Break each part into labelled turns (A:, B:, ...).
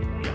A: 模样。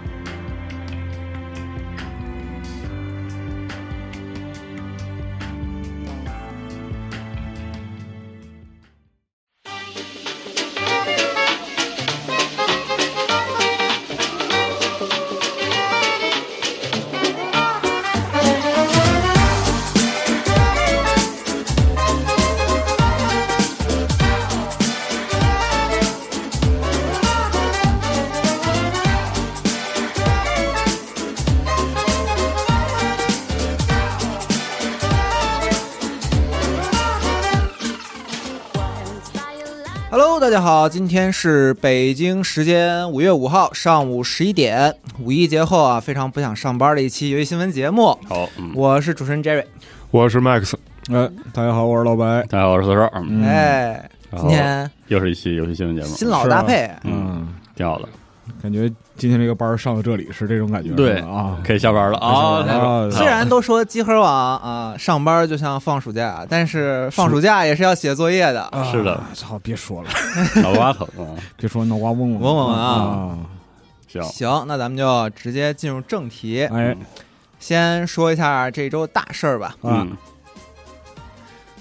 B: Hello，大家好，今天是北京时间五月五号上午十一点，五一节后啊，非常不想上班的一期游戏新闻节目。
C: 好，嗯，
B: 我是主持人 Jerry，
D: 我是 Max，
E: 哎，大家好，我是老白。
C: 大家好，我是四十二，嗯，
B: 哎，
C: 然
B: 今
C: 后
B: 天
C: 又是一期游戏新闻节目，
B: 新老搭配，
C: 嗯，挺好的，
E: 感觉今天这个班儿上到这里是这种感觉，
C: 对
E: 是吧啊，
C: 可以下班了啊，太好了
E: 啊，
B: 虽然都说集合网啊上班就像放暑假，但是放暑假也是要写作业的。
E: 啊
C: 是的，
E: 操，别说了，
C: 脑瓜疼啊，
E: 别说脑瓜嗡嗡
B: 嗡嗡啊
E: 啊，
C: 行，
B: 行，那咱们就直接进入正题，
E: 哎，
B: 先说一下这周大事儿吧。
E: 啊，
C: 嗯，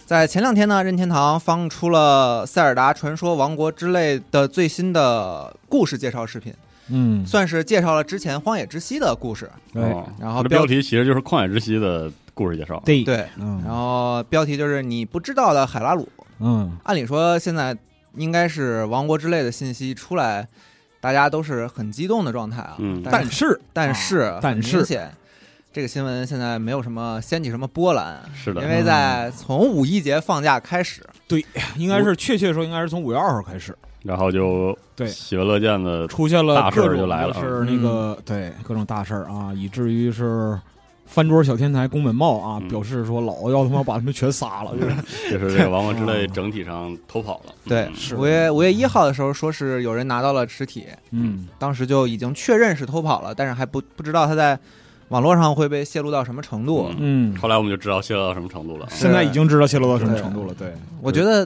B: 在前两天呢，任天堂放出了《塞尔达传说：王国》之类的最新的故事介绍视频，
E: 嗯，
B: 算是介绍了之前《荒野之息》的故事。
E: 哎，
C: 哦
B: 然后
C: 这
B: 标
C: 标题其实就是《旷野之息》的故事介绍，
E: 对，
B: 对，然
E: 嗯
B: 后标题就是你不知道的海拉鲁。
E: 嗯，
B: 按理说现在应该是王国之类的信息出来，大家都是很激动的状态啊。
C: 嗯
B: 但
E: 但是啊
B: 但是
E: 但
B: 很
E: 是
B: 明显这个新闻现在没有什么掀起什么波澜，
C: 是
B: 因
C: 的，
B: 为在从五一节放假开始，
E: 应该是确切说应该是从五月二号开始
C: 然后就
E: 对
C: 喜闻乐见的，
E: 出现了
C: 大事儿
E: 各种
C: 就来了嗯
E: 是那个对各种大事儿啊，以至于是。翻桌小天才宫本茂啊，
C: 嗯
E: 表示说老要他妈把他们全杀了，就是
C: 就是这个《王国之泪》整体上偷跑了，
B: 对
C: 嗯，
E: 是
B: 五月五月一号的时候说是有人拿到了实体，
E: 嗯，
B: 当时就已经确认是偷跑了，但是还不不知道他在网络上会被泄露到什么程度。
C: 嗯
E: 嗯，
C: 后来我们就知道泄露到什么程度了，
E: 现在已经知道泄露到什么程度了，对，
B: 我觉得，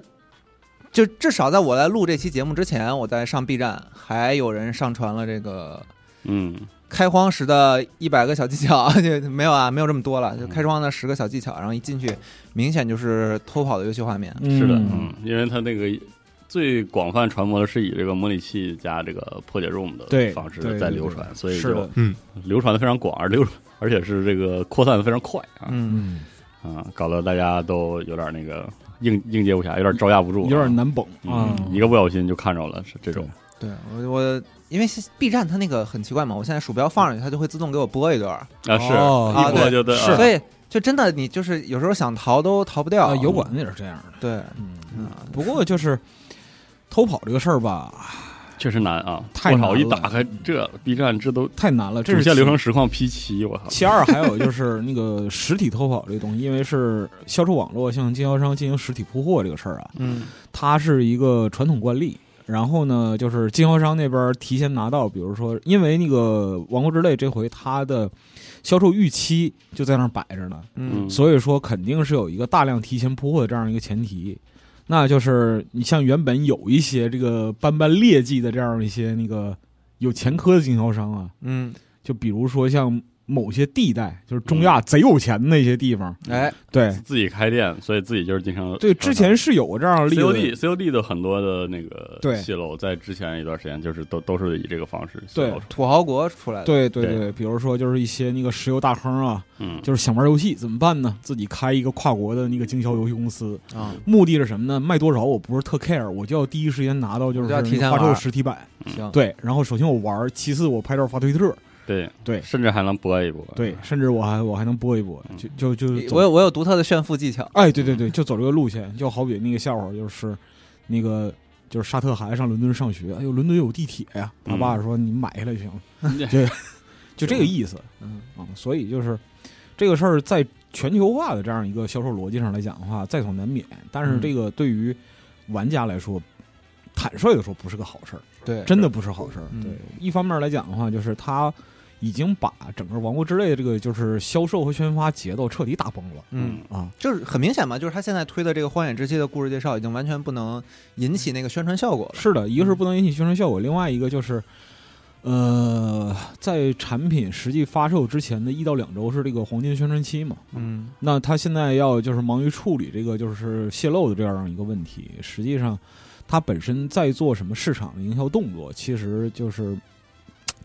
B: 就至少在我在录这期节目之前，我在上 B 站还有人上传了这个
C: 嗯，
B: 开荒时的一百个小技巧， 就没有啊，没有这么多了，就开荒的十个小技巧，然后一进去，明显就是偷跑的游戏画面。
C: 是的，
E: 嗯
C: 嗯，因为它那个。最广泛传播的是以这个模拟器加这个破解 ROM
E: 对
C: 的方式
E: 对对
C: 在
E: 对
C: 流传，所以
E: 是的
C: 就，流传的非常广，而流而且是这个扩散的非常快啊，
B: 嗯，
E: 嗯，
C: 啊，搞得大家都有点那个应应接不暇，有点招架不住啊，
E: 有点难绷啊
C: 嗯，，一个不小心就看着了，是这种
B: 对我我因为 B 站它那个很奇怪嘛，我现在鼠标放上去，它就会自动给我播一段儿，
C: 啊，是
E: 哦
B: 啊
C: 一播就对，
E: 是
C: 啊
B: 所以就真的你就是有时候想逃都逃不掉。嗯
E: 啊，油管那也是这样的。
B: 对，啊
E: 嗯，不过就是偷跑这个事儿吧，
C: 确实难啊，
E: 太
C: 我
E: 难
C: 操！一
E: 了
C: 打开这 B 站，这都
E: 太难了。这
C: 主
E: 是
C: 线流
E: 其
C: 程。实况 P 七，我操！
E: 其二，还有就是那个实体偷跑这个东西，因为是销售网络向经销商进行实体铺货这个事儿啊，
B: 嗯
E: 它是一个传统惯例。然后呢，就是经销商那边提前拿到，比如说，因为那个《王国之泪》这回它的销售预期就在那儿摆着呢，
B: 嗯
E: 所以说肯定是有一个大量提前铺货的这样一个前提，那就是你像原本有一些这个斑斑劣迹的这样一些那个有前科的经销商啊，
B: 嗯
E: 就比如说像某些地带，就是中亚贼有钱的那些地方，
C: 嗯
B: 哎，
E: 对
C: 自己开店，所以自己就是经常
E: 对，之前是有过这样的例
C: COD
E: 子，
C: COD 的很多的那
E: 对
C: 个戏楼，在之前一段时间就是都都是以这个方式
E: 对
C: 泄露出来，
B: 土豪国出来的，
E: 对对
C: 对
E: 对，比如说就是一些那个石油大亨啊，
C: 嗯，
E: 就是想玩游戏怎么办呢？自己开一个跨国的那个经销游戏公司，
B: 啊，
E: 目的是什么呢？卖多少我不是特 care，我就要第一时间拿到就
B: 我
E: 是
B: 就要提前
E: 发售
B: 玩
E: 实体版。
B: 行，
E: 对，然后首先我玩儿，其次我拍照发推特，
C: 对
E: 对
C: 甚至还能播一
B: 嗯
C: 播，
E: 对，甚至我还我还能播一播，就就就走
B: 我有我有独特的炫富技巧，
E: 哎，对对对，就走这个路线，就好比那个笑话，就是那个就是沙特孩子上伦敦上学，哎呦，伦敦有地铁呀、他
C: 嗯
E: 爸说你买下来就行
C: 对
E: 了，就就这个意思
B: 嗯，
E: 啊。所以就是这个事儿在全球化的这样一个销售逻辑上来讲的话，在所难免，但是
B: 嗯
E: 这个对于玩家来说。坦率的说，不是个好事儿，
B: 对，
E: 真的不是好事儿。
B: 嗯
E: 哎对，一方面来讲的话，就是他已经把整个《王国之泪》的这个就是销售和宣发节奏彻底打崩了
B: 嗯。
E: 啊。
B: 就是很明显嘛，就是他现在推的这个《荒野之息》的故事介绍，已经完全不能引起那个宣传效果了。
E: 是的，一个是不能引起宣传效果，另外一个就是，呃，在产品实际发售之前的一到两周是这个黄金宣传期嘛。
B: 嗯，
E: 那他现在要就是忙于处理这个就是泄露的这样一个问题，实际上他本身在做什么市场的营销动作，其实就是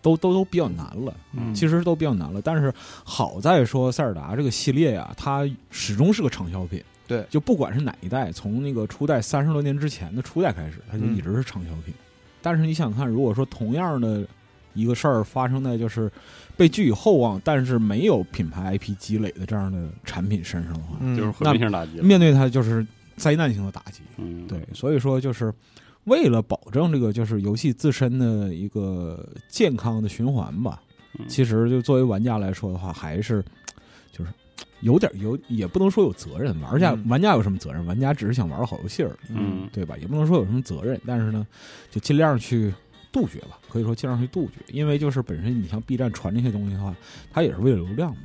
E: 都都都比较难了。
C: 嗯
E: 其实都比较难了。但是好在说塞尔达这个系列呀、它始终是个畅销品。
B: 对
E: 就不管是哪一代，从那个初代三十多年之前的初代开始，它就
B: 嗯
E: 一直是畅销品。但是你想看，如果说同样的一个事儿发生在就是被寄予厚望，但是没有品牌 IP 积累的这样的产品身上的话，
B: 嗯
C: 就是毁灭性打击了，
E: 面对它就是灾难性的打击。
C: 嗯，
E: 对，所以说就是为了保证这个就是游戏自身的一个健康的循环吧，
C: 嗯
E: 其实就作为玩家来说的话，还是就是有点有，也不能说有责任。玩家、
B: 嗯
E: 玩家有什么责任？玩家只是想玩好游戏而已，
C: 嗯
E: 对吧？也不能说有什么责任，但是呢，就尽量去。杜绝吧，可以说尽量去杜绝，因为就是本身你像 B 站传这些东西的话，它也是为了流量嘛。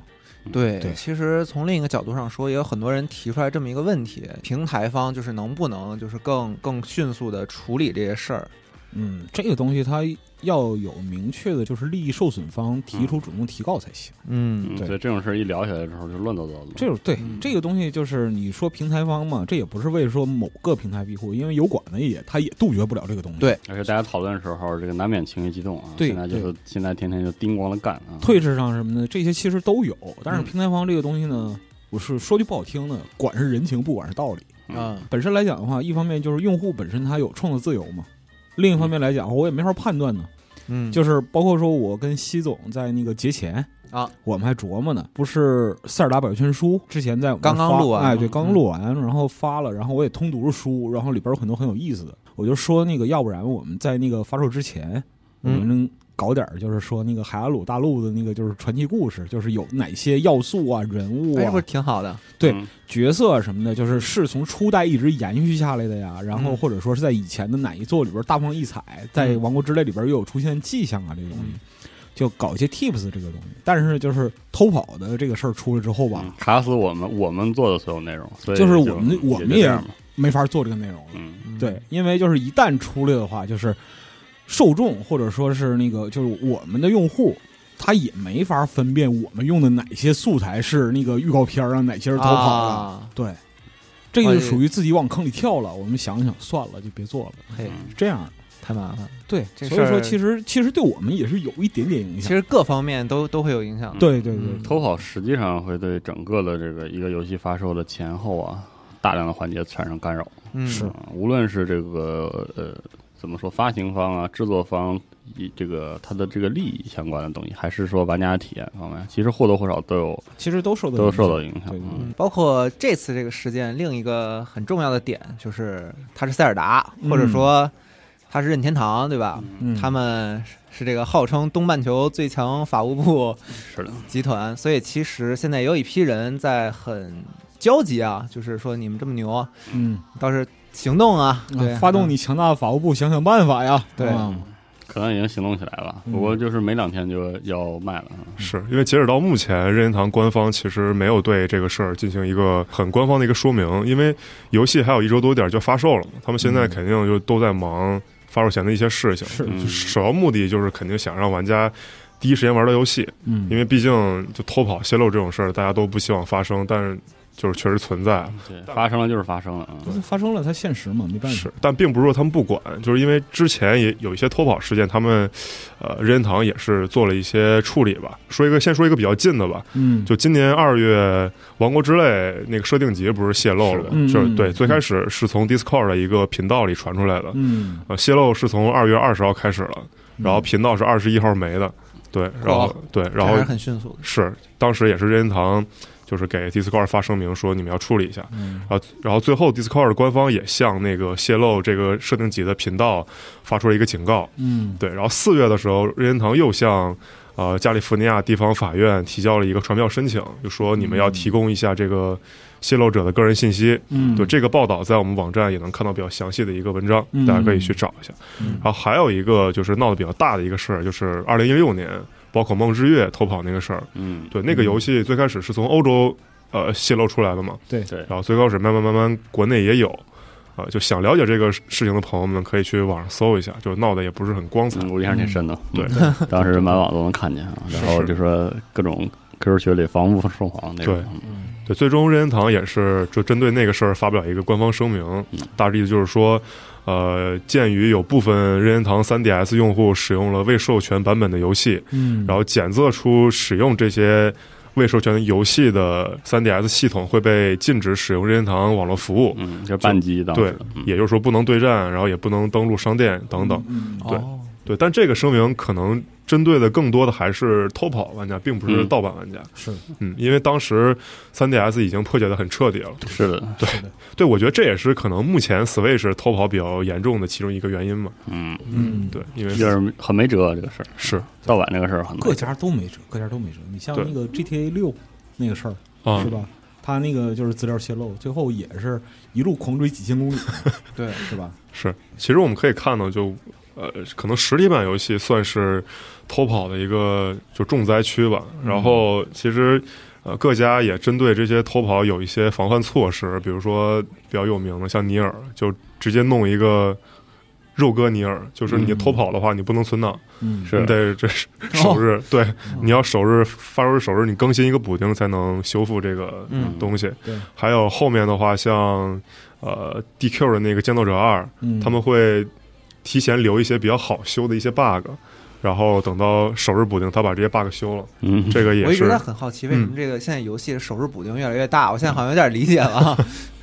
B: 对，
E: 对
B: 其实从另一个角度上说，也有很多人提出来这么一个问题：平台方就是能不能就是更更迅速的处理这些事儿？
E: 嗯，这个东西它要有明确的，就是利益受损方提出主动提告才行。
B: 嗯
C: 嗯，
E: 对
C: 所以这种事儿一聊起来之后就乱糟糟的了，
E: 这种对、
B: 嗯
E: 这个东西，就是你说平台方嘛，这也不是为说某个平台庇护，因为油管呢也他也杜绝不了这个东西。
B: 对
C: 而且大家讨论的时候，这个难免情绪激动啊。
E: 对
C: 现在就是现在天天就叮咣的干啊。
E: 退市上什么的，这些其实都有，但是
B: 嗯
E: 平台方这个东西呢，我是说句不好听的，管是人情，不管是道理。
C: 嗯
B: 啊，
E: 本身来讲的话，一方面就是用户本身他有创作自由嘛，另一方面来讲，我也没法判断呢。
B: 嗯，
E: 就是包括说我跟西总在那个节前
B: 啊，
E: 我们还琢磨呢，不是塞尔达百科全书之前在我们
B: 刚刚
E: 发
B: 录完啊
E: 哎，
B: 嘛
E: 对，刚刚录完，然后发了，然后我也通读了书，然后里边有很多很有意思的，我就说那个，要不然我们在那个发售之前，我
B: 嗯
E: 们搞点儿就是说那个海拉鲁大陆的那个就是传奇故事，就是有哪些要素啊、人物
B: 哎，这
E: 啊
B: 不是、挺好的？
E: 对
C: 嗯
E: 角色啊什么的，就是是从初代一直延续下来的呀，然后
B: 嗯
E: 或者说是在以前的哪一座里边大放异彩，在
B: 嗯
E: 王国之泪里边又有出现迹象啊，这个东西。
B: 嗯
E: 就搞一些 tips 这个东西，但是就是偷跑的这个事儿出了之后吧，
C: 嗯卡死我们我们做的所有内容，所以
E: 就是我们
C: 就
E: 我们
C: 就
E: 也
C: 这样嘛
E: 没法做这个内容了。
C: 嗯
B: 嗯
E: 对，，因为就是一旦出来的话，就是受众或者说是那个就是我们的用户，他也没法分辨我们用的哪些素材是那个预告片儿啊，哪些是偷跑的。
B: 啊，
E: 对，这个
B: 哎
E: 就属于自己往坑里跳了。我们想想，算了，就别做了，
B: 嘿，
C: 嗯
E: 是这样的。
B: 太麻烦。
E: 对，
B: 这
E: 所以
B: 事
E: 说
B: 儿
E: 其实其实对我们也是有一点点影
B: 其
E: 响。
B: 实各方面都都会有影响。，
E: 对对对，
B: 嗯
C: 偷跑实际上会对整个的这个一个游戏发售的前后啊，大量的环节产生干扰。
B: 嗯，
E: 是
C: 嗯无论是这个呃怎么说发行方啊、制作方以这个它的这个利益相关的东西，还是说玩家体验方面，其实或多或少都有
E: 其实都受到
C: 都
E: 影
C: 受
E: 响
C: 到影响。
E: 对对
C: 嗯
B: 嗯，包括这次这个事件，另一个很重要的点就是它是塞尔达，
E: 嗯
B: 或者说它是任天堂，对吧？
E: 嗯
B: 他们是这个号称东半球最强法务部
C: 是的，
B: 集团，所以其实现在也有一批人在很焦急啊，就是说你们这么牛，
E: 嗯，
B: 倒是行动啊，
E: 啊
B: 对，
E: 发动你强大的法务部，想想办法呀。
B: 对
E: 啊
C: 可能已经行动起来了，
E: 嗯
C: 不过就是没两天就要卖了。嗯
D: 是因为截止到目前，任天堂官方其实没有对这个事儿进行一个很官方的一个说明，因为游戏还有一周多点儿就发售了嘛，他们现在
E: 嗯
D: 肯定就都在忙发售前的一些事情，
E: 是
C: 嗯
D: 就首要目的就是肯定想让玩家第一时间玩到游戏，
E: 嗯
D: 因为毕竟就偷跑、泄露这种事儿，大家都不希望发生，但是就是确实存在。
C: 对，发生了就是发生了啊。
E: 为发生了，它现实嘛，没办法。
D: 是，但并不是说他们不管，就是因为之前也有一些偷跑事件，他们呃任天堂也是做了一些处理吧。说一个，先说一个比较近的吧，
E: 嗯，
D: 就今年二月，《王国之泪》那个设定集不是泄露了吗？
E: 是的
D: 就是
E: 嗯
D: 对，
E: 嗯
D: 最开始是从 Discord 的一个频道里传出来的，
E: 嗯，
D: 呃，泄露是从二月二十号开始了，然后
E: 嗯
D: 频道是二十一号没的，对，然后
B: 哦
D: 对，然后
B: 还是很迅速的。
D: 是当时也是任天堂就是给 Discord 发声明说你们要处理一下，
E: 嗯
D: 然后然后最后 Discord 官方也向那个泄露这个设定集的频道发出了一个警告，
E: 嗯
D: 对，然后四月的时候，任天堂又向呃加利福尼亚地方法院提交了一个传票申请，就说你们要提供一下这个泄露者的个人信息。
E: 嗯，
D: 对这个报道，在我们网站也能看到比较详细的一个文章，大家可以去找一下。
E: 嗯
D: 然后还有一个就是闹得比较大的一个事儿，就是二零一六年《宝可梦之月》偷跑那个事儿。
C: 嗯，
D: 对，那个游戏最开始是从欧洲呃泄露出来的嘛，
E: 对
C: 对
D: 然后最开始慢慢慢慢国内也有，啊、就想了解这个事事情的朋友们可以去网上搜一下，就闹得也不是很光彩。
C: 嗯我印象挺深的，
D: 对
C: 嗯，当时满网都能看见啊，
D: 是
C: 然后就说各种 QQ 群里防不胜防那种。
E: 嗯
D: 对，最终任天堂也是就针对那个事儿发表一个官方声明，大致意思就是说，呃，鉴于有部分任天堂 3DS 用户使用了未授权版本的游戏，
E: 嗯，
D: 然后检测出使用这些未授权游戏的 3DS 系统会被禁止使用任天堂网络服务，
C: 嗯，就是半机当时
D: 对
C: 的，嗯
D: 也就是说不能对战，然后也不能登录商店等等。
E: 嗯，
D: 对
B: 哦
D: 对，但这个声明可能针对的更多的还是偷跑玩家，并不是
C: 嗯
D: 盗版玩家。
E: 是
D: 嗯，因为当时 3DS 已经破解的很彻底了。
C: 是的，
E: 是的，
D: 对，我觉得这也是可能目前 Switch 偷跑比较严重的其中一个原因嘛。
C: 嗯，
E: 嗯，
D: 对，因为
C: 就是很没辙这个事儿，
D: 是
C: 盗版这个事儿很
E: 各家都没辙，各家都没辙。你像
D: 对
E: 那个 GTA 六那个事儿
D: 啊
E: 是，吧？他那个就是资料泄露，最后也是一路狂追几千 公里，
B: 对，
E: 是吧？
D: 是。其实我们可以看到就，呃，可能实体版游戏算是偷跑的一个就重灾区吧。
C: 嗯
D: 然后其实。呃，各家也针对这些偷跑有一些防范措施，比如说比较有名的，像尼尔就直接弄一个肉鸽尼尔，就是你
E: 嗯
D: 偷跑的话，你不能存档，
E: 嗯，
C: 是哦
D: 你得 这是首日，对，你要首日发售日首日，你更新一个补丁才能修复这个
B: 嗯
D: 东西。
E: 对，
D: 还有后面的话，像呃 DQ 的那个《建造者二》，
E: 嗯，
D: 他们会提前留一些比较好修的一些 bug，然后等到首日补丁，他把这些 bug 修了，
C: 嗯，
D: 这个也
B: 我一直
D: 是
B: 在。很好奇，
E: 嗯
B: 为什么这个现在游戏的手势补丁越来越大？我现在好像有点理解了 啊。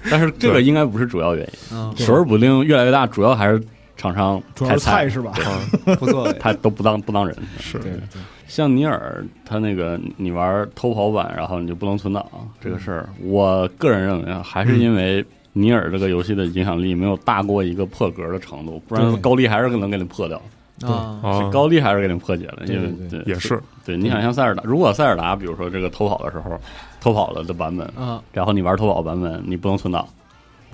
C: 但是这个应该不是主要原因，
B: 嗯，
E: 对
C: 首尔补丁越来越大，主要还是厂商
E: 主要是
C: 菜
E: 菜，是吧？
D: 啊，
B: 不作为。
C: 他都不当不当人。
D: 是
E: 对对，
C: 像尼尔，他那个你玩偷跑版，然后你就不能存档这个事儿，我个人认为啊，还是因为尼尔这个游戏的影响力没有大过一个破格的程度，不然
E: 对
C: 高丽还是能给你破掉，
B: 啊，
E: 哦
D: 啊，
C: 高丽还是给你破解了，因
E: 对
C: 为
E: 对
D: 也是
C: 对你想像塞尔达，如果塞尔达，比如说这个偷跑的时候偷跑了的版本，
B: 嗯，
C: 然后你玩偷跑版本，你不能存档。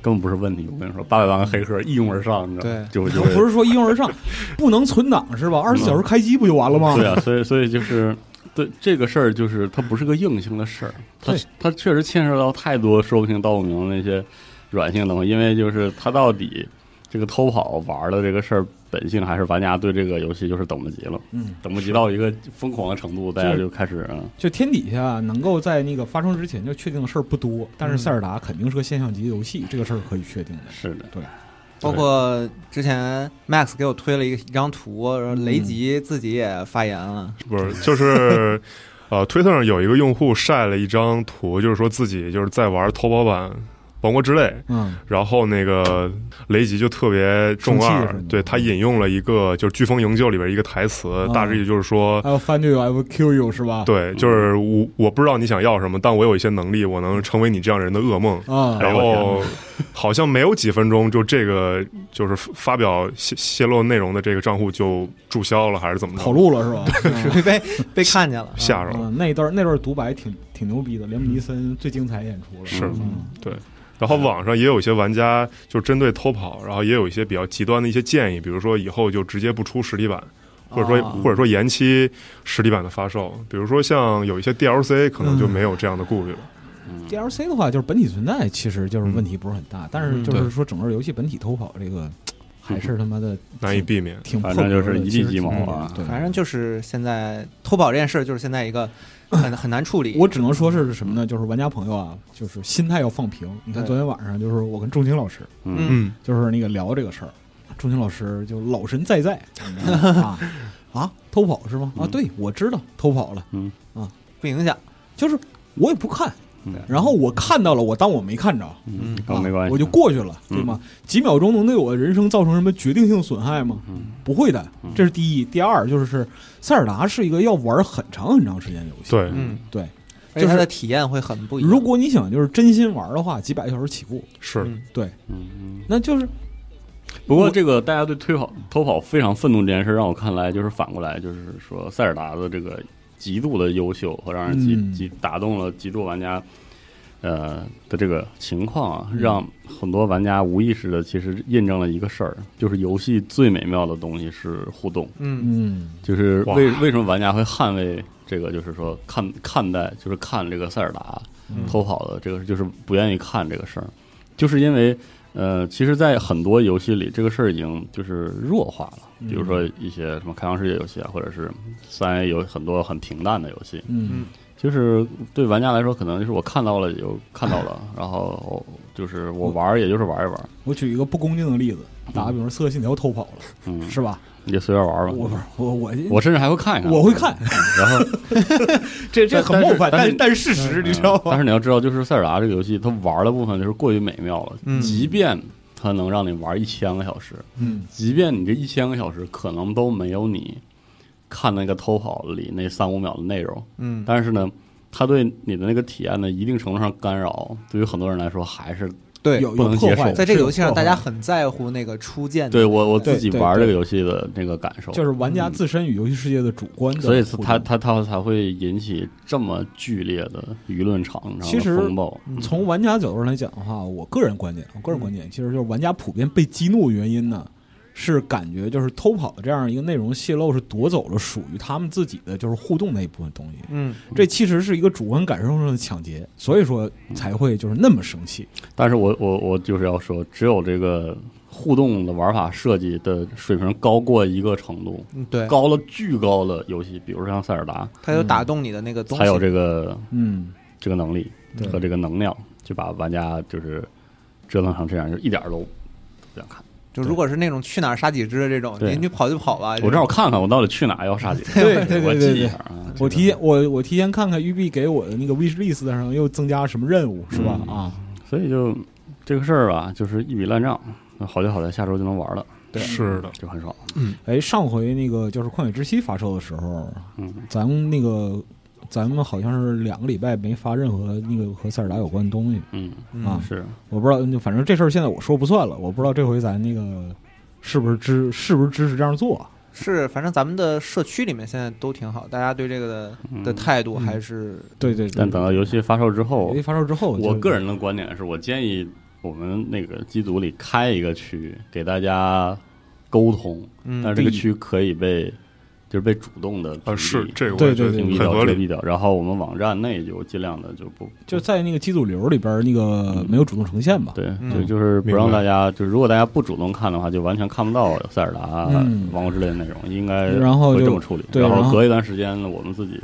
C: 根本不是问题，我跟你说，八百万个黑客一拥而上，你知道吗？就就会
E: 不是说一拥而上， 不能存档是吧？二十四小时
D: 嗯
E: 开机不就完了吗？
C: 对啊，所以所以就是对这个事儿，就是它不是个硬性的事儿，它
E: 对
C: 它确实牵涉到太多说不清道不明的那些软性的东西，因为就是它到底这个偷跑玩的这个事儿本性，还是玩家对这个游戏就是等不及了，
E: 嗯，
C: 等不及到一个疯狂的程度，大家就开始嗯
E: 就天底下能够在那个发生之前就确定的事儿不多，但是塞尔达肯定是个现象级的游戏，这个事儿可以确定的。
C: 是的，
B: 包括之前 Max 给我推了一一张图，然后
E: 嗯
B: 雷吉自己也发言了。
D: 不是就是。 呃，推特上有一个用户晒了一张图，就是说自己就是在玩偷跑版《王国之泪》，
E: 嗯，
D: 然后那个雷吉就特别中
E: 生气
D: 二
E: 是吗，
D: 对他引用了一个就是《飓风营救》里边一个台
E: 啊
D: 词，大致意思就是说，
E: 还有 find you, I will kill you 是吧？
D: 对，就是我我不知道你想要什么，但我有一些能力，我能成为你这样人的噩梦。
E: 啊，
C: 哎
D: 然后
C: 我
D: 好像没有几分钟，就这个就是发表泄泄露内容的这个账户就注销了，还是怎么着？
E: 跑路了是吧？嗯
B: 被 被被看见了，
D: 吓着了。
E: 嗯，那一段那段独白挺挺牛逼的，
B: 嗯
E: 连姆尼森最精彩演出了。
D: 是
E: 嗯
D: 然后网上也有一些玩家就针对偷跑，然后也有一些比较极端的一些建议，比如说以后就直接不出实体版，或者说、
E: 啊
B: 哦
D: 或者说延期实体版的发售。比如说像有一些 DLC 可
E: 嗯
D: 能就没有这样的顾虑了。
C: 嗯
E: DLC 的
B: 嗯
E: 话，就是本体存在，其实就是问题不是很大，但是就是说整个游戏本体偷跑这个。还是他妈的
D: 难以避免。
E: 挺破
C: 反正
E: 格的，
C: 就是一
E: 其
C: 地
E: 实
C: 鸡毛
E: 挺
C: 啊。
E: 对，
B: 反正就是现在偷跑这件事，就是现在一个很很难处理。
E: 我只能说是什么呢？就是玩家朋友啊，就是心态要放平。你看
B: 对
E: 昨天晚上，就是我跟钟情老师，
B: 嗯
D: 嗯，
E: 就是那个聊这个事儿，钟情老师就老神在在你知道吗啊啊，偷跑是吗？啊，
C: 嗯
E: 对，我知道偷跑了，
B: 不影响，
E: 就是我也不看
C: 嗯，
E: 然后我看到了，我当我没看着，
C: 嗯
B: 嗯，
C: 啊
E: 啊
C: 没关系，
E: 我就过去了，
C: 嗯
E: 对吗？几秒钟能对我人生造成什么决定性损害吗？
C: 嗯
E: 不会的，这是第一。第二就是塞尔达是一个要玩很长很长时间的游戏，
D: 对，
B: 嗯，
E: 对。
B: 而且它
E: 就是
B: 的体验会很不一样。
E: 如果你想就是真心玩的话，几百个小时起步，
D: 是
B: 嗯
E: 对，
C: 嗯嗯。
E: 那就是
C: 不过这个大家对推跑偷跑非常愤怒这件事，让我看来就是反过来，就是说塞尔达的这个极度的优秀和让人极
E: 嗯
C: 极打动了极度玩家，呃的这个情况啊，让很多玩家无意识的其实印证了一个事儿，就是游戏最美妙的东西是互动，
B: 嗯
E: 嗯，
C: 就是
D: 哇
C: 为为什么玩家会捍卫这个，就是说看看待就是看这个塞尔达
E: 嗯
C: 偷跑的这个，就是不愿意看这个事儿，就是因为呃，其实，在很多游戏里，这个事儿已经就是弱化了，
E: 嗯
C: 比如说一些什么开放世界游戏啊，或者是三 A 有很多很平淡的游戏，
E: 嗯
C: 就是对玩家来说，可能就是我看到了也就看到 了，然后就是我玩儿也就是玩一玩，
E: 我举一个不恭敬的例子，打个比方，《刺客信条》偷跑了，
C: 嗯，
E: 是吧？
C: 你就随便玩儿吧。
E: 我不是我我
C: 我甚至还会看一看，
E: 我会看，
C: 然后
E: 这这
C: 但
E: 很冒犯，
C: 但
E: 但
C: 是
E: 是但是事
B: 嗯
E: 实，你知道
C: 嗯但
E: 吗？
C: 是你要知道，就是塞尔达这个游戏，它玩的部分就是过于美妙了。
B: 嗯
C: 即便它能让你玩一千个小时，
E: 嗯
C: 即便你这一千个小时可能都没有你看那个偷跑里那三五秒的内容，
B: 嗯，
C: 但是呢，它对你的那个体验呢，一定程度上干扰。对于很多人来说，还是
B: 对，
E: 有
C: 不能
E: 有破
C: 接
E: 坏，
C: 受
B: 在这个游戏上，
E: 是有破
B: 大家
E: 坏
B: 很在乎那个初见的。
C: 对我我
E: 对
C: 自己
E: 对
C: 玩
E: 对
C: 这个游戏的那个感受。
E: 就是玩家自身与游戏世界的主观的互
C: 嗯所
E: 动，
C: 以它它它才会引起这么剧烈的舆论场上
E: 其
C: 的
E: 实嗯
C: 风暴。
E: 从玩家角度上来讲的话，我个人观点，我个人观点其实就是玩家普遍被激怒的原因呢，是感觉就是偷跑的这样一个内容泄露是夺走了属于他们自己的就是互动那一部分东西，
B: 嗯，
E: 这其实是一个主观感受上的抢劫，所以说才会就是那么生气。
C: 但是我我我就是要说，只有这个互动的玩法设计的水平高过一个程度，
B: 嗯，对，
C: 高了巨高的游戏，比如像塞尔达，
B: 它有打动你的那个东西。
C: 才有这个
E: 嗯，
C: 这个能力
E: 对
C: 和这个能量，就把玩家就是折腾成这样，就一点儿都不想看。
B: 就如果是那种去哪儿杀几只的这种，
C: 对
B: 您就跑就跑吧。
C: 我正好看看我到底去哪要杀几个，
E: 哎对对对
C: 我
E: 对
C: 记一
E: 对
C: 下啊。
E: 我
C: 这个
E: 提前我我提前看看育碧给我的那个 wish list 上又增加了什么任务，是吧？
C: 嗯
E: 啊，
C: 所以就这个事儿吧，就是一笔烂账。那好就好在下周就能玩了，
E: 对
D: 是的，
C: 就很爽。
E: 哎，上回那个就是《旷野之息》发售的时候，
C: 嗯，
E: 咱们那个咱们好像是两个礼拜没发任何那个和塞尔达有关的东西
C: 嗯，
E: 啊
B: 嗯，，
C: 是
E: 我不知道，就反正这事儿现在我说不算了，我不知道这回咱那个是不是支是不是支持这样做啊，
B: 是，反正咱们的社区里面现在都挺好，大家对这个的
C: 嗯
B: 的态度还是
E: 对对
C: 但等到游戏发售之后
E: 游，戏发售之后，
C: 我个人的观点是我建议我们那个机组里开一个区给大家沟通，
B: 嗯
C: 但是这个区可以被就是被主动的
D: 啊，是这个我
E: 嗯对
D: 也觉得
E: 对
C: 屏蔽
D: 很
C: 掉、
D: 合
C: 遮
D: 理，
C: 蔽掉，然后我们网站内就尽量的就不
E: 就在那个机组流里边儿那个没有主动呈现吧，
C: 对，
B: 嗯
C: 就就是不
D: 明白
C: 让大家就是如果大家不主动看的话，就完全看不到塞尔达、啊
E: 嗯
C: 王国之类的内容，应该
E: 然后
C: 会
E: 就
C: 这么处理。
E: 对
C: 然
E: 然后
C: 隔一段时间呢，我们自己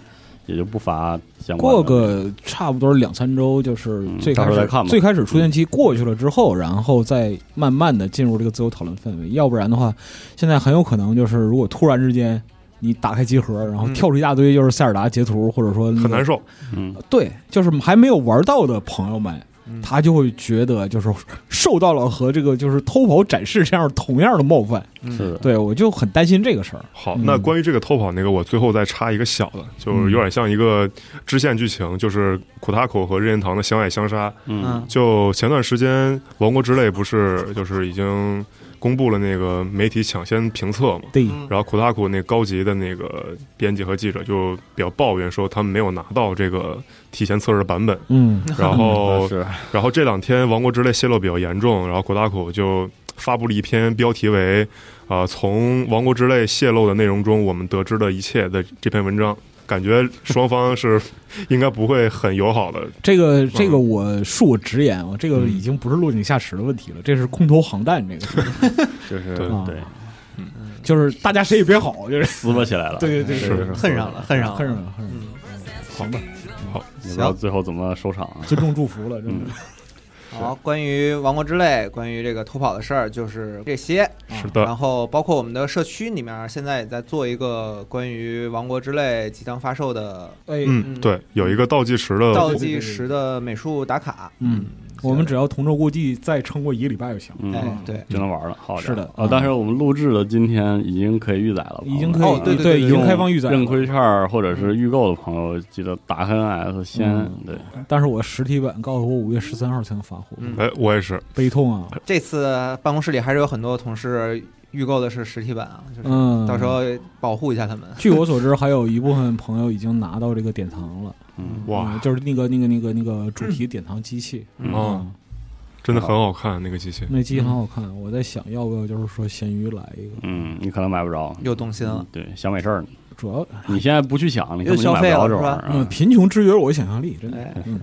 C: 也就不发相关的
E: 过个差不多两三周，就是
C: 嗯
E: 最
C: 到
E: 开
C: 时候
E: 始、
C: 再看吧嗯
E: 最开始出现期过去了之后，然后再慢慢的进入这个自由讨论氛围。要不然的话，现在很有可能就是如果突然之间你打开集合，然后
B: 嗯
E: 跳出一大堆就是塞尔达截图，或者说那个
D: 很难。受。
C: 嗯，
E: 对，就是还没有玩到的朋友们
B: 嗯。
E: 他就会觉得，就是受到了和这个就是偷跑展示这样同样的冒犯，
B: 嗯
C: 是的，
E: 对我就很担心这个事儿。
D: 好，
E: 嗯
D: 那关于这个偷跑那个，我最后再插一个小的，就是有点像一个支线剧情，就是苦塔口和任天堂的相爱相杀。
C: 嗯
B: 嗯
D: 就前段时间，《王国之泪》不是就是已经公布了那个媒体抢先评测嘛？
E: 对，
B: 嗯
D: 然后苦塔库那高级的那个编辑和记者就比较抱怨说，他们没有拿到这个提前测试的版本。
E: 嗯
D: 然后，
C: 啊是
D: 然后这两天《王国之泪》泄露比较严重，然后苦塔库就发布了一篇标题呃为“啊、从《王国之泪》泄露的内容中我们得知的一切”的这篇文章。感觉双方是应该不会很友好的。
E: 这个这个我恕我直言啊，这个已经不是落井下石的问题了，这是空投航弹这个事情，
C: 就是
D: 对
E: 啊
C: 对
B: 嗯
E: 就是大家谁也别好，就是
C: 撕巴起来了，
E: 对对对
C: 是
D: 是
C: 是是
B: 恨上了，恨上了，
E: 恨上了恨上了，好吧，
C: 也不知道最后怎么收场啊。
E: 尊重祝福了，真的。
B: 嗯好，关于《王国之泪》，关于这个偷跑的事儿，就是这些。
D: 是
B: 然
D: 的，
B: 后包括我们的社区里面，现在也在做一个关于《王国之泪》即将发售的
E: 哎，
D: 嗯，对，有一个倒计时的，
B: 倒计时的美术打卡。
E: 嗯，我们只要同舟过际，再撑过一个礼拜就行。
C: 嗯，
B: 哎，对，
C: 就能玩了，好点
E: 是的
C: 啊！但是我们录制的今天已经可以预载了吧，啊
E: 已经可
B: 哦
E: 以，
B: 对对对
E: 已
B: 对
E: 经开放预载了。
C: 认亏券儿或者是预购的朋友，记得打开 NS 先
E: 嗯
C: 对，
E: 但是我实体版告诉我五月十三号才能发货，
B: 嗯
D: 哎，我也是，
E: 悲痛啊！
B: 这次办公室里还是有很多同事预购的是实体版啊，就是
E: 嗯，
B: 到时候保护一下他们。
E: 据我所知，还有一部分朋友已经拿到这个典藏了，
C: 嗯，
D: 哇
E: 嗯，就是那个那个那个那个主题典藏机器，
C: 嗯
D: 哦，真的很好看那个机器
E: 嗯，那机器很好看，我在想要不要就是说闲鱼来一个，
C: 嗯，你可能买不着，
B: 又动心了
C: 嗯，对，想买事儿，
E: 主要
C: 你现在不去想，你根
B: 又
C: 本就
B: 消
C: 买不
B: 费
C: 着
B: 了
C: 这
B: 是
C: 玩
B: 吧
C: 意儿
E: 嗯
C: 啊。
E: 贫穷制约了我的想象力，真的
B: 哎，
E: 嗯，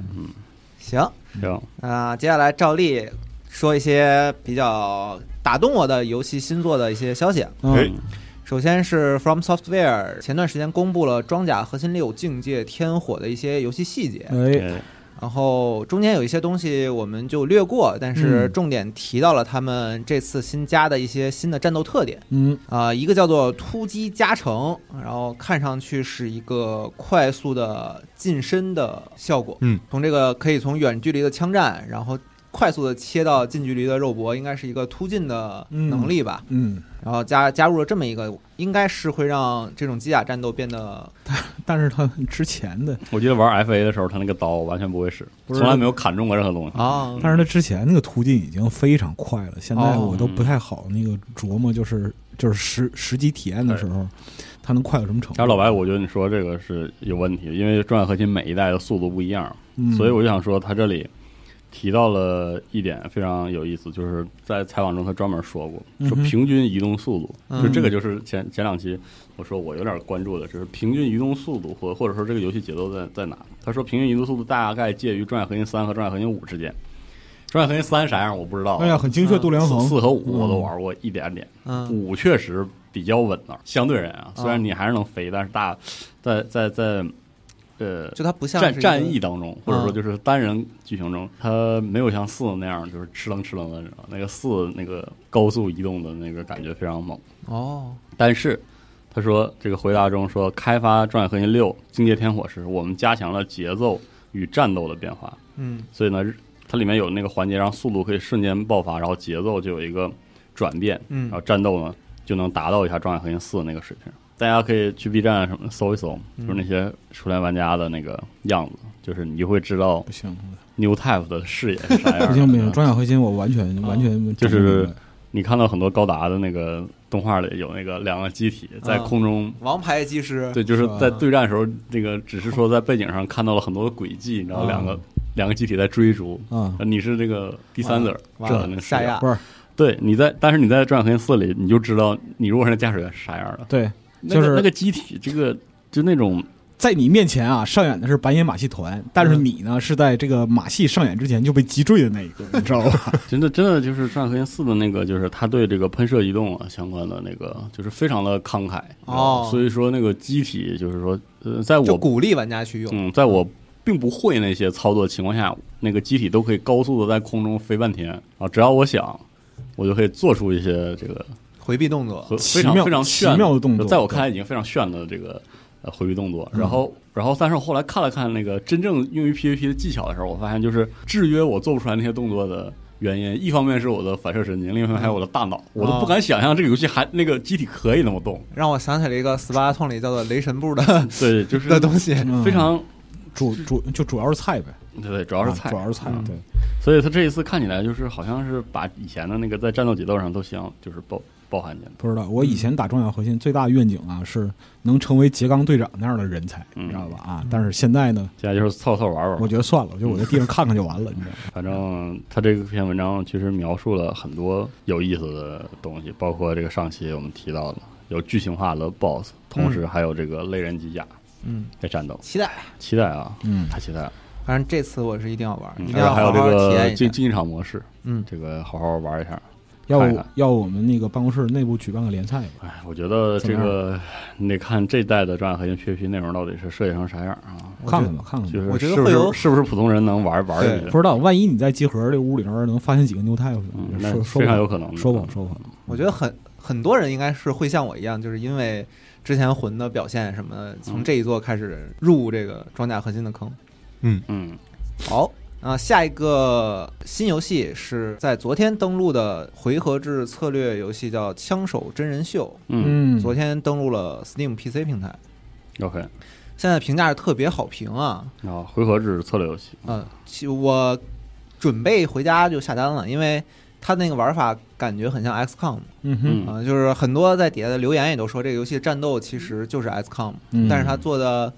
B: 行，
C: 行，
B: 那接下来照例说一些比较打动我的游戏新作的一些消息。
D: 哎
E: 嗯，
B: 首先是 From Software 前段时间公布了《装甲核心六：境界天火》的一些游戏细节，
E: 哎，
C: 哎
B: 然后中间有一些东西我们就略过，但是
E: 嗯
B: 重点提到了他们这次新加的一些新的战斗特点。
E: 嗯，
B: 啊、一个叫做突击加成，然后看上去是一个快速的近身的效果。
D: 嗯，
B: 从这个可以从远距离的枪战，然后快速的切到近距离的肉搏，应该是一个突进的能力吧。
E: 嗯，
B: 然后加加入了这么一个，应该是会让这种机甲战斗变得
E: 但是他之前的，
C: 我记得玩 FA 的时候，他那个刀完全不会使，
E: 不是哦
C: 从来没有砍中过任何东西。
B: 啊，
E: 但是他之前那个途径已经非常快了，现在
B: 哦
E: 我都
C: 嗯
E: 不太好那个琢磨，就是就是实实际体验的时候，他能快到什么程
C: 但是老
E: 度？
C: 白，我觉得你说这个是有问题，因为重要核心每一代的速度不一样，
E: 嗯
C: 所以我就想说，他这里提到了一点非常有意思，就是在采访中他专门说过，说
E: 嗯哼
C: 平均移动速度，
B: 嗯
C: 就这个就是前前两期我说我有点关注的，就是平均移动速度或或者说这个游戏节奏在在哪？他说平均移动速度大概介于《转核心三》和《转核心五》之间，《转核心三》啥样我不知道啊，
E: 哎呀，嗯很精确度量
C: 四
E: 衡，
C: 四和五我都玩过一点点，
B: 嗯
C: 五确实比较稳了，相对人啊，虽然你还是能飞，但是大在在在呃
B: 就它不像
C: 战
B: 是一个嗯
C: 战役当中，或者说就是单人剧情中，它没有像四那样就是哧楞哧楞的，你知道吗那个四那个高速移动的那个感觉非常猛。
B: 哦，
C: 但是他说这个回答中说，开发《转核心六：境界天火》时，我们加强了节奏与战斗的变化，
B: 嗯
C: 所以呢，它里面有那个环节让速度可以瞬间爆发，然后节奏就有一个转变，然后
B: 嗯
C: 战斗呢就能达到一下《装甲核心四》那个水平。大家可以去 B 站什么搜一搜，就是那些熟练玩家的那个样子，就是你就会知道
E: 不行，
C: New Type 的视野是啥样的。
E: 不行不行，装甲核心我完全完全
C: 嗯就是你看到很多高达的那个动画里有那个两个机体在空中，
B: 王牌技师，
C: 对，就是
E: 是吧
C: 在对战时候，那个只是说在背景上看到了很多的轨迹，然后
E: 啊
C: 两个、两个机体在追逐。
E: 啊，
C: 你是这个第三者，
B: 完
C: 这那
B: 了
C: 个
B: 下
C: 视角
B: 压
E: 不是
C: 对，你在，但是你在《转核心四》里，你就知道你如果是那驾驶员是啥样的，
E: 对，
C: 那
E: 就
C: 个
E: 是
C: 那个机体，这个就那种
E: 在你面前啊，上演的是白眼马戏团，但是你呢是在这个马戏上演之前就被击坠的那一 个，你知道吧？
C: 真的真的就是《战核心四》的那个，就是他对这个喷射移动啊相关的那个，就是非常的慷慨
B: 哦
C: 所以说那个机体就是说，呃，在
B: 就
C: 我
B: 鼓励玩家去用，
C: 嗯，在我并不会那些操作情况下，那个机体都可以高速的在空中飞半天啊，只要我想，我就可以做出一些这个
B: 回避动作，
C: 和
E: 奇
C: 非常
E: 妙
C: 非常炫
E: 奇妙的动作嗯
C: 在我看来已经非常炫的这个呃回避动作。然后，然后，但是我后来看了看那个真正用于 PVP 的技巧的时候，我发现就是制约我做不出来那些动作的原因，一方面是我的反射神经，另一方面还有我的大脑，我
E: 哦
C: 都不敢想象这个游戏还那个机体可以那么动。
B: 让我想起了一个斯巴达通里叫做雷神步的
C: 对，就是
B: 的东西。
E: 嗯
C: 非常
E: 主主就主要是菜呗，
C: 对对，主要是
E: 啊
C: 菜
E: 主。要是菜，
C: 嗯
E: 对，
C: 所以他这一次看起来就是好像是把以前的那个在战斗节奏上都想就是包包含进来。
E: 不知道。我以前打装甲核心最大的愿景啊是能成为杰刚队长那样的人才，
C: 嗯
E: 你知道吧？啊，但是现在呢，
C: 现在就是凑凑玩玩吧。
E: 我觉得算了，我就我在地上看看就完了，你知 道吗？
C: 反正他这篇文章其实描述了很多有意思的东西，包括这个上期我们提到的有剧情化的 BOSS，同时还有这个类人机甲，
B: 嗯，
C: 在战斗，
B: 期待。
C: 期待啊，
E: 嗯
C: 太期待了。
B: 反正这次我是一定要玩，
C: 嗯
B: 一定
C: 而且
B: 要
C: 还有
B: 好
C: 这
B: 好体验
C: 个
B: 一
C: 竞
B: 下。
C: 竞技场模式，
B: 嗯，
C: 这个好好玩一下。
E: 要
C: 看一
E: 不
C: 看
E: 要我们那个办公室内部举办个联赛吧？
C: 哎，我觉得这个你得看这代的《战海和 PVP》内容到底是设计成啥样啊？
B: 我觉
E: 看
B: 得
E: 看吧，看看
C: 就
E: 吧。
C: 是
B: 嗯我觉得
C: 是不
B: 会有
C: 是是不是普通人能玩玩进去
E: 不？知道，万一你在集合这屋里边能发现几个 new type，
C: 嗯，
E: 呢
C: 那
E: 说说
C: 非
E: 不
C: 常
E: 好
C: 有可能的。
E: 说不好说不好。
B: 我觉得很很多人应该是会像我一样，就是因为之前魂的表现什么的，从这一座开始入这个装甲核心的坑。
C: 嗯，
B: 好，那下一个新游戏是在昨天登陆的回合制策略游戏，叫《枪手真人秀》，
C: 嗯
E: 嗯，
B: 昨天登陆了 Steam PC 平台，
C: ，OK，
B: 现在评价是特别好评啊。
C: 然后回合制策略游戏，
B: 嗯，其我准备回家就下单了，因为它那个玩法感觉很像 XCOM 啊、
E: 嗯哼，
C: 嗯
B: 就是很多在底下的留言也都说这个游戏战斗其实就是 XCOM，、
E: 嗯
B: 但是它做的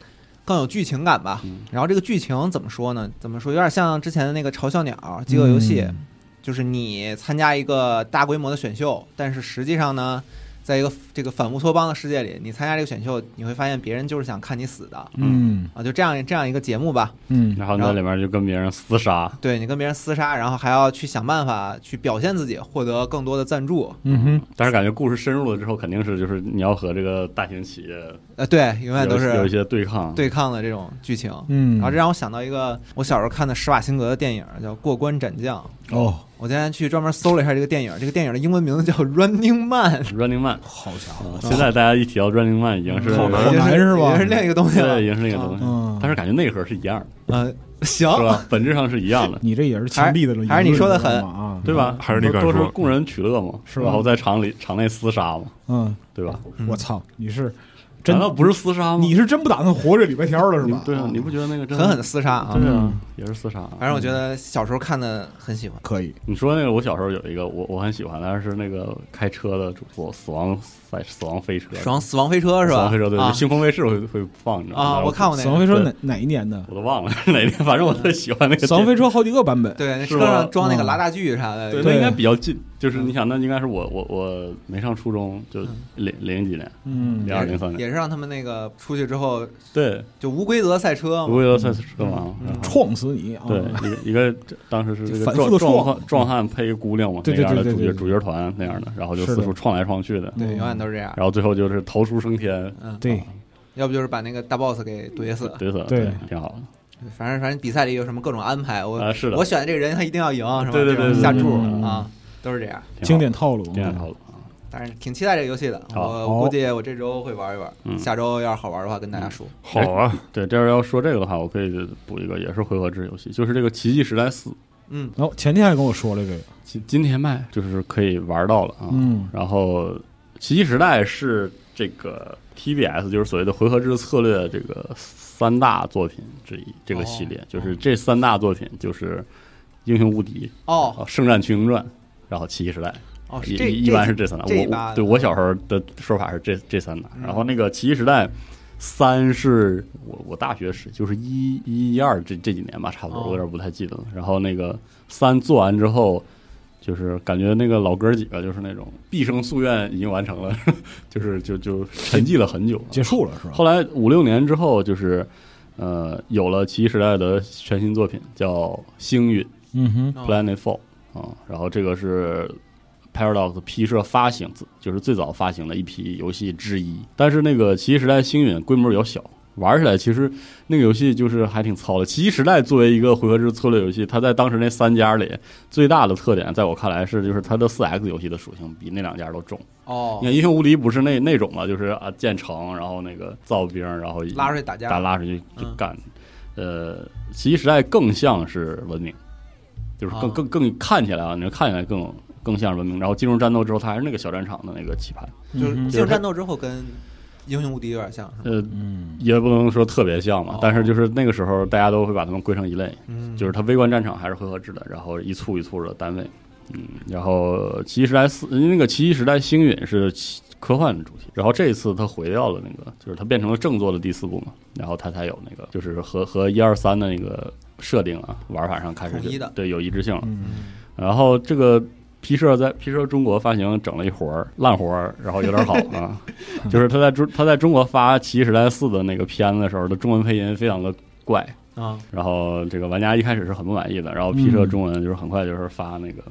B: 更有剧情感吧。
C: 嗯
B: 然后这个剧情怎么说呢？怎么说？有点像之前的那个《嘲笑鸟》饥饿游戏，
E: 嗯
B: 就是你参加一个大规模的选秀，但是实际上呢，在一个这个反乌托邦的世界里，你参加这个选秀，你会发现别人就是想看你死的
E: 嗯
B: 啊，就这样这样一个节目吧。
E: 嗯
C: 然后你在里面就跟别人厮杀，
B: 对你跟别人厮杀，然后还要去想办法去表现自己，获得更多的赞助。
E: 嗯哼，
C: 但是感觉故事深入了之后，肯定是就是你要和这个大型企业永
B: 呃，对，永远都
C: 有一
B: 是
C: 些对抗。，
B: 对抗的这种剧情。
E: 嗯，
B: 然后这让我想到一个我小时候看的施瓦辛格的电影，叫《过关斩将》。
E: 哦，
B: 我今天去专门搜了一下这个电影，这个电影的英文名字叫《Running Man》，
C: Running Man，
E: 好家
C: 啊
E: 伙，
C: 现在大家一提到 Running Man 已经是
D: 好难
B: 也
E: 哦好难是吧
B: 也是另一个东西了
C: 对，。已经是那个东西，
E: 嗯
C: 但是感觉内核是一样的，
B: 嗯，行，
C: 是吧？本质上是一样的，
E: 你这也是强力的了，
B: 还是你说得狠
E: 啊？
C: 对吧？
D: 还是你
C: 都
D: 敢
C: 都是
D: 说
C: 供人取乐嘛，
E: 是吧
C: 然后在场里场内厮杀嘛，
E: 嗯，
C: 对吧？
E: 我操，你是真
C: 难道不是厮杀吗？
E: 你是真不打算活这礼拜天了是哦
C: 你
E: 吧？
C: 对啊，你不觉得那个真
B: 狠狠的厮杀啊！
C: 对啊，也是厮杀啊。
B: 反正我觉得小时候看的很喜欢。
E: 哦可以，
C: 你说那个，我小时候有一个我我很喜欢的，但是那个开车的主播，死亡赛死亡飞车，
B: 爽死亡飞车是
C: 死
B: 吧？
C: 亡飞车对，
B: 啊
C: 就星空卫视会会放，你知道吗？
B: 啊，
C: 然后
B: 我看过那
E: 死亡
B: 个，
E: 飞车
C: 对
E: 哪哪一年的？
C: 我都忘了是哪天，反正我特喜欢那个
E: 死亡飞
C: 车。
E: 车好几个版本，
B: 对，那
C: 是
B: 车
C: 吧
B: 上装那个
E: 嗯
B: 拉大锯啥的，
C: 对，那应该比较近。就是你想，那应该是我我我没上初中，就零零几年，
E: 嗯
C: 零，二零三
B: 也
C: 年，
B: 是让他们那个出去之后
C: 对，
B: 就无规则赛车
C: 不
B: 嘛。
C: 会要赛车嘛。啊然后
E: 撞死你啊！
C: 对，一个一个这当时是这个
E: 嗯反
C: 壮
E: 复地
C: 壮
E: 撞
C: 汉壮汉配一个姑娘嘛，那
E: 对对
C: 样的
E: 对
C: 主
E: 对
C: 角
E: 对对
C: 主角团那样的，然后就是四
E: 的
C: 处撞来撞去的，
B: 对，永远都是这样。
C: 然后最后就是逃出升天，
B: 嗯，
E: 对，
B: 要不就是把那个大 boss 给怼死。
C: 对的，
E: 对
C: 挺好的。
B: 反正反正比赛里有什么各种安排，我
C: 啊是的
B: 我选的这个人他一定要赢，是吧？
C: 对对对
B: 这种
C: 对嗯
B: 下
E: 对
B: 注
E: 对
B: 啊，都是这样。
E: 经典嗯套路，
C: 经典套路啊。
B: 但是挺期待这个游戏的，
C: 好
B: 我估计我这周会玩一玩，
C: 嗯
B: 下周要是好玩的话跟大家说。
D: 好啊，
C: 哎对，这要是要说这个的话，我可以补一个，也是回合制游戏，就是这个《奇迹时代四》，
B: 嗯，
E: 然后哦前天还跟我说了这个，
C: 今今天卖就是可以玩到了啊。
E: 嗯
C: 然后《奇迹时代》是这个 TBS，就是所谓的回合制策略这个三大作品之一，这个系列、
B: 哦
C: 就是这三大作品就是《英雄无敌》
B: 哦
C: 啊圣战群英传》，然后《奇迹时代》
B: 哦，
C: 一
B: 是这
C: 一一般是这三大。
B: 这一啊
C: 我
B: 把
C: 我对我小时候的说法是这这三大，然
B: 嗯
C: 后那个《奇异时代》三是我我大学时就是一一一二这这几年吧，差不多
B: 哦
C: 我有点不太记得了。然后那个三做完之后，就是感觉那个老哥几个就是那种毕生夙愿已经完成了， 就是就就沉寂了很久。
E: 结束了是吧？
C: 后来五六年之后，就是呃有了《奇异时代》的全新作品叫《星陨》。
E: 嗯哼，
B: 哦
C: Planet Fall 啊、然后这个是 Paradox 批社发行自，就是最早发行的一批游戏之一。但是那个《奇异时代：星陨》规模比较小，玩起来其实那个游戏就是还挺糙的。《奇异时代》作为一个回合制策略游戏，它在当时那三家里最大的特点，在我看来是就是它的 4X 游戏的属性比那两家都重。你
B: 哦，
C: 看《英雄无敌》不是那那种嘛，就是啊建城，然后那个造兵，然后
B: 拉出去打架
C: 打拉出去就
B: 嗯
C: 干。呃，奇异时代更像是文明，就是更
B: 啊
C: 更更看起来啊，你看起来更更像是文明。然后进入战斗之后，它还是那个小战场的那个棋盘，
B: 就是
E: 嗯
B: 进入战斗之后跟英雄无敌有点像，是吗？
C: 呃，
E: 嗯
C: 也不能说特别像嘛
B: 哦，
C: 但是就是那个时候大家都会把它们归成一类，
B: 嗯，
C: 就是它微观战场还是回合制的，然后一簇一簇的单位。嗯，然后奇异时代四，那个奇异时代星陨是奇科幻主题，然后这一次它回到了那个，就是它变成了正作的第四部嘛，然后它才有那个，就是和和一二三的那个设定啊，玩法上开始
B: 统一的
C: 对有一致性了。
E: 嗯
C: 然后这个皮社在皮社中国发行整了一活儿烂活儿，然后有点好啊， 就是他在中他在中国发《奇异时代四》的那个片子的时候的中文配音非常的怪，
B: 啊，
C: 然后这个玩家一开始是很不满意的，然后 P 社中文就是很快就是发那个、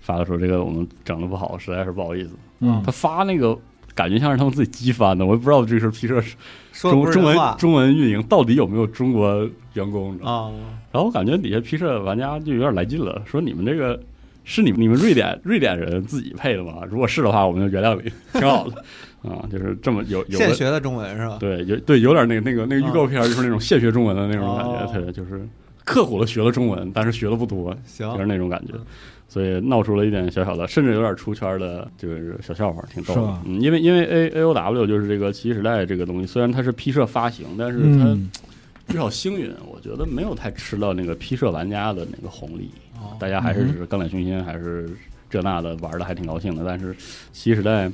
C: 发的说这个我们整的不好，实在是不好意思。
E: 嗯
C: 他发那个感觉像是他们自己激翻的，我也不知道这是 P 社是
B: 说的不是
C: 中中
B: 人
C: 文
B: 话
C: 中文运营到底有没有中国员工。你知道吗
B: 啊，
C: 然后我感觉底下 P 社玩家就有点来劲了，说你们这个。是你们你们瑞典瑞典人自己配的吗？如果是的话，我们就原谅你，挺好的啊，就是这么有有
B: 现
C: 个
B: 学的中文是吧？
C: 对，有对有点那个那个那个预
E: 嗯
C: 告片儿，就是那种现学中文的那种感觉，
B: 哦
C: 特别就是刻苦的学了中文，但是学的不多，
E: 哦
C: 就
B: 行
C: 是那种感觉
B: 嗯，
C: 所以闹出了一点小小的，甚至有点出圈的，就是小笑话，挺逗
E: 是
C: 的
E: 吧。
C: 嗯，因为因为 A A O W 就是这个奇异时代这个东西，虽然它是 P 社发行，但是它
E: 嗯，
C: 至少星云，我觉得没有太吃到那个 P 社玩家的那个红利，
B: 哦
C: 大家还是
E: 嗯哼
C: 只是钢铁雄心，还是这那的玩的还挺高兴的。但是奇异时代，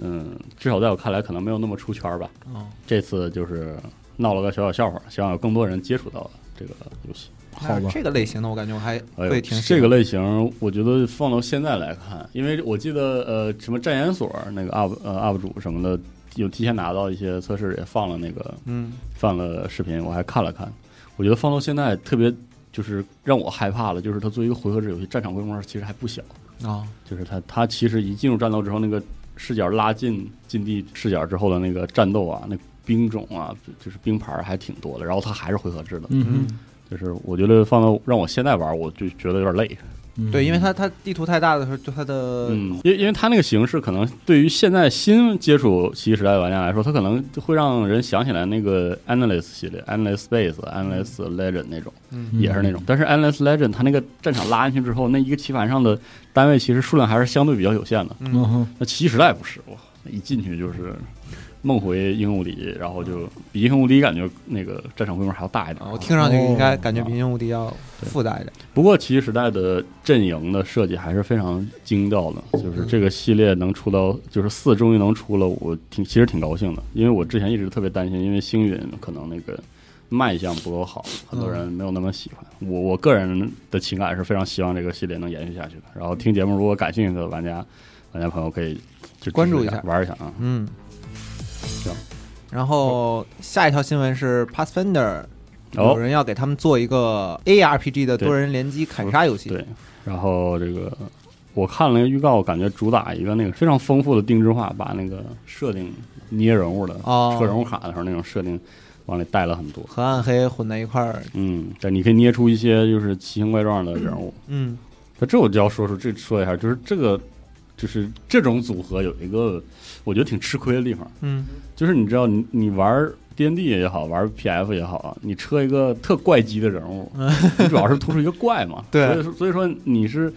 C: 嗯，至少在我看来，可能没有那么出圈吧。
B: 哦
C: 这次就是闹了个小小笑话，希望有更多人接触到这个游戏。
E: 好吧
B: 那，这个类型的我感觉我还
C: 哎
B: 会
C: 呦，
B: 挺喜
C: 这
B: 欢
C: 个类型，我觉得放到现在来看，因为我记得呃，什么战研所那个 UP 呃 UP 主什么的，有提前拿到一些测试，也放了那个
B: 嗯
C: 放了视频，我还看了看。我觉得放到现在特别就是让我害怕了，就是它作为一个回合制游戏，战场规模其实还不小。
B: 啊
C: 就是它它其实一进入战斗之后，那个视角拉近近地视角之后的那个战斗啊，那兵种啊，就是兵牌儿还挺多的。然后它还是回合制的，
E: 嗯
C: 就是我觉得放到让我现在玩，我就觉得有点累。
E: 嗯，
B: 对，因为它它地图太大的时候，就它的
C: 嗯，因为因为它那个形式，可能对于现在新接触《奇异时代》的玩家来说，它可能会让人想起来那个 Endless 系列，Endless Space、Endless Legend 那种，
B: 嗯
E: 嗯
C: 也是那种。但是 Endless Legend 它那个战场拉进去之后，那一个棋盘上的单位其实数量还是相对比较有限的。
E: 嗯哼，
C: 那《奇异时代》不是，哇，一进去就是梦回英雄无敌，然后就比英雄无敌感觉那个战场规模还要大一点
B: 啊，。我听上去应该感觉
C: 哦
B: 比英雄无敌要复杂一点。
C: 不过《奇异时代》的阵营的设计还是非常精到的，就是这个系列能出到，就是四终于能出了，我挺其实挺高兴的，因为我之前一直特别担心，因为星云可能那个卖相不够好，很多
B: 嗯
C: 人没有那么喜欢。我我个人的情感是非常希望这个系列能延续下去的。然后听节目如果感兴趣的玩家玩家朋友可以就
B: 关注
C: 支持
B: 一
C: 一
B: 下
C: 玩一下啊。
B: 嗯，
C: 行。
B: 然后下一条新闻是 Pathfinder，
C: 哦
B: 有人要给他们做一个 ARPG 的
C: 对
B: 多人联机砍杀游戏。
C: 对，然后这个我看了那个预告，感觉主打一个那个非常丰富的定制化，把那个设定捏人物的、
B: 哦
C: 车人物卡的时候那种设定往里带了很多。
B: 和暗黑混在一块儿，
C: 嗯，但你可以捏出一些就是奇形怪状的人物。
B: 嗯，
C: 那这我就要说说这说一下，就是这个就是这种组合有一个我觉得挺吃亏的地方，
B: 嗯，
C: 就是你知道你你玩 D N D 也好，玩 P F 也好，你车一个特怪机的人物，你主要是突出一个 怪嘛。
B: 嗯对
C: 所以说所以说你是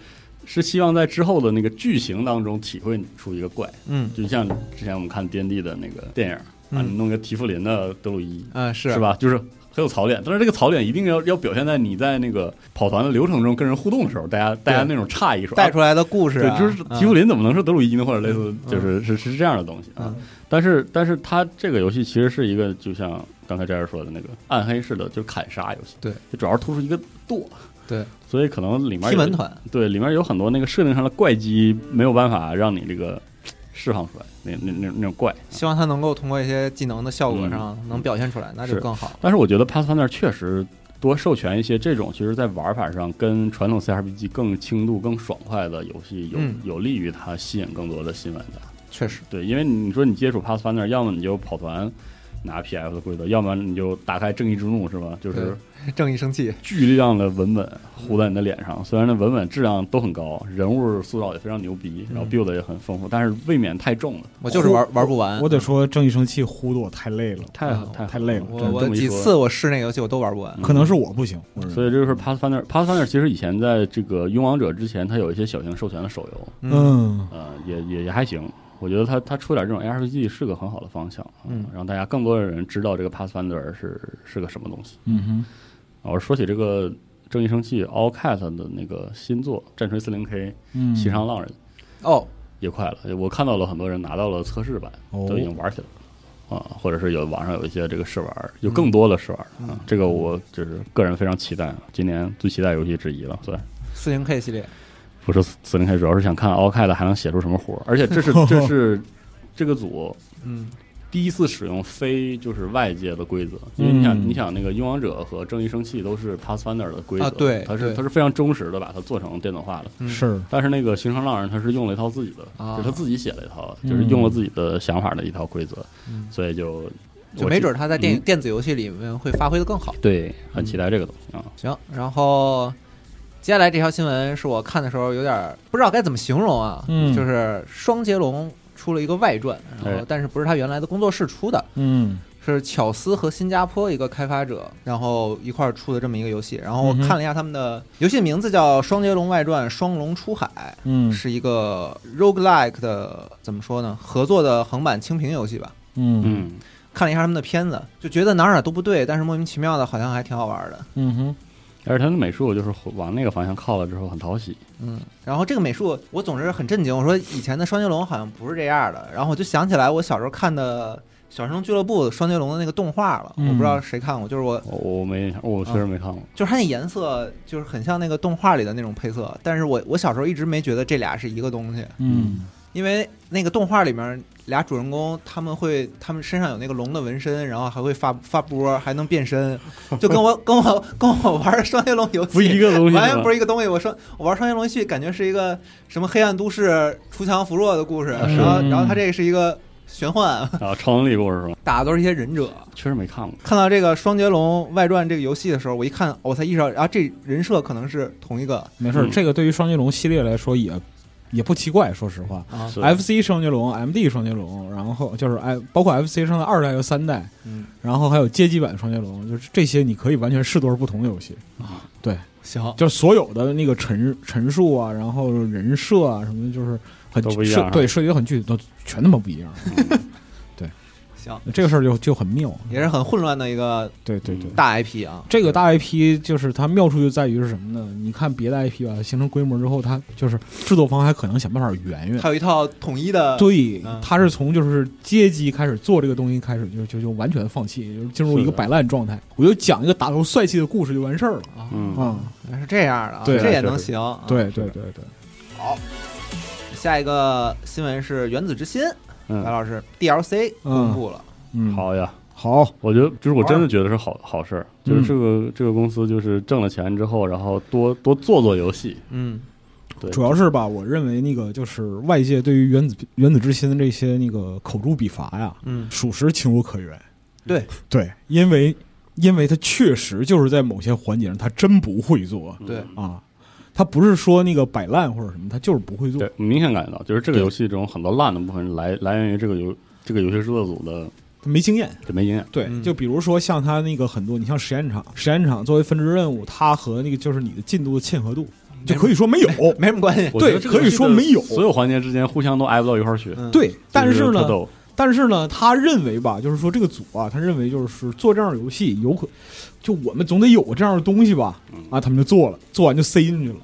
C: 是希望在之后的那个剧情当中体会出一个怪，
B: 嗯，
C: 就像之前我们看 D N D 的那个电影啊，
B: 嗯
C: 你弄个提夫林的德鲁伊，
B: 啊是
C: 是？吧？就是很有槽点，但是这个槽点一定要要表现在你在那个跑团的流程中跟人互动的时候，大家大家那种诧异说
B: 带
C: 啊
B: 出来的故事啊、
C: 对，就是提夫林怎么能是德鲁伊呢？或者类似
B: 嗯
C: 就是是是这样的东西啊
B: 嗯。
C: 但是但是它这个游戏其实是一个就像刚才这样说的那个暗黑式的，就是砍杀游戏。
B: 对，
C: 就主要是突出一个剁。
B: 对，
C: 所以可能里面
B: 嗯
C: 有
B: 踢门团，
C: 对里面有很多那个设定上的怪机没有办法让你这个释放出来，那那那那种怪。
B: 希望它能够通过一些技能的效果
C: 嗯
B: 上能表现出来，那就是更好。
C: 但是我觉得 Pathfinder 确实多授权一些这种，其实在玩法上跟传统 CRPG 更轻度、更爽快的游戏有、
B: 嗯
C: 有利于它吸引更多的新玩家。
B: 确实，
C: 对，因为你说你接触 Pathfinder，要么你就跑团拿 PF 的规则，要么你就打开正义之怒，是吧？就是
B: 正义生气，
C: 巨量的文本糊在你的脸上，虽然那文本质量都很高，人物塑造也非常牛逼，然后
B: 嗯
C: build 得也很丰富，但是未免太重了，
B: 我就是玩玩不完。
E: 我得说正义生气呼的我太累了，
C: 太
B: 嗯
C: 太
E: 太累了
B: 我
C: 真这
B: 我
C: 么一
B: 几
C: 说
B: 次我试那个游戏我都玩不完。
E: 嗯可能是我不行，我认为
C: 所以这就是 Pathfinder，Pathfinder 其实以前在这个《勇王者》之前，它有一些小型授权的手游，
E: 嗯
C: 呃，也也也还行。我觉得它它出点这种 ARPG 是个很好的方向，
B: 嗯
C: 让大家更多的人知道这个 Pathfinder 是是个什么东西。
E: 嗯哼，
C: 啊，我说起这个《正义生气》All Cat 的那个新作《战锤 40K
E: 嗯，
C: 西上浪人》
B: 哦，
C: 也快了，我看到了很多人拿到了测试版，
E: 哦
C: 都已经玩起来了啊，或者是有网上有一些这个试玩，有更多的试玩
E: 嗯
C: 啊，这啊个我就是个人非常期待，今年最期待游戏之一了，算。
B: 四零 K 系列，
C: 不是死灵开，主要是想看 Ocad 还能写出什么活儿。而且这是这是这个组
B: 嗯
C: 第一次使用非就是外界的规则，因为你想、
E: 嗯
C: 你想那个勇王者和正义生气都是 Pathfinder 的规则，
B: 啊对
C: 它
B: 对
C: 是它是非常忠实的把它做成电子化的。
B: 嗯
E: 是
C: 但是那个行商浪人他是用了一套自己的，
B: 啊
C: 就是他自己写了一套，
E: 嗯
C: 就是用了自己的想法的一套规则，
B: 嗯
C: 所以就
B: 就没准儿他在电、
C: 嗯
B: 电子游戏里面会发挥的更好。
C: 对很期待这个东西啊。
B: 行，然后接下来这条新闻是我看的时候有点儿不知道该怎么形容啊，
E: 嗯
B: 就是双截龙出了一个外传，然后
C: 哎
B: 但是不是他原来的工作室出的，
E: 嗯
B: 是巧思和新加坡一个开发者，然后一块儿出的这么一个游戏。然后我
E: 嗯哼
B: 看了一下他们的游戏名字叫《双截龙外传：双龙出海》，
E: 嗯
B: 是一个 roguelike 的怎么说呢？合作的横版清屏游戏吧。
E: 嗯
C: 嗯，
B: 看了一下他们的片子，就觉得哪儿哪儿都不对，但是莫名其妙的好像还挺好玩的。
E: 嗯哼
C: 而且他的美术就是往那个方向靠了之后很讨喜，
B: 嗯，然后这个美术我总是很震惊，我说以前的双截龙好像不是这样的，然后我就想起来我小时候看的《小学生俱乐部》双截龙的那个动画了，
E: 嗯
B: 我不知道谁看过，就是我
C: 我我没印象，我确实没看过。
B: 就是它那颜色就是很像那个动画里的那种配色，但是我我小时候一直没觉得这俩是一个东西，
E: 嗯
B: 因为那个动画里面俩主人公他们会他们身上有那个龙的纹身，然后还会发发波，还能变身，就跟我跟我跟我玩的双截龙游戏
C: 不一个东西，
B: 完哎全不是一个东西。我说我玩《双截龙》戏，感觉是一个什么黑暗都市锄强扶弱的故事，
C: 啊
E: 是
B: 然后
E: 嗯
B: 然后它这个是一个玄幻，
C: 啊，超能力故事是吧？
B: 打的都是一些忍者。
C: 确实没看过。
B: 看到这个《双截龙外传》这个游戏的时候，我一看，我才意识到，啊，这人设可能是同一个
E: 没事儿，
C: 嗯
E: 这个对于双截龙系列来说也也不奇怪，说实话。
B: 啊，
C: 是
E: FC 双截龙、MD 双截龙，然后就是 I 包括 FC 上的二代和三代，
B: 嗯，
E: 然后还有街机版双截龙，就是这些你可以完全视作是不同的游戏，
B: 行，
E: 就是所有的那个陈陈述啊，然后人设啊什么的，就是很
C: 都不一样嗯
E: 设对，设计的很具体，都全他妈不一样。
B: 行，
E: 这个事儿就就很妙，
B: 也是很混乱的一个
E: 对对
C: 嗯
E: 对。
B: 大 IP 啊，
E: 这个大 IP 就是它妙处就在于是什么呢？你看别的 IP 吧，形成规模之后，它就是制作方还可能想办法圆圆。
B: 它有一套统一的，
E: 嗯对
B: 嗯，
E: 他是从就是街机开始做这个东西开始，就就就完全放弃，就是进入一
C: 是
E: 个
C: 的
E: 摆烂状态。我就讲一个打头帅气的故事就完事儿了
B: 啊，
C: 嗯，
E: 啊！
B: 原来是这样的啊，
E: 对
B: 这也
C: 是的
B: 能行，啊。
E: 对对对对，
B: 下一个新闻是《原子之心》，白
C: 嗯，
B: 老师 DLC
E: 嗯
B: 公布了，
E: 嗯，
C: 好呀，
E: 好，
C: 我觉得就是我真的觉得是好好事儿，就是这个
E: 嗯
C: 这个公司就是挣了钱之后，然后多多做做游戏，
B: 嗯
C: 对，
E: 主要是吧，我认为那个就是外界对于原子原子之心的这些那个口诛笔伐呀，
B: 嗯，
E: 属实情有可原。
B: 对
E: 对，因为因为他确实就是在某些环节上他真不会做
C: 嗯
B: 对
E: 啊，他不是说那个摆烂或者什么，他就是不会做
C: 对，。明显感觉到就是这个
E: 对
C: 游戏中很多烂的部分来来源于这个游这个游戏制作组的
E: 他没经验。
C: 这没营养。
E: 对，
B: 嗯
E: 就比如说像他那个很多，你像实验场，实验场作为分支任务，它和那个就是你的进度的嵌合度，就可以说没有。
B: 没什么关系，
C: 我觉得
E: 对
C: 这个游戏
E: 可以说没有
C: 的所有环节之间互相都挨不到一块儿去。
B: 嗯，
E: 对，但是
C: 这个
E: 呢
C: 特，逗
E: 但是呢，他认为吧，就是说这个组啊，他认为就是做这样的游戏有可，就我们总得有这样的东西吧，啊，他们就做了，做完就塞进去了。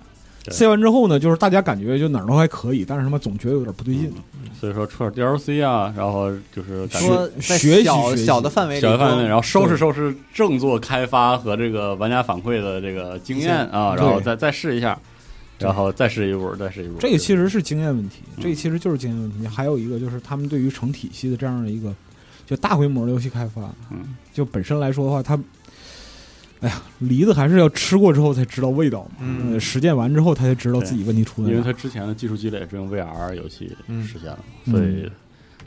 C: 对
E: 塞完之后呢，就是大家感觉就哪儿都还可以，但是他妈总觉得有点不对
C: 嗯
E: 劲。
C: 所以说出点 DLC 啊，然后就是感觉
B: 说在
E: 学习
B: 小
E: 学习
B: 小的范围里，
C: 小范围，然后收拾
E: 对
C: 收拾正做开发和这个玩家反馈的这个经验啊，
E: 对
C: 然后再再试一下，然后再试一波，再试一波。
E: 这个其实是经验问题，这个其实就是经验问题。还有一个就是他们对于成体系的这样的一个就大规模的游戏开发，
C: 嗯，
E: 就本身来说的话，它，哎呀，梨子还是要吃过之后才知道味道嘛。
B: 嗯
E: 呃实践完之后，他才知道自己问题出在
C: 因为
E: 哪。
C: 它之前的技术积累是用 VR 游戏实现的，
E: 嗯
C: 所以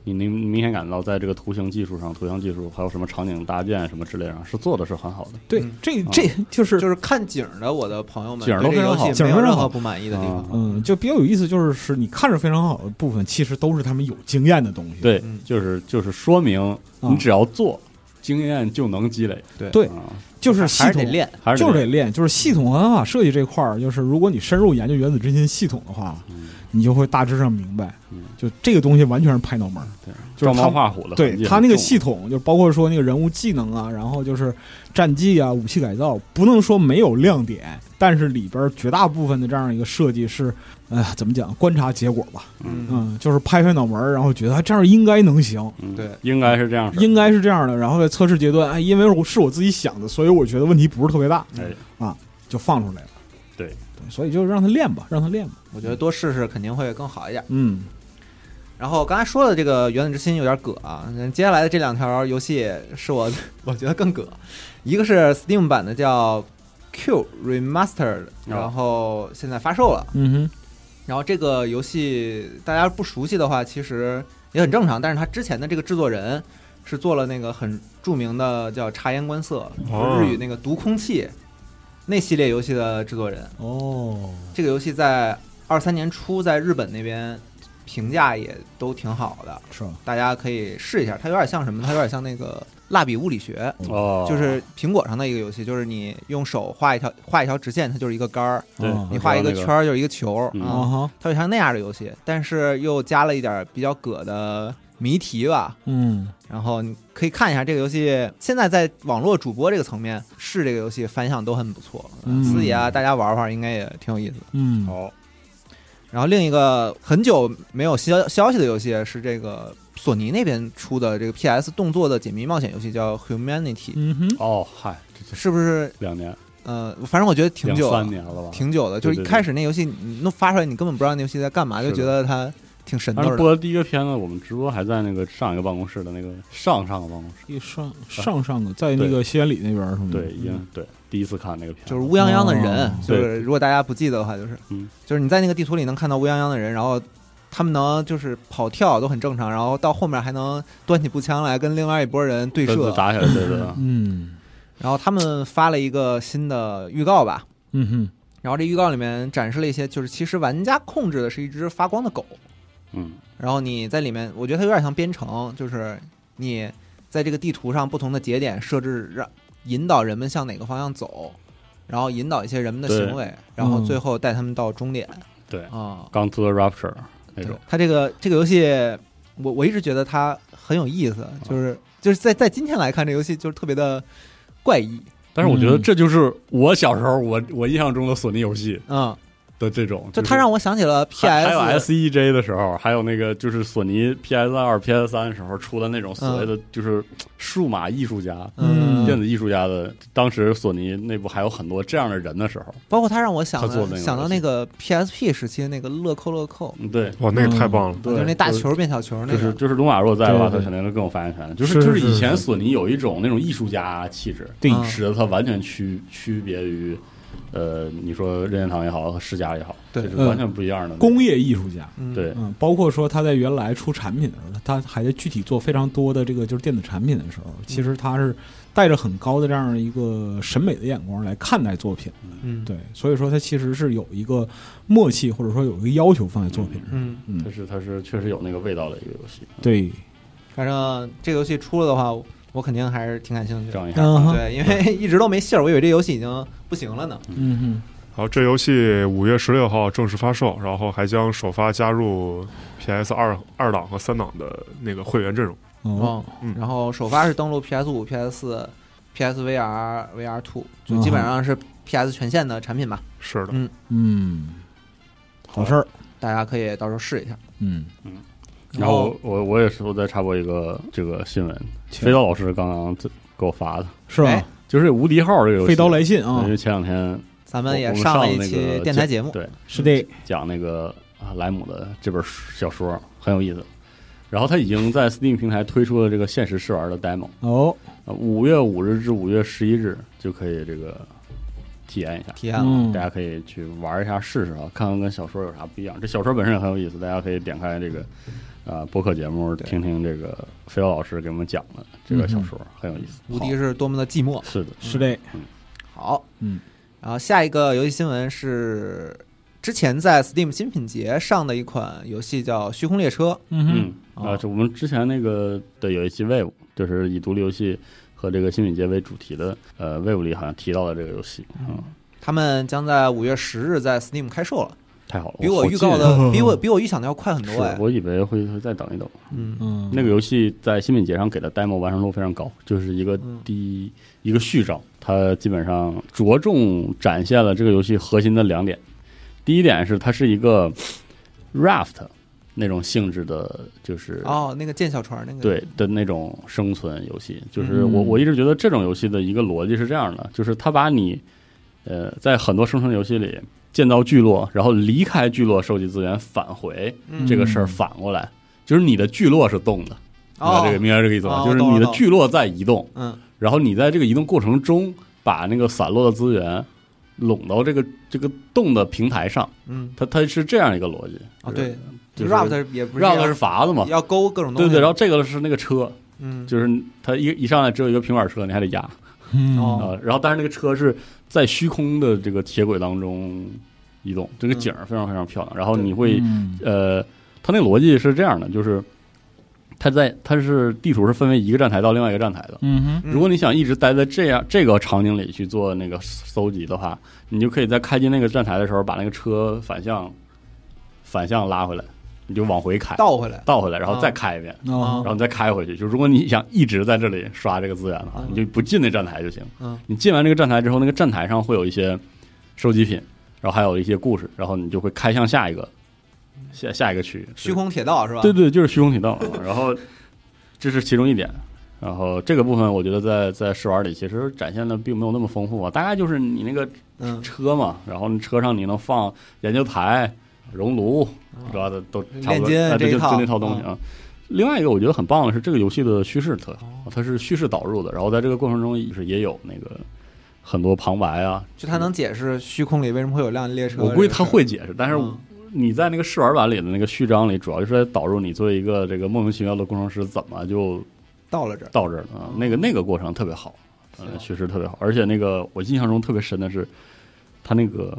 C: 你能明显感到在这个图形技术上，图像技术还有什么场景搭建什么之类上是做的是很好的。
E: 对
B: 嗯，
E: 这
C: 啊
E: 这就是
B: 就是看景儿的，我的朋友们
C: 景儿都
B: 对这
C: 非常
B: 游戏
C: 好
E: 景
B: 没
E: 儿
B: 有
E: 非常
B: 任何
E: 好
B: 不满意的地方。
C: 啊
E: 嗯，就比较有意思，就是是你看着非常好的部分，其实都是他们有经验的东西。
C: 对
B: 嗯，
C: 就是就是说明你只要做，经验就能积累。
E: 对
C: 啊
E: 就是系
B: 还是
E: 统
B: 得，练，
C: 还是
E: 就是
C: 这
E: 得练，就是系统和玩法设计这块儿，就是如果你深入研究原子之心系统的话，
C: 嗯
E: 你就会大致上明白
C: 嗯，
E: 就这个东西完全是拍脑门儿。
C: 对
E: 就
C: 照
E: 是他
C: 猫画虎的痕
E: 对
C: 迹很重，啊
E: 他那个系统，就包括说那个人物技能啊，然后就是战绩啊、武器改造，不能说没有亮点，但是里边绝大部分的这样一个设计是，哎、怎么讲？观察结果吧，
B: 嗯，
E: 嗯，就是拍拍脑门儿，然后觉得啊这样应该能行，
C: 嗯
B: 对
C: 应该是这样式的，
E: 应该是这样的。然后在测试啊阶段，哎，因为我是我自己想的，所以我觉得问题不是特别大，
C: 哎
E: 啊，就放出来了。
C: 对
E: 对，所以就让他练吧，让他练吧。
B: 我觉得多试试肯定会更好一点。
E: 嗯，
B: 然后刚才说的这个《原子之心》有点葛啊，嗯接下来的这两条游戏是我 我觉得更葛，一个是 Steam 版的叫 Q Remastered，然后现在发售了。
E: 嗯
B: 然后这个游戏大家不熟悉的话，其实也很正常。但是它之前的这个制作人是做了那个很著名的叫《察言观色》，
D: 哦
B: 就是日语那个“读空气”那系列游戏的制作人。
E: 哼，哦，
B: 这个游戏在二三年初在日本那边评价也都挺好的，
E: 是啊吧？
B: 大家可以试一下。它有点像什么？它有点像那个《蜡笔物理学》，
C: 哦，
B: 就是苹果上的一个游戏，就是你用手画一条画一条直线，它就是一个杆儿；
C: 对
E: 哦
B: 你画一个
C: 我知道那个
B: 圈儿就是一个球儿
C: 嗯
B: 啊。
E: 啊哈，
B: 它有像那样的游戏，但是又加了一点比较葛的谜题吧。
E: 嗯，
B: 然后你可以看一下这个游戏，现在在网络主播这个层面试这个游戏反响都很不错，
E: 嗯
B: 自己啊大家玩玩应该也挺有意思的。
E: 嗯，
C: 哦，
B: 然后另一个很久没有消消息的游戏是这个索尼那边出的这个 PS 动作的解谜冒险游戏叫 Humanity，、
E: 嗯哼，
C: 哦，嗨，这就是
B: 不是？
C: 两年，
B: 呃，反正我觉得挺
C: 两
B: 久了
C: 三年了吧？
B: 挺久的，就
C: 对对
B: 是一开始那游戏你弄发出来，你根本不知道那游戏在干嘛，
C: 是
B: 就
C: 的
B: 觉得它挺神
C: 但是
B: 叨
C: 播
B: 的。
C: 的第一个片子，我们直播还在那个上一个办公室的那个上上个办公室，
E: 一上上上个在那个西园里那边是吗？
C: 对，已
E: 嗯
C: 经对第一次看那个片子，
B: 就是乌泱泱的人，
E: 哦
B: 就是如果大家不记得的话，就是，
C: 嗯
B: 就是你在那个地图里能看到乌泱泱的人，然后他们能就是跑跳都很正常，然后到后面还能端起步枪来跟另外一拨人对
C: 这
B: 射
C: 次，打起来，对对对，
E: 嗯
B: 然后他们发了一个新的预告吧，
E: 嗯哼，
B: 然后这预告里面展示了一些，就是其实玩家控制的是一只发光的狗，
C: 嗯，
B: 然后你在里面，我觉得它有点像编程，就是你在这个地图上不同的节点设置，让引导人们向哪个方向走，然后引导一些人们的行为，然后最后带他们到终点
C: 对，
B: 啊。
C: 刚 to the rapture 那
B: 对
C: 种，，
B: 它这个这个游戏，我我一直觉得它很有意思，就是就是在在今天来看，这游戏就是特别的怪异，
C: 但是我觉
B: 嗯
C: 得这就是我小时候我我印象中的索尼游戏
B: 嗯，
C: 的这种，
B: 就是它让我想起了
C: 还还有
B: PS
C: SEJ 的时候，还有那个就是索尼 PS 二、PS 三时候出的那种所谓的就是数码艺术家、
B: 嗯
C: 电子艺术家的，当时索尼内部还有很多这样的人的时候，
B: 包括他让我想
C: 他做那
B: 的
C: 个
B: 想到那个 PSP 时期的那个乐扣乐扣，
C: 嗯，对。
D: 哇，那个太棒了，
C: 对
B: 就是那大球变小球那个，
C: 就是就是龙马如果在的话，
E: 对对
C: 他
E: 对
C: 肯定是更有发言权的。就是就是
D: 是
C: 以前索尼有一种那种艺术家气质，
E: 对
B: 嗯
C: 使得它完全区区别于，呃，你说任天堂也好和世嘉也好，
B: 对
C: 就是完全不一样的那种
E: 工业艺术家。
B: 嗯
C: 对
E: 嗯，包括说他在原来出产品的时候，他还在具体做非常多的这个就是电子产品的时候，其实他是带着很高的这样一个审美的眼光来看待作品。
B: 嗯，
E: 对，所以说他其实是有一个默契，或者说有一个要求放在作品上。
B: 嗯，
E: 嗯
C: 它，是它是确实有那个味道的一个游戏。
E: 对，
B: 反正这个游戏出了的话，我肯定还是挺感兴趣的。
C: 这样一下，
E: 嗯哼，
B: 对，因为一直都没信儿，我以为这游戏已经不行了呢。
E: 嗯哼，
D: 好，这游戏五月十六号正式发售，然后还将首发加入 PS 二二档和三档的那个会员阵容。
E: 哦，
D: 嗯
B: 然后首发是登录 PS 五、PS 四、PSVR、VR Two，就基
C: 哦
B: 本上是 PS 全线的产品吧，
D: 是的，
E: 嗯，好事儿，
B: 大家可以到时候试一下。
E: 嗯，
C: 然后我我也是我再插播一个这个新闻，
E: 请
C: 飞刀老师刚刚给我发的，
E: 是
B: 哎
E: 吧？
C: 就是《无敌号》这个游戏。
E: 飞刀来信啊
C: 因，为前两天
B: 咱
C: 我
B: 们也
C: 我
B: 上
C: 上
B: 了一
C: 那
B: 期
C: 个
B: 电台节目，
C: 对，
E: 是的，
C: 讲那个啊莱姆的这本小说很有意思。然后他已经在 Steam 平台推出了这个现实试玩的 demo，呃
E: 哦，
C: 五月五日至五月十一日就可以这个体验一下，
B: 体验了。
E: 嗯
C: 大，家可以去玩一下试试啊，看看跟小说有啥不一样。这小说本身也很有意思，大家可以点开这个呃播客节目，
B: 对
C: 听听这个飞刀老师给我们讲的这个小说，很有意思。
B: 无敌
C: 好
B: 是多么的寂寞。
C: 是的，
E: 是的，
B: 好，
E: 嗯，
B: 然后下一个游戏新闻是之前在 Steam 新品节上的一款游戏叫《虚空列车》，
E: 嗯哼，
C: 嗯
B: 哦
C: 啊，就我们之前那个对有一期 Wave，就是以独立游戏和这个新品节为主题的，呃，Wave 里好像提到了这个游戏，嗯，
B: 他们将在五月十日在 Steam 开售了，
C: 太好了，
B: 比我
C: 好
B: 预告
C: 近啊
B: 的， 比我比我预想的要快很 多哎
C: 是。我以为会会再等一等。
B: 嗯，
E: 嗯，
C: 那个游戏在新品节上给的 demo 完成度非常高，就是一个
B: 嗯
C: 第一一个序章，它基本上着重展现了这个游戏核心的两点。第一点是它是一个 raft 那种性质的，就是
B: 哦，那个建小船那个，
C: 对的那种生存游戏，就是
E: 嗯
C: 我我一直觉得这种游戏的一个逻辑是这样的，就是它把你呃，在很多生存游戏里见到聚落，然后离开聚落收集资源返回
B: 嗯
C: 这个事儿，反过来就是你的聚落是动的，明白
B: 哦
C: 这个明白这个意思吗？
B: 哦
C: 就是
B: 懂了
C: 你的
B: 懂了
C: 聚落在移动，
B: 嗯
C: 然后你在这个移动过程中把那个散落的资源拢到这个这个动的平台上，
B: 嗯
C: 它它是这样一个逻辑
B: 啊，对，
C: 就是
B: r a p 也不是
C: r 的是筏子嘛
B: 要，要勾各种东
C: 对
B: 西，
C: 对，然后这个是那个车，
B: 嗯
C: 就是它一一上来只有一个平板车，你还得压
E: 嗯
B: 哦
C: 啊、然后但是那个车是在虚空的这个铁轨当中移动，这个景儿非常非常漂亮。然后你会、
E: 嗯
C: 呃，它那个逻辑是这样的，就是它在它是地图是分为一个站台到另外一个站台的。
E: 嗯哼，
B: 嗯
C: 如果你想一直待在这样这个场景里去做那个搜集的话，你就可以在开进那个站台的时候把那个车反向反向拉回来，你就往回开
B: 倒回来，
C: 倒回来，然后再
B: 啊
C: 开一遍。
E: 哦
C: 然后你再开回去。就如果你想一直在这里刷这个资源的话
B: 嗯，
C: 你就不进那站台就行。
B: 嗯
C: 你进完这个站台之后，那个站台上会有一些收集品，然后还有一些故事，然后你就会开向下一个下下一个区域。
B: 虚空铁道是吧？
C: 对对，就是虚空铁道。然后这是其中一点。然后这个部分，我觉得在在试玩里其实展现的并没有那么丰富啊，大概就是你那个
B: 嗯，
C: 车嘛，然后车上你能放研究台、熔炉，主要的都差
B: 炼
C: 不多，
B: 金
C: 哎
B: 啊这
C: 对
B: 一
C: 就
B: 套
C: 就那套东西啊。另外一个我觉得很棒的是，这个游戏的叙事特好，它是叙事导入的，然后在这个过程中也是也有那个很多旁白啊，
B: 就他能解释虚空里为什么会有辆列车，
C: 我估计他会解释，但
B: 这
C: 是
B: 个事儿，嗯
C: 你在那个试玩版里的那个序章里，主要就是在导入你作为一个这个莫名其妙的工程师怎么就
B: 嗯到了这儿，
C: 到这儿了啊，那个那个过程特别好，
B: 行
C: 呃，确实特别好，而且那个我印象中特别深的是，他那个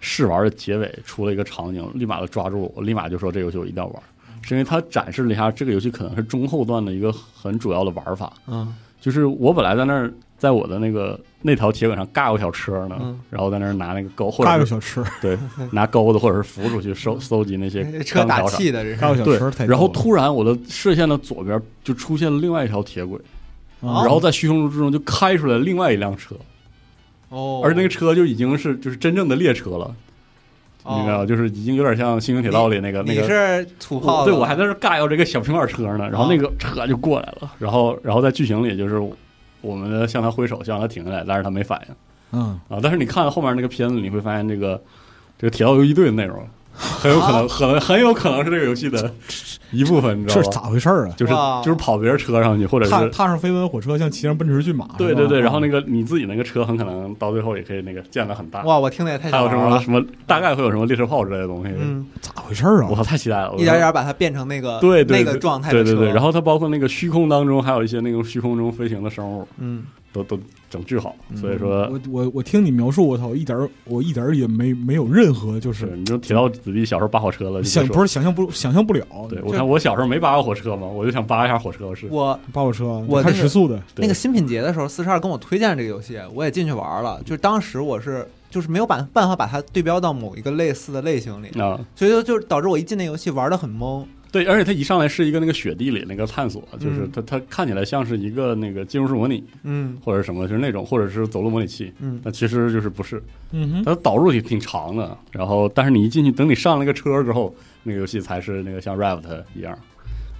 C: 试玩的结尾出了一个场景，立马就抓住我，立马就说这游戏我一定要玩，是因为他展示了一下这个游戏可能是中后段的一个很主要的玩法，
B: 嗯
C: 就是我本来在那儿在我的那个那条铁轨上尬过小车呢，
B: 嗯
C: 然后在那儿拿那个钩或
E: 嘎
C: 者
E: 个
C: 是
E: 小嗯吃，
C: 对拿钩子或者是扶出去收搜集那 些
E: 哎
B: 这车
C: 钢
B: 打
C: 条啥的
B: 气的这是
E: 嘎个小
C: 对
E: 吃太多了，
C: 然后突然我的视线的左边就出现了另外一条铁轨。
E: 啊
C: 然后在虚空之中就开出来另外一辆车，
B: 哦，
C: 而那个车就已经是就是真正的列车了，
B: 哦
C: 你知道吗，就是已经有点像《星穹铁道》里那个那
B: 你
C: 个。
B: 是土
C: 我
B: 炮的，啊
C: 对，我还在那儿尬要这个小平板车呢，然后那个车就过来了，然后然后在剧情里就是我们向他挥手，向他停下来，但是他没反应
E: 嗯，
C: 啊。但是你看后面那个片子，你会发现这个这个铁道游击队的内容很有可 能，可能很有可能是这个游戏的一部分，你知
E: 这
C: 道
E: 是
C: 吧？
E: 咋回事儿啊？
C: 就是
B: 哇
C: 就是跑别人车上去，或者
E: 踏
C: 是
E: 踏上飞奔火车，像骑上奔驰骏马，
C: 对
E: 是吧
C: 对对，然后那个你自己那个车很可能到最后也可以那个建的很大，
B: 哇，我听的也太
C: 还
B: 想
C: 有什
B: 玩
C: 么
B: 了，
C: 什么大概会有什么列车炮之类的东西，
B: 嗯，
E: 咋回事儿
C: 我
E: 啊？
C: 操，太期待了！我
B: 一点一点把它变成那个
C: 对对
B: 那
C: 对
B: 个状态的
C: 对
B: 车，
C: 对对，然后它包括那个虚空当中还有一些那种虚空中飞行的生物，
B: 嗯，
C: 都都整巨好，所以说。
E: 我我我听你描述，我操，我一点儿我一点儿也没没有任何就是是
C: 你就铁道子弟小时候扒火车了，就
E: 想
C: 说
E: 不是想象不想象不了，
C: 对我看我小时候没扒过火车嘛，我就想扒一下火车是。
B: 我
E: 扒火车，啊
B: 我
E: 开
B: 那个
E: 时速的，
C: 对
B: 那个新品节的时候，四十二跟我推荐这个游戏，我也进去玩了。就是当时我是就是没有办办法把它对标到某一个类似的类型里，
C: 啊，
B: 所以就就导致我一进那游戏玩的很懵。
C: 对，而且它一上来是一个那个雪地里那个探索，就是
B: 嗯
C: 它它看起来像是一个那个进入式模拟
B: 嗯
C: 或者什么，就是那种或者是走路模拟器，
B: 嗯，
C: 但其实就是不是，
E: 嗯哼，
C: 它导入挺挺长的，然后但是你一进去，等你上了个车之后，那个游戏才是那个像 Raft 一样。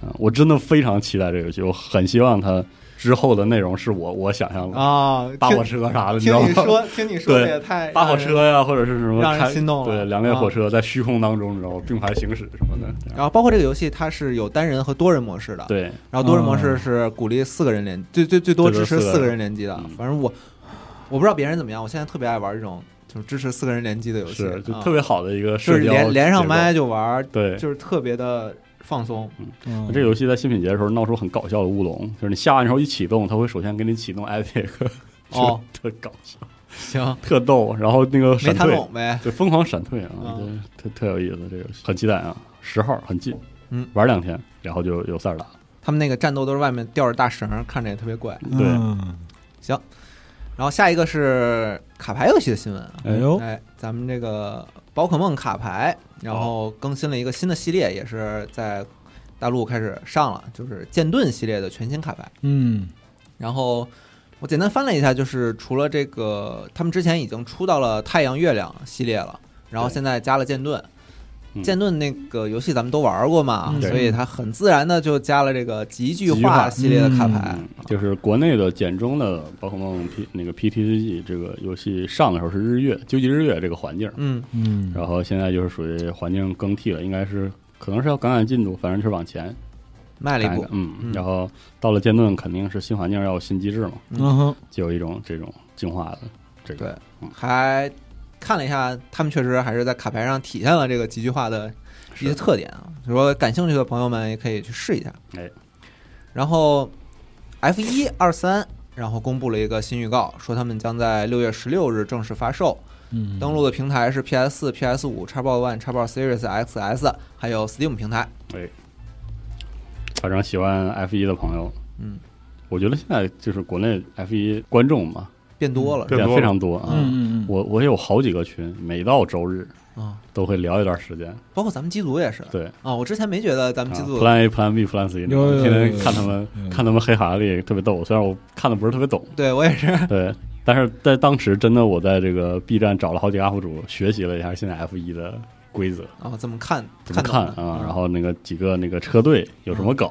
C: 嗯，我真的非常期待这个游戏，我很希望它之后的内容是我我想象的，
B: 啊，
C: 扒
B: 听
C: 火车啥的，你知
B: 听
C: 道
B: 你
C: 吗？
B: 说，听你说
C: 对
B: 这也太
C: 扒火
B: 让人。
C: 车呀，或者是什么
B: 让人
C: 开
B: 心动了啊
C: 对，两列火车在虚空当中，然后并排行驶什么的。这样
B: 然后包括这个游戏，它是有单人和多人模式的。，
C: 对，
B: 然后多人模式是鼓励四个人联，最最最多
C: 嗯最
B: 支
C: 多
B: 持
C: 四个
B: 四个人联机的
C: 嗯。
B: 反正我我不知道别人怎么样，我现在特别爱玩这种就是支持四个人联机的游戏，
C: 是就
B: 啊
C: 特别好的一个
B: 就
C: 社
B: 是
C: 交
B: 连连上
C: 结构
B: 麦就玩，
C: 对，
B: 就是特别的放松。
E: 嗯
C: 这个游戏在新品节的时候闹出很搞笑的乌龙，就是你下完之后一启动，它会首先给你启动 Epic，
B: 哦，
C: 特搞笑，
B: 行，
C: 特逗。然后那个
B: 没
C: 闪
B: 谈
C: 退，
B: 拢呗。
C: 对，疯狂闪退啊，
B: 嗯
C: 对，特特有意思，这个游戏很期待啊。十号很近，
B: 嗯，
C: 玩两天，然后就有塞尔达。
B: 他们那个战斗都是外面吊着大绳，看着也特别怪。
C: 对，
E: 嗯
B: 然后下一个是卡牌游戏的新闻啊，
E: 哎
C: 哦
E: 呦，
B: 哎，咱们这个宝可梦卡牌，然后更新了一个新的系列，也是在大陆开始上了，就是剑盾系列的全新卡牌。
E: 嗯
B: 然后我简单翻了一下，就是除了这个，他们之前已经出到了太阳、月亮系列了，然后
C: 对
B: 现在加了剑盾。
C: 嗯
B: 剑盾那个游戏咱们都玩过嘛，
E: 嗯
B: 所以它很自然的就加了这个极巨
C: 极巨化
B: 系列的卡牌
C: 嗯，就是国内的简中的宝可梦 P 那个 PTCG 这个游戏上的时候是日月究极日月这个环境，
B: 嗯
E: 嗯，
C: 然后现在就是属于环境更替了，应该是可能是要赶赶进度，反正就是往前
B: 卖了一
C: 赶一
B: 步
C: 赶，，嗯
B: 嗯，
C: 然后到了剑盾肯定是新环境要有新机制嘛，
E: 嗯哼，
C: 就有一种这种进化的这个，
B: 对，还看了一下，他们确实还是在卡牌上体现了这个极巨化的一些特点啊。就说感兴趣的朋友们也可以去试一下。
C: 哎，
B: 然后 F 一二三，然后公布了一个新预告，说他们将在六月十六日正式发售，
E: 嗯，
B: 登录的平台是 PS 四、PS 五、Xbox One、Xbox Series XS，还有 Steam 平台。
C: 哎反正喜欢 F 一的朋友，
B: 嗯，
C: 我觉得现在就是国内 F 一观众嘛，
B: 变多了，
D: 变多了
C: 非常多啊，
E: 嗯嗯嗯，
C: 我我有好几个群，每到周日
B: 啊，
C: 都会聊一段时间，
E: 嗯
B: 包括咱们机组也是
C: 对。
B: 啊。我之前没觉得咱们机
C: 啊
B: 组
C: Plan A、Plan B、Plan C，
E: 有有
C: 天天
E: 有有嗯
C: 看他们
E: 有
C: 看他们黑哈利特别逗，虽然我看的不是特别懂，
B: 对我也是，
C: 对，但是在当时真的我在这个 B 站找了好几个 UP 主学习了一下现在 F 一的规则，
B: 啊，怎么看
C: 怎么
B: 懂
C: 看
B: 的
C: 啊，然后那个几个那个车队有什么梗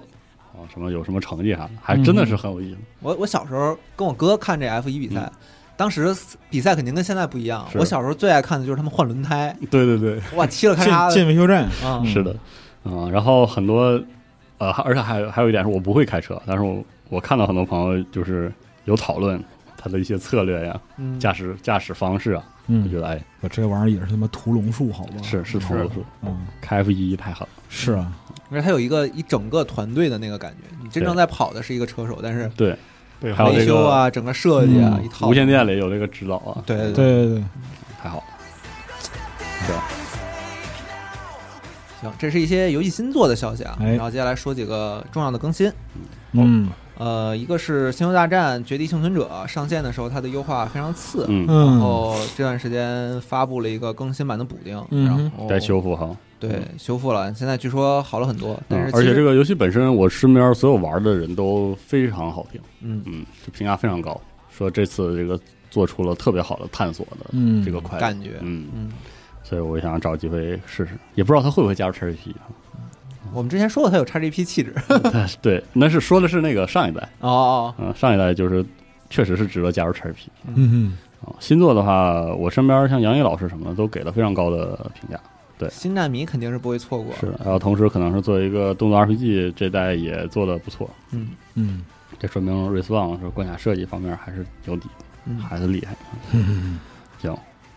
C: 啊，什么有什么成绩啥的，还
E: 嗯
C: 真的是很有意思。
B: 我我小时候跟我哥看这 F 一比赛，当时比赛肯定跟现在不一样。
C: 是
B: 我小时候最爱看的就是他们换轮胎，
C: 对对对，
B: 哇，踢了咔
E: 进
B: 嚓
E: 进维修站，
B: 的啊！
C: 嗯是的，啊，然后很多呃，还而且还有还有一点是我不会开车，但是我我看到很多朋友就是有讨论他的一些策略呀、
B: 嗯，
C: 驾驶驾驶方式啊，我觉
E: 嗯，
C: 得哎。
E: 我这玩意儿也是他妈屠龙术，好吧？
C: 是是投
D: 是
C: 入，
E: 嗯，
C: 开 F 一太狠了。
E: 是啊，
B: 而且他有一个一整个团队的那个感觉，你真正在跑的是一个车手，但是
C: 对，
D: 对
C: 嗯还有
B: 维
C: 这个
B: 修啊、整个设计啊、
E: 嗯
B: 一套
C: 无线电里有这个指导啊，
B: 对对
E: 对对对，
C: 太好了。
B: 行，这是一些游戏新作的消息啊。
E: 哎
B: 然后接下来说几个重要的更新，
E: 嗯
B: 呃，一个是《星球大战：绝地幸存者》上线的时候，它的优化非常次。
C: 嗯，
B: 然
E: 嗯，
B: 后这段时间发布了一个更新版的补丁，
E: 嗯哼
B: 然后
C: 该修复哈。
B: 对，修复了，现在据说好了很多，但是
C: 嗯嗯而且这
B: 个，
C: 个游戏本身，我身边所有玩的人都非常好评，
B: 嗯，
C: 嗯，就评价非常高，说这次这个做出了特别好的探索的
E: 嗯
C: 这个快乐，
B: 感觉，
C: 嗯，
B: 嗯，
C: 所以我想找机会试试，也不知道他会不会加入 XGP 啊。
B: 我们之前说过它有 XGP 气质，
C: 但是对，那是说的是那个上一代，
B: 哦哦，
C: 嗯，上一代就是确实是值得加入 XGP
E: 嗯
C: 啊。新作的话，我身边像杨毅老师什么的都给了非常高的评价，
B: 新战迷肯定是不会错过，
C: 是，然后同时可能是作为一个动作 RPG 这代也做的不错，
B: 嗯
E: 嗯
C: 这说明 Respawn 是关卡设计方面还是有底，
B: 嗯。
C: 还是厉害。
E: 嗯，
C: 行，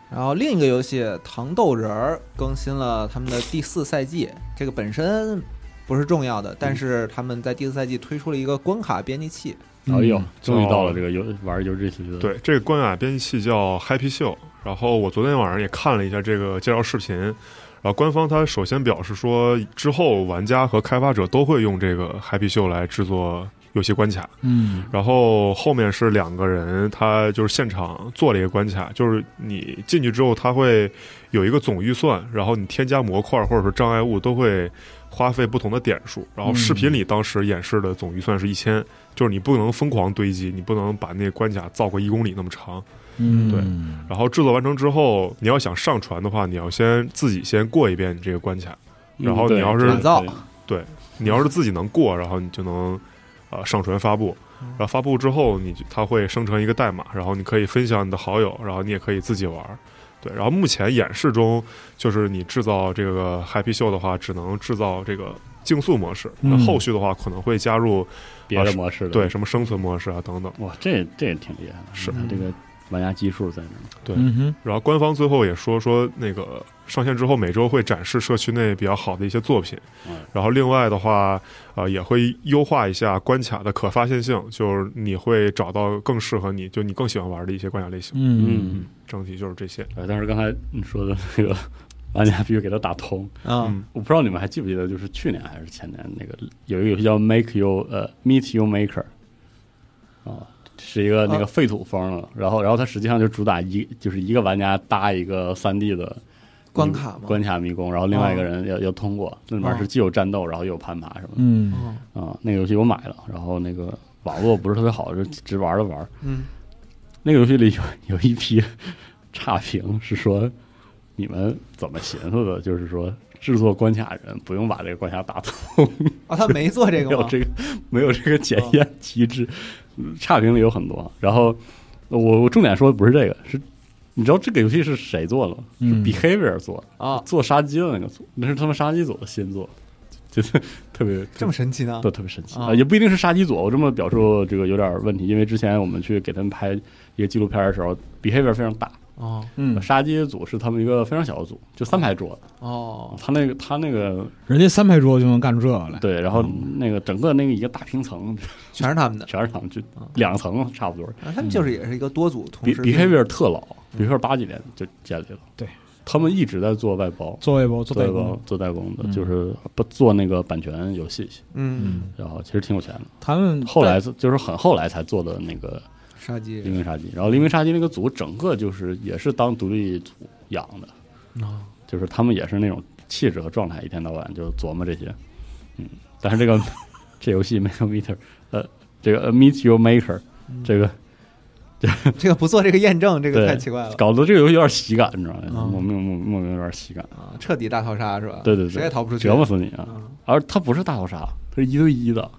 B: 然后另一个游戏《糖豆人儿》更新了他们的第四赛季，这个本身不是重要的，
C: 嗯
B: 但是他们在第四赛季推出了一个关卡编辑器，
E: 嗯
C: 哎呦，终于到了
D: 哦
C: 这个游玩游戏区的，，
D: 对，这个关卡编辑器叫 Happy Show。然后我昨天晚上也看了一下这个介绍视频，然后官方它首先表示说，之后玩家和开发者都会用这个 Happy Show 来制作游戏关卡。
E: 嗯
D: 然后后面是两个人，他就是现场做了一个关卡，就是你进去之后，他会有一个总预算，然后你添加模块或者是障碍物都会花费不同的点数。然后视频里当时演示的总预算是一千，就是你不能疯狂堆积，你不能把那关卡造个一公里那么长。
E: 嗯，
D: 对然后制作完成之后，你要想上传的话，你要先自己先过一遍你这个关卡。然后你要是
B: 改造
D: 你要是自己能过，然后你就能呃上传发布。然后发布之后，你就它会生成一个代码，然后你可以分享你的好友，然后你也可以自己玩儿。对，然后目前演示中，就是你制造这个 Happy Show 的话，只能制造这个竞速模式。那
E: 嗯
D: 后续的话，可能会加入
C: 别的模式的，
D: 啊对，什么生存模式啊等等。
C: 哇，这这也挺厉害的，
D: 是
C: 你看这个玩家基数在那儿，
E: 嗯哼，
D: 然后官方最后也说说那个上线之后每周会展示社区内比较好的一些作品
C: 嗯，
D: 然后另外的话，呃，也会优化一下关卡的可发现性，就是你会找到更适合你，就你更喜欢玩的一些关卡类型。
E: 嗯，
D: 整体就是这些。
C: 哎，但是刚才你说的那个。玩家必须给他打通，
B: 啊，
D: 嗯
C: 我不知道你们还记不记得，就是去年还是前年那个有一个游戏叫 Make You 呃 Meet You Maker，啊，是一个那个废土风了，然后然后它实际上就主打一就是一个玩家搭一个三 D 的
B: 关卡吗？哦
C: 关卡迷宫，然后另外一个人要、要通过，那里面是既有战斗，然后又有攀爬什么的。
E: 嗯，
B: 哦
C: 啊、那个游戏我买了，然后那个网络不是特别好，就只玩了玩。
B: 嗯，
C: 那个游戏里有有 一批差评是说你们怎么寻思的，就是说制作关卡人不用把这个关卡打通，
B: 哦，他没做这
C: 没
B: 个
C: 有
B: 吗？
C: 这个没有这个检
B: 哦
C: 验机制，嗯差评里有很多。然后我我重点说的不是这个，是你知道这个游戏是谁做的吗？是
E: 嗯
C: Behavior 做的，
B: 啊，
C: 做杀鸡的那个组，那是他们杀鸡组的新作，就是 特别
B: 这么神奇呢
C: 都？特别神奇
B: 啊
C: 啊，也不一定是杀鸡组。我这么表述这个有点问题，因为之前我们去给他们拍一个纪录片的时候，behavior 非常大。
B: 哦
E: 嗯，
C: 杀鸡组是他们一个非常小的组，就三排桌子。
B: 哦，
C: 他那个他那个
E: 人家三排桌就能干出这个来，
C: 对，然后那个整个那个一个大平层
B: 全是他们的，
C: 全是他们，就
B: 啊
C: 两层差不多。
B: 啊他们就是也是一个嗯多组同
C: 嗯 Be
B: 时
C: behavior 特老，behavior 八几年就建立了。
E: 对，
C: 他们一直在做外包。
E: 做微博做
C: 做
E: 代
C: 代
E: 工
C: 工，，做代工的，
E: 嗯
C: 就是不做那个版权游戏，
B: 嗯，
C: 然后其实挺有钱的。
E: 他们
C: 后来就是很后来才做的那个
B: 杀鸡
C: 黎明杀鸡，然后黎明杀鸡那个组整个就是也是当独立组养的，嗯
B: 啊，
C: 就是他们也是那种气质和状态，一天到晚就琢磨这些，嗯，但是这个这游戏没有 meter，呃，这个 meet your maker，这个
B: 这个不做这个验证，这个
C: 对
B: 太奇怪了
C: 搞得这个游戏有点喜感，你知道吗？
B: 嗯
C: 莫名莫名莫名有点喜感，
B: 啊，彻底大逃杀是吧？
C: 对对对
B: 谁也逃不出去。
C: 折磨死你啊！
B: 嗯
C: 而它不是大逃杀，它是一对一的，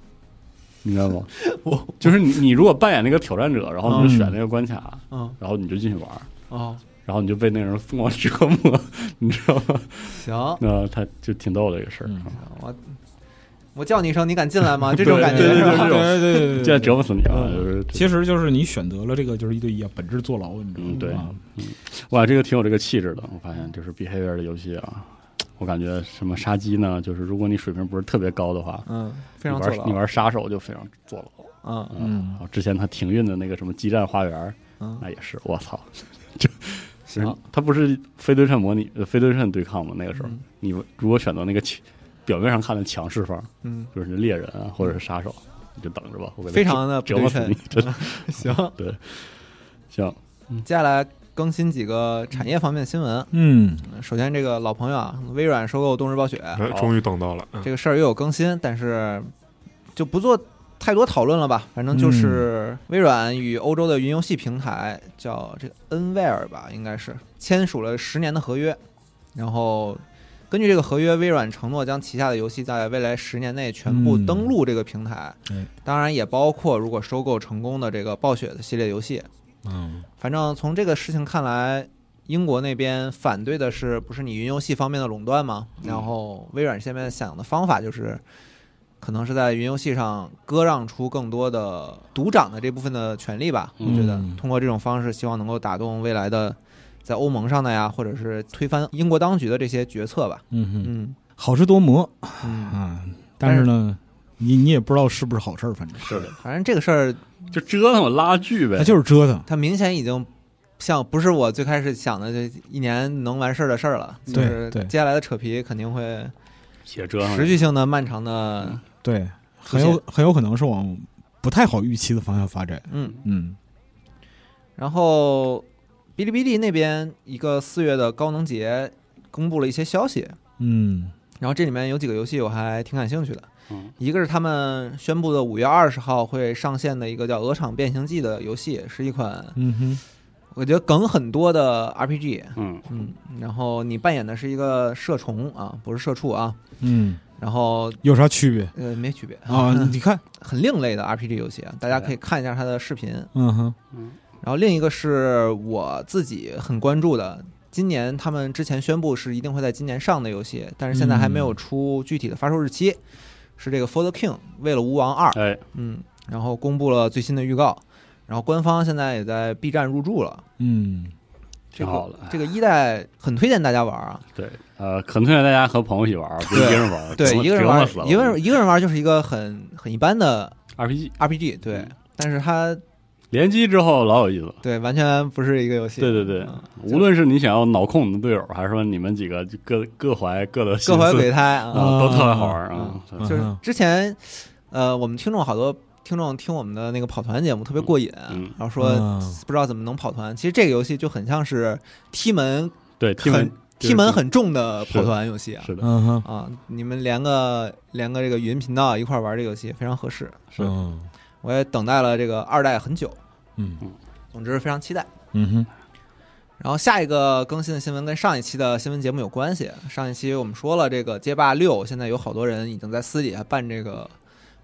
C: 明白 吗？我就是你，你如果扮演那个挑战者，然后你就选那个关卡，
B: 嗯
C: 然后你就进去玩儿。
B: 哦，
C: 然后你就被那人疯狂折磨，你知道吗？
B: 行，
C: 那他就挺逗的这个事儿，
E: 嗯
B: 我我叫你一声，你敢进来 吗？这种感觉
C: 对对
B: 是
C: 对
B: 吧
C: 对
E: 对对对对对，
C: 现在折磨死你了。
E: 嗯
C: 就是
E: 其实就是你选择了这个就是一对一啊，本质坐牢，你知道吗？
C: 嗯对
E: 啊
C: 哇，这个挺有这个气质的。我发现就是 behavior 的游戏啊，我感觉什么杀鸡呢，就是如果你水平不是特别高的话，
B: 嗯，非常
C: 你
B: 坐
C: 玩你
B: 牢，
C: 玩杀手就非常坐牢。
B: 嗯
E: 嗯
C: 然后之前他停运的那个什么激战花园，
B: 嗯，
C: 那也是我操， 就
B: 行，
C: 他不是非对称模拟、呃非对称对抗吗？那个时候
B: 嗯
C: 你如果选择那个强表面上看的强势方，
B: 嗯，
C: 就是猎人啊或者是杀手，你就等着吧，我给他
B: 非常的
C: 折折磨死你，真的
B: 嗯行，
C: 行。
B: 接下来更新几个产业方面新闻。
E: 嗯，
B: 首先，这个老朋友啊，微软收购动视暴雪
D: 哎，终于等到了，嗯
B: 这个事儿又有更新，但是就不做太多讨论了吧。反正
E: 嗯
B: 就是微软与欧洲的云游戏平台叫这个恩威尔吧，应该是签署了十年的合约，然后。根据这个合约，微软承诺将旗下的游戏在未来十年内全部
E: 嗯
B: 登陆这个平台，
E: 哎
B: 当然也包括如果收购成功的这个暴雪的系列游戏。
E: 嗯
B: 反正从这个事情看来，英国那边反对的是不是你云游戏方面的垄断吗？
C: 嗯
B: 然后微软现在想的方法就是，可能是在云游戏上割让出更多的独掌的这部分的权利吧。我
C: 嗯
B: 觉得通过这种方式，希望能够打动未来的在欧盟上的呀，或者是推翻英国当局的这些决策吧。
E: 嗯哼，
B: 嗯
E: 好事多磨
B: 嗯，
E: 啊，但是呢，你你也不知道是不是好事儿，反正
C: 是的，
B: 反正这个事儿
C: 就折腾我拉锯呗
E: 他。就是折腾，
B: 它明显已经像不是我最开始想的这一年能完事儿的事儿了，就
E: 对
B: 是
E: 对
B: 接下来的扯皮肯定会
C: 也折腾
B: 持续性的漫长的，
E: 对，
B: 出
E: 很
B: 现
E: 有很有可能是往不太好预期的方向发展。
B: 嗯，
E: 嗯
B: 然后哔哩哔哩那边一个四月的高能节公布了一些消息，
E: 嗯
B: 然后这里面有几个游戏我还挺感兴趣的，
C: 嗯
B: 一个是他们宣布的五月二十号会上线的一个叫《鹅厂变形记》的游戏，是一款
E: 嗯哼，
B: 我觉得梗很多的 RPG，
C: 嗯，
B: 嗯，然后你扮演的是一个社虫啊，不是社畜啊，
E: 嗯，
B: 然后
E: 有啥区 别
B: 呃没区别
E: 啊？你看，
B: 很另类的 RPG 游戏啊，大家可以看一下它的视频。
E: 嗯哼，
B: 然后另一个是我自己很关注的，今年他们之前宣布是一定会在今年上的游戏，但是现在还没有出具体的发售日期，是这个《For the King》为了吾王二，
C: 哎，
B: 嗯，然后公布了最新的预告，然后官方现在也在 B 站入驻了。
E: 嗯
B: 这
C: 挺好
B: 个
C: 的哎
B: 这个一代很推荐大家玩啊，
C: 对，呃，很推荐大家和朋友一起玩，不是一
B: 对
C: 个人玩，
B: 对，
C: 折磨
B: 一个人
C: 折磨
B: 玩
C: 死，了
B: 一个人一个人玩就是一个很很一般的
C: RPG
B: RPG，对
C: 嗯，
B: 但是它
C: 联机之后老有意思了。
B: 对完全不是一个游戏，
C: 对对对
B: 嗯，
C: 无论是你想要脑控你的队友，还是说你们几个就各各怀各的心
B: 各怀
C: 思
B: 鬼胎啊，
C: 啊，都特别好玩啊
B: 嗯。
C: 对
E: 嗯
B: 就是
E: 哼
B: 之前，呃，我们听众好多听众听我们的那个跑团节目特别过瘾，
C: 嗯
B: 然后说
E: 嗯
B: 不知道怎么能跑团。其实这个游戏就很像是踢门
C: 对，踢门
B: 很踢门很重的跑团游戏啊。
C: 是的，
E: 嗯哼，
B: 啊，你们连个连个这个语音频道一块儿玩这个游戏非常合适。
C: 是
E: 嗯
B: 我也等待了这个二代很久，
E: 嗯
B: 总之非常期待。
E: 嗯哼，
B: 然后下一个更新的新闻跟上一期的新闻节目有关系。上一期我们说了，这个街霸六现在有好多人已经在私底下办这个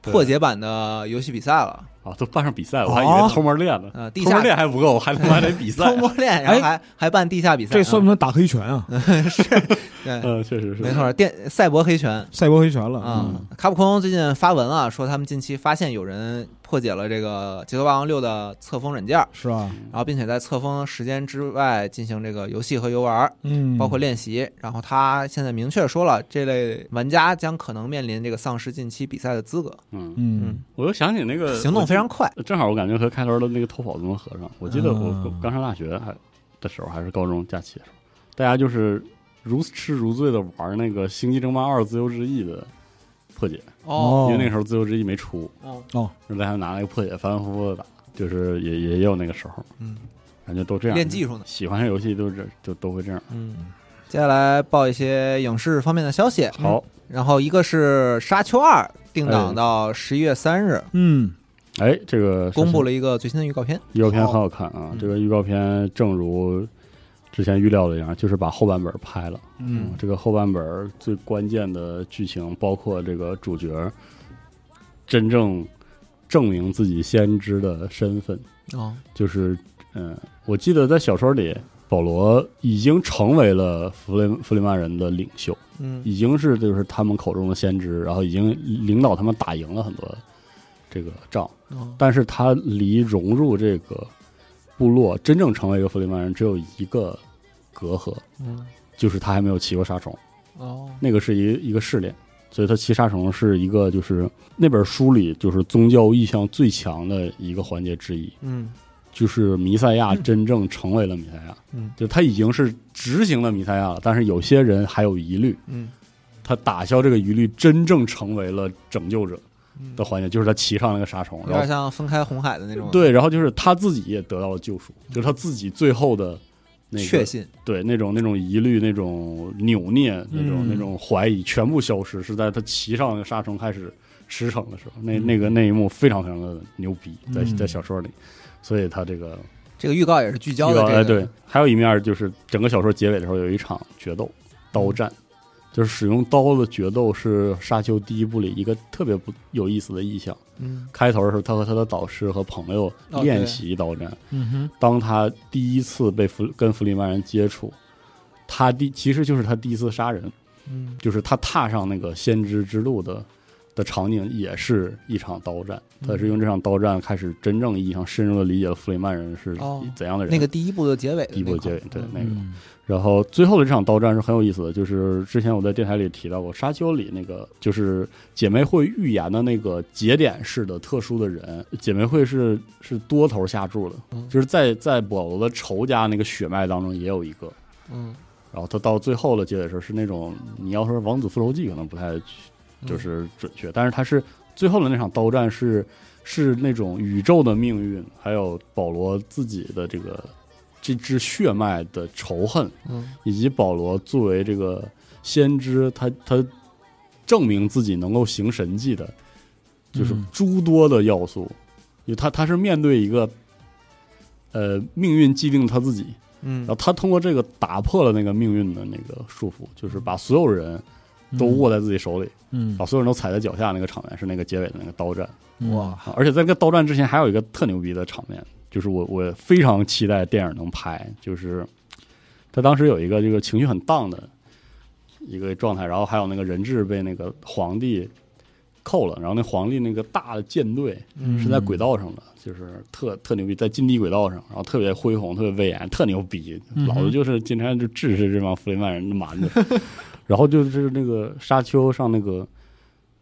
B: 破解版的游戏比赛了，
C: 啊，都办上比赛，我还以为偷摸练呢。
B: 呃，地
C: 偷
B: 下
C: 摸练还不够，我还他妈得比赛
B: 偷。摸练，然后还、还办地下比赛，
E: 哎
B: 嗯
E: 这算不算打黑拳啊？
B: 对，
C: 嗯，确实是。
B: 没错，电赛博黑拳
E: 赛博黑拳了
B: 啊、卡普空最近发文啊，说他们近期发现有人破解了这个《杰克霸王六》的册封软件，
E: 是吧？
B: 然后并且在册封时间之外进行这个游戏和游玩，
E: 嗯，
B: 包括练习。然后他现在明确说了，这类玩家将可能面临这个丧失近期比赛的资格。
C: 嗯，
E: 嗯，
C: 我又想起那个
B: 行动非常快，
C: 正呃好我感觉和开头的那个偷跑都能合上。我记得我
E: 嗯
C: 刚上大学还的时候，还是高中假期的时候，大家就是如痴如醉的玩那个《星际争霸二：自由之翼》的破解，
B: 哦
C: 因为那个时候《自由之翼》没出，
B: 哦，
C: 就大家拿那个破解反反复复的打，就是也也有那个时候，
B: 嗯，
C: 感觉都这样
B: 练技术呢。
C: 喜欢上游戏都是这就都会这样。
B: 嗯，接下来报一些影视方面的消息。
C: 好，
B: 然后一个是《沙丘二》定
E: 哎
B: 档到十一月三日，
E: 嗯，
C: 哎，这个
B: 公布
C: 了
B: 了一个最新的预告片。
C: 预告片，很好看啊
B: 嗯！
C: 这个预告片正如之前预料的一样，就是把后半本拍了。
E: 嗯，
C: 啊这个后半本儿最关键的剧情，包括这个主角真正证明自己先知的身份，
B: 哦，
C: 就是嗯，我记得在小说里，保罗已经成为了弗雷弗里曼人的领袖，
B: 嗯
C: 已经是就是他们口中的先知，然后已经领导他们打赢了很多这个仗，
B: 哦
C: 但是他离融入这个部落真正成为一个弗里曼人只有一个隔阂，
B: 嗯
C: 就是他还没有骑过沙虫。
B: 哦
C: 那个是一一个试炼，所以他骑沙虫是一个就是那本书里就是宗教意向最强的一个环节之一，
B: 嗯
C: 就是弥赛亚真正成为了弥赛亚，
B: 嗯，
C: 就他已经是执行了弥赛亚了，但是有些人还有疑虑，
B: 嗯
C: 他打消这个疑虑，真正成为了拯救者
B: 嗯
C: 的环节，就是他骑上那个沙虫，
B: 有点
C: 然后
B: 像分开红海的那种
C: 对，然后就是他自己也得到了救赎，就是他自己最后的。那个、
B: 确信。
C: 对那种那种疑虑、那种扭捏、那种
E: 嗯
C: 那种怀疑，全部消失，是在他骑上那个沙虫开始驰骋的时候，那那个那一幕非常非常的牛逼，在
E: 嗯
C: 在小说里，所以他这个
B: 这个预告也是聚焦
C: 预
B: 的
C: 告
B: 这
C: 哎
B: 个，
C: 对，还有一面就是整个小说结尾的时候有一场决斗，刀战。就是使用刀的决斗是沙丘第一部里一个特别不有意思的意象。
B: 嗯
C: 开头的时候，他和他的导师和朋友
B: 哦对
C: 练习刀战，
E: 嗯哼，
C: 当他第一次被弗跟弗里曼人接触，他第其实就是他第一次杀人，
B: 嗯
C: 就是他踏上那个先知之路的的场景，也是一场刀战。他是用这场刀战开始真正意义上深入的理解了弗里曼人是
B: 哦
C: 怎样的人。
B: 那个第一部的结尾的
C: 第一部
B: 那
C: 的结
B: 块
C: 尾，对那个。
E: 嗯
C: 然后最后的这场刀战是很有意思的，就是之前我在电台里提到过，沙丘里那个就是姐妹会预言的那个节点式的特殊的人，姐妹会是是多头下注的，
B: 嗯
C: 就是在在保罗的仇家那个血脉当中也有一个。
B: 嗯，
C: 然后他到最后的结尾时候是那种，你要说《王子复仇记》可能不太就是准确，但是他是最后的那场刀战是是那种宇宙的命运，还有保罗自己的这个这支血脉的仇恨。
B: 嗯
C: 以及保罗作为这个先知，他他证明自己能够行神迹的，就是
E: 嗯
C: 诸多的要素，因为他他是面对一个呃命运既定他自己，
B: 嗯
C: 然后他通过这个打破了那个命运的那个束缚，就是把所有人都握在自己手里，
E: 嗯
C: 把所有人都踩在脚下，那个场面是那个结尾的那个刀战。
E: 嗯
B: 哇
C: 啊而且在这个刀战之前，还有一个特牛逼的场面，就是我我非常期待电影能拍，就是他当时有一个这个情绪很荡的一个状态，然后还有那个人质被那个皇帝扣了，然后那皇帝那个大的舰队
E: 嗯
C: 是在轨道上的，就是特特牛逼，在近地轨道上，然后特别恢宏，特别威严，特牛逼。
E: 嗯哼
C: 老子就是经常就支持这帮弗里曼人的蛮子， 然后就是那个沙丘上那个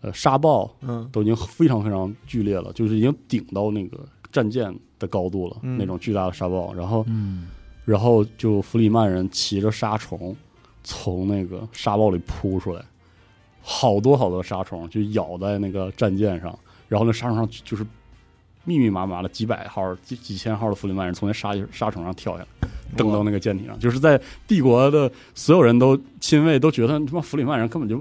C: 呃沙暴。
B: 嗯
C: 都已经非常非常剧烈了，就是已经顶到那个战舰的高度了，
B: 嗯
C: 那种巨大的沙暴。然后，
E: 嗯
C: 然后就弗里曼人骑着沙虫从那个沙暴里扑出来，好多好多沙虫就咬在那个战舰上，然后那沙虫上就是密密麻麻的几百号、几几千号的弗里曼人从那沙沙虫上跳下来。登到那个舰艇上，就是在帝国的所有人都亲卫都觉得他妈弗里曼人根本就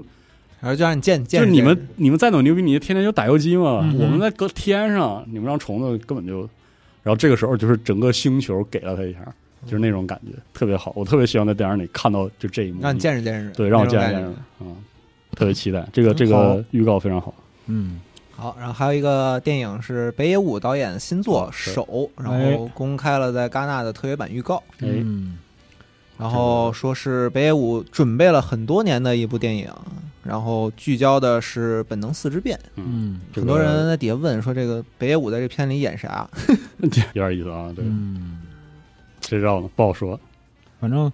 B: 然后就让你见见识
C: 就是你
B: 见识
C: 们你们再怎么牛逼，你就天天就打游击嘛。
E: 嗯哼
C: 我们在隔天上，你们让虫子根本就，然后这个时候就是整个星球给了他一下，就是那种感觉，特别好。我特别希望在电影里看到就这一幕，
B: 让你见识见识，
C: 对，让我
B: 那
C: 见
B: 种
C: 识
B: 感
C: 见
B: 觉
C: 识，嗯，特别期待。这个这
E: 好
C: 个预告非常好，
E: 嗯，
B: 好，然后还有一个电影是北野武导演新作《
C: 是
B: 手》，然
E: 哎
B: 后公开了在戛纳的特别版预告，
C: 哎，
E: 嗯，
B: 然后说是北野武准备了很多年的一部电影，然后聚焦的是本能四之变。
E: 嗯，
C: 这
B: 很
C: 个
B: 多人在底下问说，这个北野武在这片里演啥？
C: 有点意思啊，对，
E: 嗯，
C: 谁知道呢？不好说，
E: 反正，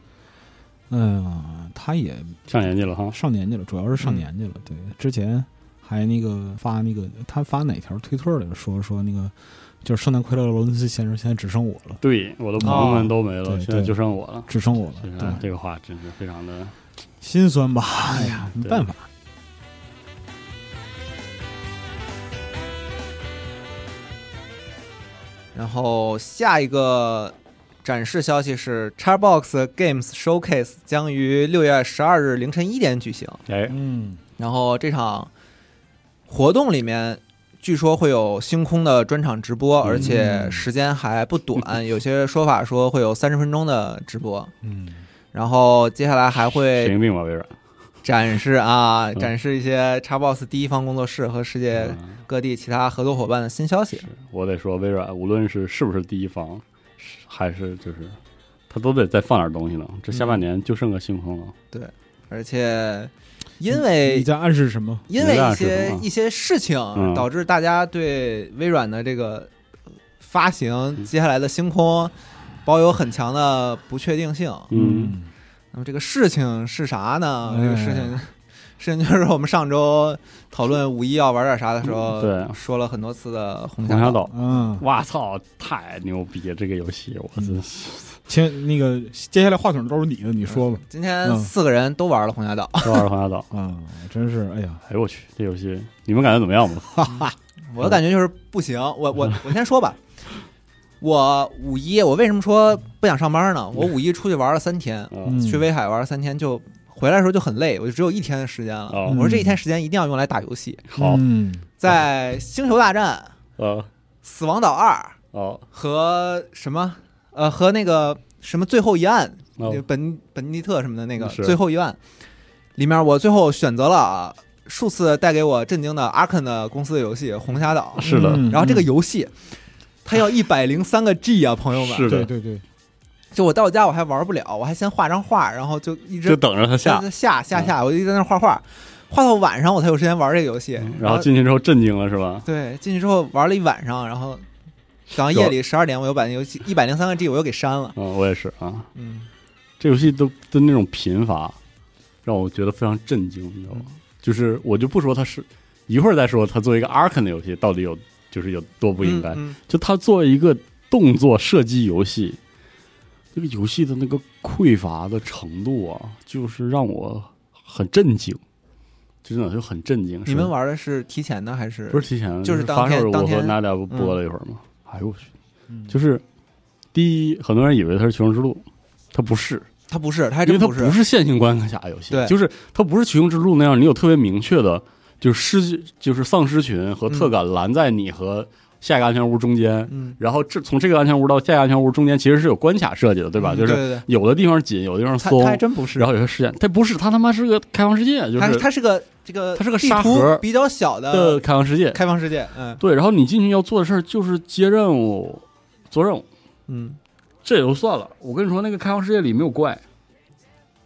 E: 嗯、呀，他也
C: 上年纪了哈，
E: 上年纪了，主要是上年纪了。对，之前还那个发那个他发哪条推特来着？说说那个就是圣诞快乐，罗伦斯先生，现在只剩我了，
C: 对，我的朋友们
B: 哦
C: 都没了，
E: 对
C: 现在
E: 对
C: 就剩我了。
E: 只剩我了。
C: 这个
E: 对，
C: 这个话真是非常的，嗯
E: 心酸吧？哎呀，没
C: 对
E: 办法。
B: 然后下一个展示消息是，Xbox Games Showcase 将于六月十二日凌晨一点举行。
C: 哎，
E: 嗯
B: 然后这场活动里面，据说会有星空的专场直播，
C: 嗯
B: 而且时间还不短，有些说法说会有三十分钟的直播。
E: 嗯，
B: 然后接下来还
C: 神
B: 会
C: 经病吧，微软。
B: 展示啊，
C: 嗯
B: 展示一些 Xbox 第一方工作室和世界
C: 嗯
B: 各地其他合作伙伴的新消息。
C: 我得说，微软无论是是不是第一方，是还是就是，他都得再放点东西呢。这下半年就剩个星空了，
B: 而且，因
E: 你
B: 为
E: 在暗示什么？
B: 因为一
C: 你在暗示
B: 些
E: 啊
C: 什么
B: 一些事情，
C: 嗯
B: 导致大家对微软的这个发
E: 嗯
B: 行接下来的星空抱有很强的不确定性。
C: 嗯，
B: 那么这个事情是啥呢？
E: 哎
B: 这个事情， 事情就是我们上周讨论五一要玩点啥的时候，
C: 对
B: 说了很多次的红
C: 嗯呃红
B: 霞
C: 霞岛，
E: 嗯，
C: 哇操，太牛逼了！这个游戏，我真是
E: 嗯 先那个接下来话筒都是你的，你说吧。
B: 今天
E: 嗯
B: 四个人都玩了红霞岛，
C: 都玩红霞岛。
E: 啊，真是，哎呀，
C: 哎呦我去，这游戏你们感觉怎么样吧？
B: 我的感觉就是不行。我 我我先说吧，我五一我为什么说不想上班呢？我五一出去玩了三天，
C: 嗯
E: 嗯
B: 去威海玩了三天就。回来的时候就很累，我就只有一天的时间了。
C: 哦
B: 我说这一天时间一定要用来打游戏，
C: 好，
E: 嗯
B: 在《星球大战》《
C: 呃，
B: 死亡岛二》
C: 哦，
B: 和什么呃和那个什么最后一案，
C: 哦
B: 就本本尼特什么的那个
C: 是
B: 最后一案里面，我最后选择了啊数次带给我震惊的阿肯的公司的游戏《红霞岛》，
C: 是的，
E: 嗯
B: 然后这个游戏。它要一百零三个 G 啊，朋友们！
C: 是
E: 对
C: 的，嗯
E: 对对，
B: 就我到家我还玩不了，我还先画张画，然后就一
C: 就
B: 直
C: 等着它下嗯
B: 在。下下下，我就一直在那画画，画到晚上我才有时间玩这个游戏。
C: 嗯然后进去之后震惊了是吧？
B: 对，进去之后玩了一晚上，然后等到夜里十二点，我又把那游戏一百零三个 G 我又给删了。
C: 嗯，我也是啊。
B: 嗯，
C: 这游戏都的那种贫乏，让我觉得非常震惊，你知
B: 嗯
C: 道吗？就是我就不说它是，一会儿再说它作为一个 Ark 的游戏到底有就是有多不应该。
B: 嗯嗯
C: 就它作为一个动作射击游戏，这个游戏的那个匮乏的程度啊，就是让我很震惊，真的就很震惊。
B: 你们
C: 是
B: 玩的是提前的还是？
C: 不是提前的，
B: 就是当
C: 发售
B: 天
C: 时候
B: 当
C: 我和
B: 天嗯
C: 娜姐不播了一会儿吗？哎呦我去！
E: 嗯
C: 就是第一，很多人以为它是《求生之路》，它不是，
B: 它不是，它还
C: 因
B: 真
C: 为它
B: 是。
C: 不是线性关卡游戏，
B: 对
C: 就是它不是《求生之路》那样，你有特别明确的，就是失就是丧尸群和特感拦在你和下一个安全屋中间，
B: 嗯，
C: 然后这从这个安全屋到下一个安全屋中间其实是有关卡设计的，对吧？
B: 嗯对
C: 就是
B: 对对，
C: 有的地方紧，有的地方
B: 它
C: 松
B: 它，还真不是
C: 然，后有些事件，它不是，它他妈是个开放世界，就
B: 它
C: 是
B: 它是个这个
C: 它是个
B: 地
C: 沙
B: 图
C: 盒
B: 比较小
C: 的
B: 的
C: 开放世界。
B: 开放世界。嗯
C: 对，然后你进去要做的事儿就是接任务、做任务，
B: 嗯，
C: 这也就算了。我跟你说，那个开放世界里没有怪，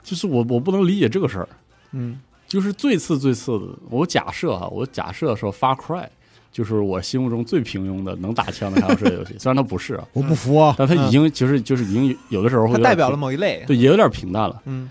C: 就是我我不能理解这个事儿。
B: 嗯，
C: 就是最次最次的。我假设哈、我假设说《Far Cry》就是我心目中最平庸的能打枪的开放世界游戏， 虽然它不是啊，
E: 我不服啊！
C: 但它已经其实就是已经有的时候
B: 嗯
C: 会
B: 它
C: 有点
B: 代表了
C: 平
B: 某一类。
C: 对，也有点平淡了
B: 嗯，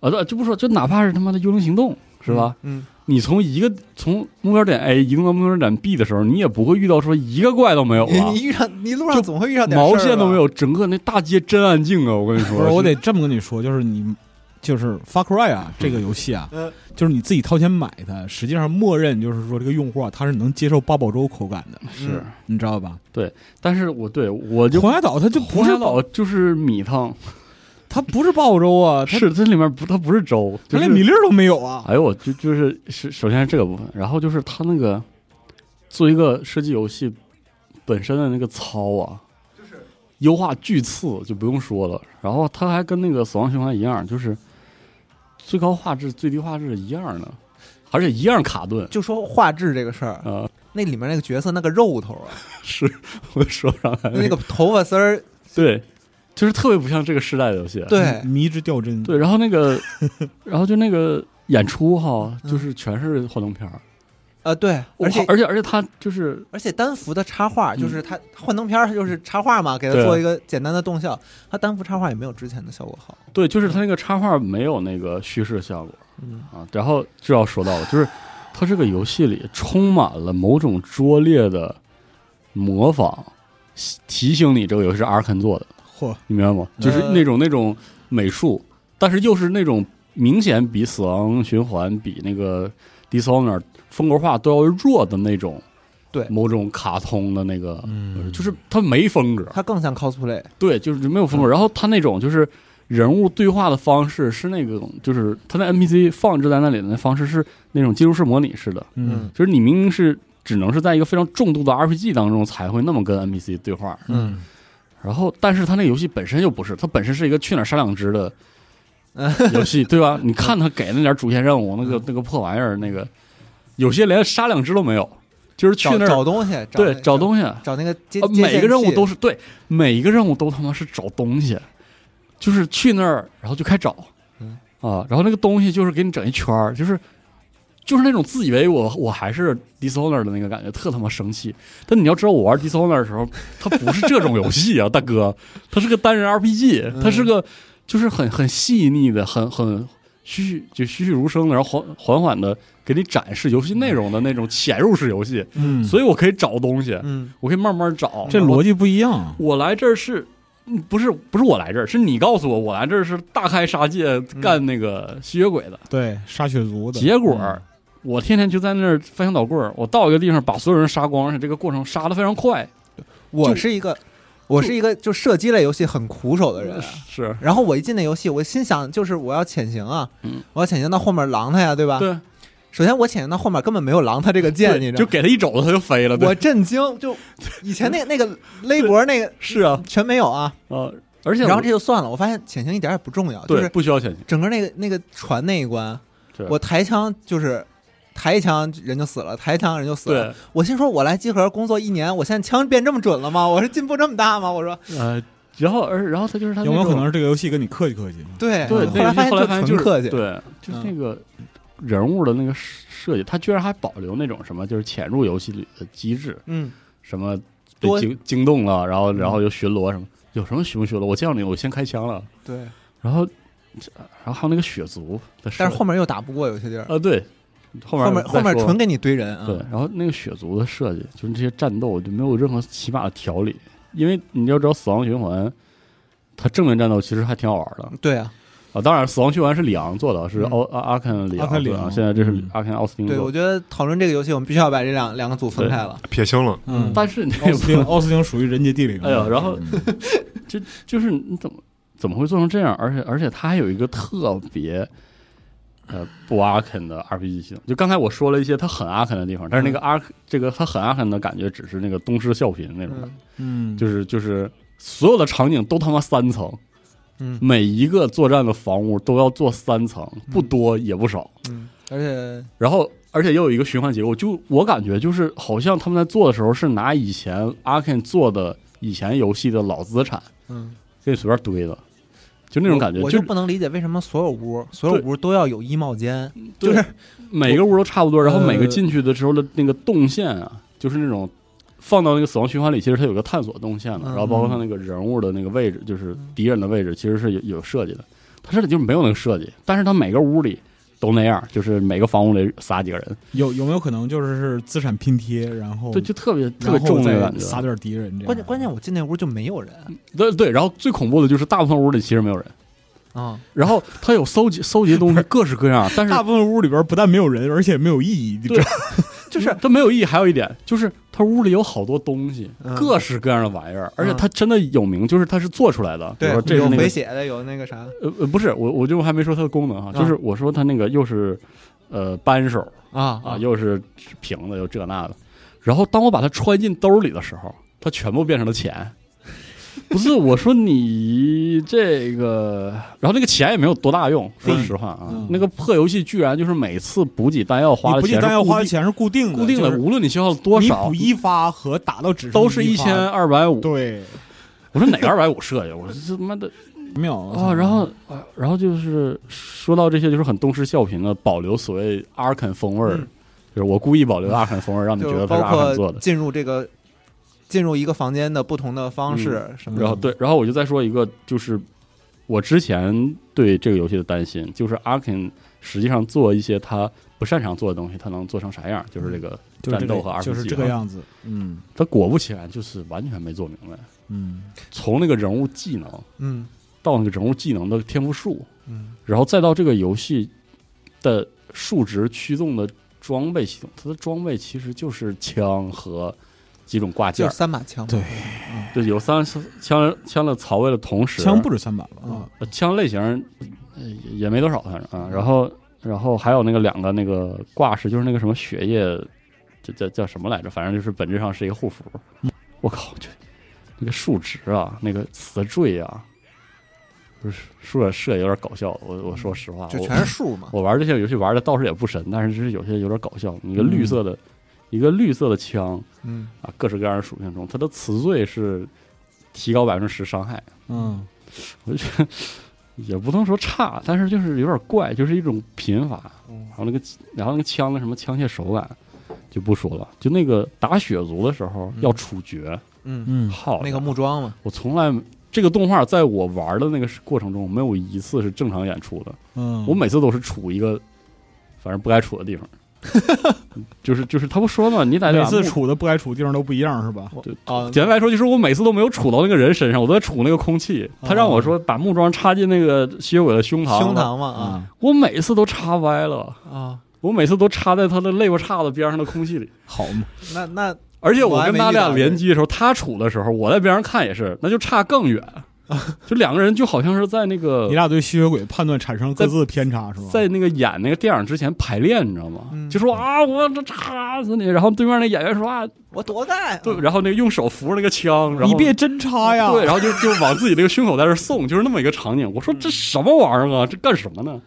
C: 啊。对就不说，就哪怕是他妈的《幽灵行动》是吧？
B: 嗯？
C: 你从一个从目标点 A 移动到目标点 B 的时候，你也不会遇到说一个怪都没有
B: 嗯，你
C: 啊
B: 你，遇上你路上
C: 就
B: 总会遇上点
C: 毛
B: 事儿
C: 线都
B: 吧
C: 没。有，整个那大街真安静啊！我跟你说，
E: 不是，我得这么跟你说，就是你，就是《Far Cry》啊，这个游戏啊，
B: 嗯
E: 就是你自己掏钱买它，实际上默认就是说这个用户啊，他是能接受八宝粥口感的，
B: 嗯
C: 是，
E: 你知道吧？
C: 但是我对我就
E: 红海岛它就不
C: 红
E: 是
C: 海岛就是米汤，
E: 它不是八宝粥啊，它
C: 是它里面不它不是粥，
E: 它
C: 就是
E: 连米粒儿都没有啊。
C: 哎呦，我就就是是首先是这个部分，然后就是它那个做一个射击游戏本身的那个操啊，优化巨次，就不用说了。然后它还跟那个《死亡循环》一样，就是最高画质、最低画质一样呢，而且一样卡顿
B: 就说画质这个事儿，
C: 啊、
B: 那里面那个角色那个肉头 啊，
C: 是我说不上来
B: 那个头发丝儿，
C: 嗯对，就是特别不像这个时代的游戏。
B: 对，
E: 嗯迷之掉帧，
C: 对，然后 那个，然后就那个演出哈，就是全是幻灯片儿，
B: 呃，对，嗯而且
C: 哇而且而且它就是
B: 而且单幅的插画
C: 嗯
B: 就是它幻灯片，它就是插画嘛，给它
C: 对
B: 做一个简单的动效，它单幅插画也没有之前的效果好。
C: 对，就是它那个插画没有那个叙事效果
B: 嗯，
C: 啊。然后就要说到了，就是它这个游戏里充满了某种拙劣的模仿，提醒你这个游戏是阿尔肯做的，
E: 嚯，
C: 你明白吗？就是那种那种美术，但是又是那种明显比《死亡循环》比那个《Dishonor》风格化都要弱的那种，
B: 对
C: 某种卡通的那个，
E: 嗯
C: 就是它没风格，
B: 它更像 cosplay，
C: 对，就是没有风格。
B: 嗯
C: 然后他那种就是人物对话的方式是那种，就是他那 NPC 放置在那里的那方式是那种进入式模拟式的，
E: 嗯
C: 就是你明明是只能是在一个非常重度的 RPG 当中才会那么跟 NPC 对话。
E: 嗯，
C: 然后，但是他那个游戏本身又不是，它本身是一个去哪儿杀两只 的游戏，对吧？你看他给那点主线任务，那
B: 嗯
C: 个那个破玩意儿，那个有些连杀两只都没有，就是去
B: 找
C: 那儿
B: 找东西，找
C: 对
B: 那
C: 找东西，
B: 找那个接、
C: 啊，
B: 接
C: 每
B: 线
C: 个任务
B: 器
C: 都是对，每一个任务都他妈是找东西，就是去那儿然后就开找，
B: 嗯
C: 啊，然后那个东西就是给你整一圈儿，就是就是那种自以为我我还是 Dishonor 的那个感觉，特他妈生气。但你要知道，我玩 Dishonor 的时候，它不是这种游戏啊，大哥，它是个单人
B: 嗯
C: RPG，它是个就是很很细腻的，很很。栩栩就栩栩如生的，然后缓缓缓的给你展示游戏内容的那种潜入式游戏，
E: 嗯，
C: 所以我可以找东西，
B: 嗯，
C: 我可以慢慢找。
E: 这
C: 辑。
E: 逻辑不一样，
C: 我来这儿是，嗯不是不是我来这儿，是你告诉我我来这儿是大开杀戒干那个吸血鬼的。
E: 对，杀血族嗯的嗯
C: 结果、我天天就在那儿翻箱倒柜儿，我到一个地方把所有人杀光，而且这个过程杀的非常快。
B: 我
C: 就是
B: 一个我是一个就射击类游戏很苦手的人。啊
C: 是
B: 然后我一进那游戏，我心想就是我要潜行啊，
C: 嗯
B: 我要潜行到后面狼他呀，对吧？
C: 对，
B: 首先我潜行到后面根本没有狼他这个
C: 对
B: 键，啊你知
C: 就
B: 道吗？
C: 给他一肘子他就飞了。对
B: 我震惊，就以前那那个勒脖那个
C: 是啊，
B: 全没有啊。
C: 呃，而且我
B: 然后这就算了，我发现潜行一点也不重要，就
C: 对
B: 是
C: 不需要潜行，
B: 整个那个那个船那一关
C: 对，
B: 我抬枪就是抬一枪人就死了，抬一枪人就死了。
C: 对，
B: 我心说，我来集合工作一年，我现在枪变这么准了吗？我是进步这么大吗？我说，
C: 呃，然后而然后他就是他
E: 有没有
C: 那种
E: 可能是这个游戏跟你客气客气？
B: 对
C: 对，
B: 后
C: 那
B: 来
C: 游戏
B: 发现
C: 后来发现
B: 纯
C: 就是
B: 客气，
C: 对，
B: 嗯
C: 就是那个人物的那个设计，他居然还保留那种什么，就是潜入游戏里的机制。
B: 嗯，
C: 什么被
B: 多嗯
C: 惊惊动了，然后然后又巡逻什么，有什么巡不巡逻？我见到你，我先开枪了。
B: 对。
C: 然后，然后还有那个血族的设，
B: 但是后面又打不过有些地儿，
C: 呃对，后面
B: 后面
C: 再
B: 后面
C: 说
B: 纯给你堆人啊。
C: 对，然后那个血族的设计，就是这些战斗就没有任何起码的条理，因为你要知道死亡循环。它正面战斗其实还挺好玩的
B: 对啊，
C: 啊！当然，《死亡循环》是里昂做的，是
B: 嗯
C: 奥阿阿肯里
E: 阿肯
C: 昂
E: 里
C: 做的啊。
E: 昂
C: 现在这是
E: 嗯
C: 阿肯奥斯汀
B: 对，
C: 做
B: 我
C: 的，
B: 觉得讨论这个游戏，我们必须要把这两两个组分
C: 对
B: 开了。
D: 撇清了，
E: 嗯，
C: 但是那
E: 奥
C: 个
E: 斯汀奥斯汀属于人杰地灵的。
C: 哎呦然后
E: 嗯
C: 就就是你怎么怎么会做成这样？而且而且它还有一个特别呃不阿肯的 RPG 系统。就刚才我说了一些它很阿肯的地方，但是
E: 嗯
C: 那个阿、这个它很阿肯的感觉，只是那个东施效颦那种感觉，
B: 嗯
E: 嗯，
C: 就是就是所有的场景都他妈三层，
B: 嗯
C: 每一个作战的房屋都要做三层，不多也不少。
B: 嗯，而且
C: 然后而且又有一个循环结构，就我感觉就是好像他们在做的时候是拿以前阿肯做的以前游戏的老资产。
B: 嗯，
C: 可以随便堆的，就那种感觉，
B: 我我
C: 就
B: 就不能理解为什么所有屋所有
C: 对嗯
B: 屋都要有衣帽间，
C: 对
B: 就是
C: 每个屋都差不多，然后
E: 呃
C: 每个进去的时候的那个动线啊，就是那种放到那个死亡循环里，其实它有个探索动线的，
B: 嗯
C: 然后包括它那个人物的那个位置，就是敌人的位置，其实是有有设计的。它这里就没有那个设计，但是它每个屋里都那样，就是每个房屋里撒几个人，
E: 有有没有可能就是是资产拼贴，然后
C: 对，就特别特
E: 然后
C: 别重那个
E: 再
C: 感觉。啊
E: 撒点敌人这样。
B: 关键关键我进那屋就没有人
C: 对对，然后最恐怖的就是大部分屋里其实没有人，
B: 啊，
C: 然后它有搜集搜集东西各式各样，但是
E: 大部分屋里边不但没有人，而且没有意义。
C: 对
B: 就是
C: 它没有意义。还有一点就是，它屋里有好多东西，
B: 嗯
C: 各式各样的玩意儿，而且它真的有名，就是它是做出来的。比
B: 对
C: 如说这
B: 有
C: 是那个
B: 回血的，有那个啥
C: 呃呃，不是我，我就还没说它的功能
B: 啊
C: 哈，就是我说它那个又是呃扳手
B: 啊
C: 啊，又是瓶子，又这那的。然后当我把它揣进兜里的时候，它全部变成了钱。不是，我说你这个，然后那个钱也没有多大用，说实话啊，
E: 嗯
C: 那个破游戏居然就是每次补给弹药花
E: 你
C: 的
E: 不
C: 钱
E: 计
C: 是
E: 单要
C: 固
E: 花的
C: 定
E: 钱是固定的，
C: 固定的，
E: 就是
C: 无论你消耗多
E: 你
C: 少
E: 补，一发和打到指数
C: 都是一千
E: 发。
C: 二百五。
E: 对，
C: 我说哪个二百五设计？我说这他妈的
E: 妙
C: 啊！然后啊然后就是说到这些，就是很东施效颦的，保留所谓阿肯风味儿，
B: 嗯
C: 就是我故意保留阿肯风味儿，让你觉
B: 就
C: 得它
B: 包
C: 是阿肯做
B: 括
C: 的。
B: 进入这个进入一个房间的不同的方式什么
C: 嗯然后
B: 的，
C: 对，然后我就再说一个，就是我之前对这个游戏的担心，就是阿肯实际上做一些他不擅长做的东西，他能做成啥样？就是这
B: 嗯
C: 个
E: 就是这
C: 战斗和
E: 个，
C: RPG
E: 就是这个样子。嗯
C: 他果不其然，就是完全没做明白，
E: 嗯，
C: 从那个人物技能
B: 嗯
C: 到那个人物技能的天赋树，
B: 嗯
C: 然后再到这个游戏的数值驱动的装备系统，它的装备其实就是枪和几种挂件
B: 就
C: 儿
B: 是，三把枪嘛，
E: 对
C: 对，有三枪枪的槽位的同时，
E: 枪不止三百了啊。
C: 呃枪类型呃也也没多少，反正啊，然后然后还有那个两个那个挂饰，就是那个什么血液，这叫叫什么来着？反正就是本质上是一个护符。我靠，这那个数值啊，那个词缀啊，不是数学设计有点搞笑。我我说实话，
B: 就
C: 我
B: 全是数嘛。
C: 我玩这些游戏玩的倒是也不深，但是就是有些有点搞笑。一个绿色的，一个绿色的枪
B: 嗯，
C: 啊，各式各样的属性中，它的词缀是提高百分之十伤害。
E: 嗯，
C: 我就觉得也不能说差，但是就是有点怪，就是一种贫乏。
B: 嗯
C: 然后那个，然后那个枪的什么枪械手感就不说了，就那个打血族的时候
B: 嗯
C: 要处决，
B: 嗯，
E: 嗯，
C: 好
B: 那个
C: 家伙
B: 木桩嘛，
C: 我从来这个动画在我玩的那个过程中没有一次是正常演出的，
E: 嗯，
C: 我每次都是处一个反正不该处的地 方，就是就是他不说嘛，你在
E: 每次处的不该处的地方都不一样，是吧？
B: 哦，
C: 简单来说，就是我每次都没有杵到那个人身上，我都在杵那个空气。
E: 哦
C: 他让我说把木桩插进那个吸血鬼的胸膛，
B: 胸膛嘛啊
E: 啊，
C: 我每次都插歪了，
B: 啊，
C: 我每次都插在他的肋巴叉子边上的空气里。
E: 好嘛，
B: 那那
C: 而且我
B: 我还
C: 跟
B: 没
C: 他
B: 遇到
C: 俩联机的时候，他杵的时候，我在边上看也是，那就差更 远，就两个人就好像是在那个
E: 你俩对吸血鬼判断产生各自的偏差，是吧？
C: 在那个演那个电影之前排练，你知道吗？
B: 嗯
C: 就说啊，我这插死你！然后对面那演员说啊，
B: 我多大呀？
C: 对，然后那个用手扶着那个枪，然后
E: 嗯你别真插呀，
C: 对，然后就就往自己那个胸口在这送，就是那么一个场景。我
E: 嗯
C: 说这什么玩意儿啊？这干什么呢？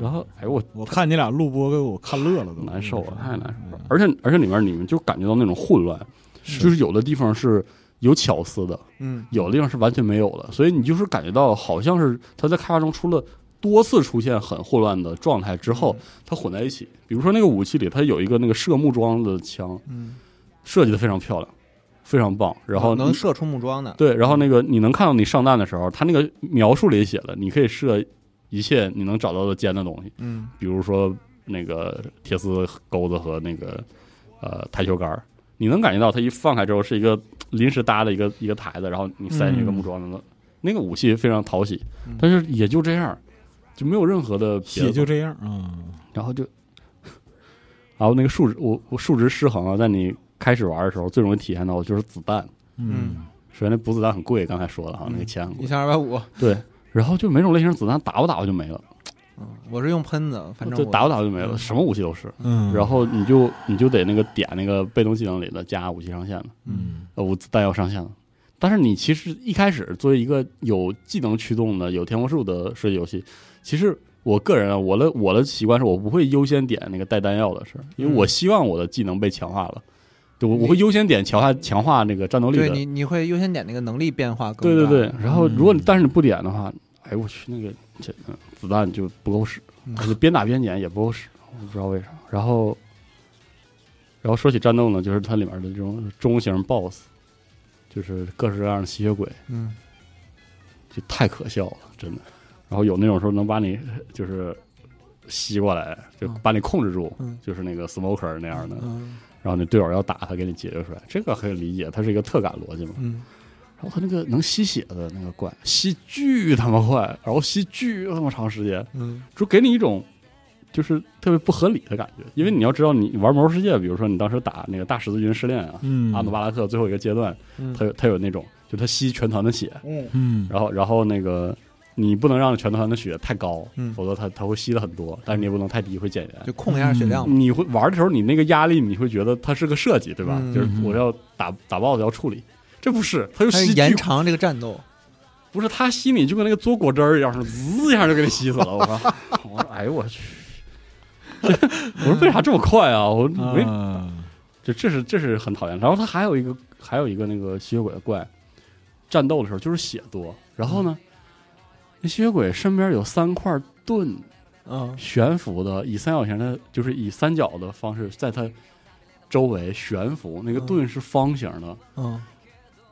C: 然后哎呦我
E: 我看你俩录播给嗯我看乐了都，
C: 难受啊，太难受了
E: 嗯！
C: 而且而且里面你们就感觉到那种混乱，就是有的地方是有巧思的，
B: 嗯
C: 有的地方是完全没有的，所以你就是感觉到好像是他在开发中出了。多次出现很混乱的状态之
B: 嗯
C: 后，它混在一起。比如说那个武器里，它有一个那个射木桩的枪，
B: 嗯，
C: 设计的非常漂亮，非常棒。然后
B: 啊能射出木桩的，
C: 对，然后那个你能看到你上弹的时候，它那个描述里写了，你可以射一切你能找到的尖的东西，
B: 嗯
C: 比如说那个铁丝钩子和那个呃台球杆儿。你能感觉到它一放开之后是一个临时搭的一个一个台子，然后你塞进一个木桩子，那个武器非常讨喜
B: 嗯，
C: 但是也就这样，就没有任何的别
E: 也
C: 的
E: 就这样嗯，
C: 然后就， 然后那个数值我我数值失衡啊，在你开始玩的时候最容易体验到的就是子弹。
E: 嗯，
C: 首先那补子弹很贵，刚才说了哈，那个钱很贵
B: 一。千二百五，
C: 对，然后就每种类型子弹打不打不就没了，
B: 嗯我是用喷子，反正
C: 就
B: 我
C: 打不打不就没了，什么武器都是。
E: 嗯，
C: 然后你就你就得那个点那个被动技能里的加武器上限的，
E: 嗯
C: 呃，武弹药上限的。但是你其实一开始作为一个有技能驱动的、有天赋树的射击游戏，其实我个人啊，我的我的习惯是我不会优先点那个带弹药的事儿，因
B: 嗯
C: 为我希望我的技能被强化了，对我我会优先点强化强化那个战斗力的。
B: 对你你会优先点那个能力变化更
C: 对对
B: 大
C: 对，，然后如果你
E: 嗯
C: 但是你不点的话，哎我去那个这嗯子弹就不够使
B: 嗯，
C: 而且边打边捡也不够使，我不知道为啥。然后，然后说起战斗呢，就是它里面的这种中型 BOSS，就是各式各样的吸血鬼，
B: 嗯
C: 就太可笑了，真的。然后有那种时候能把你就是吸过来，就
B: 嗯
C: 把你控制住，
B: 嗯
C: 就是那个 Smoker 那样的。
B: 嗯
C: 然后你队友要打他，给你解决出来，这个可以理解，它是一个特感逻辑嘛。
B: 嗯，
C: 然后他那个能吸血的那个怪，吸巨他妈快，然后吸巨他妈长时间，
B: 嗯
C: 就给你一种就是特别不合理的感觉。因为你要知道，你玩《魔兽世界》，比如说你当时打那个大十字军试炼啊，
E: 嗯，
C: 阿努巴拉克最后一个阶段，
B: 嗯
C: 他有他有那种，就他吸全团的血，
E: 嗯，
C: 然后然后那个你不能让全团的血太高，
B: 嗯
C: 否则他他会吸的很多，但是你也不能太低，会减员。
B: 就控一下血量嘛，
C: 你会玩的时候，你那个压力你会觉得它是个设计，对吧？
B: 嗯
C: 就是我要打打 BOSS 要处理，这不是，它就
B: 它是
C: 吸
B: 延
C: 巨
B: 长这个战斗，
C: 不是他吸你就跟那个嘬果汁儿一样，是滋一下就给你吸死 了。我说，我说，哎呦我去！我说为啥这么快啊？我没
E: 嗯
C: 这这是这是很讨厌。然后他还有一个还有一个那个吸血鬼的怪，战斗的时候就是血多，然后呢，那吸血鬼身边有三块盾
B: 嗯
C: 悬浮的，以三角形的，就是以三角的方式在他周围悬浮，那个
B: 嗯
C: 盾是方形的，
B: 嗯，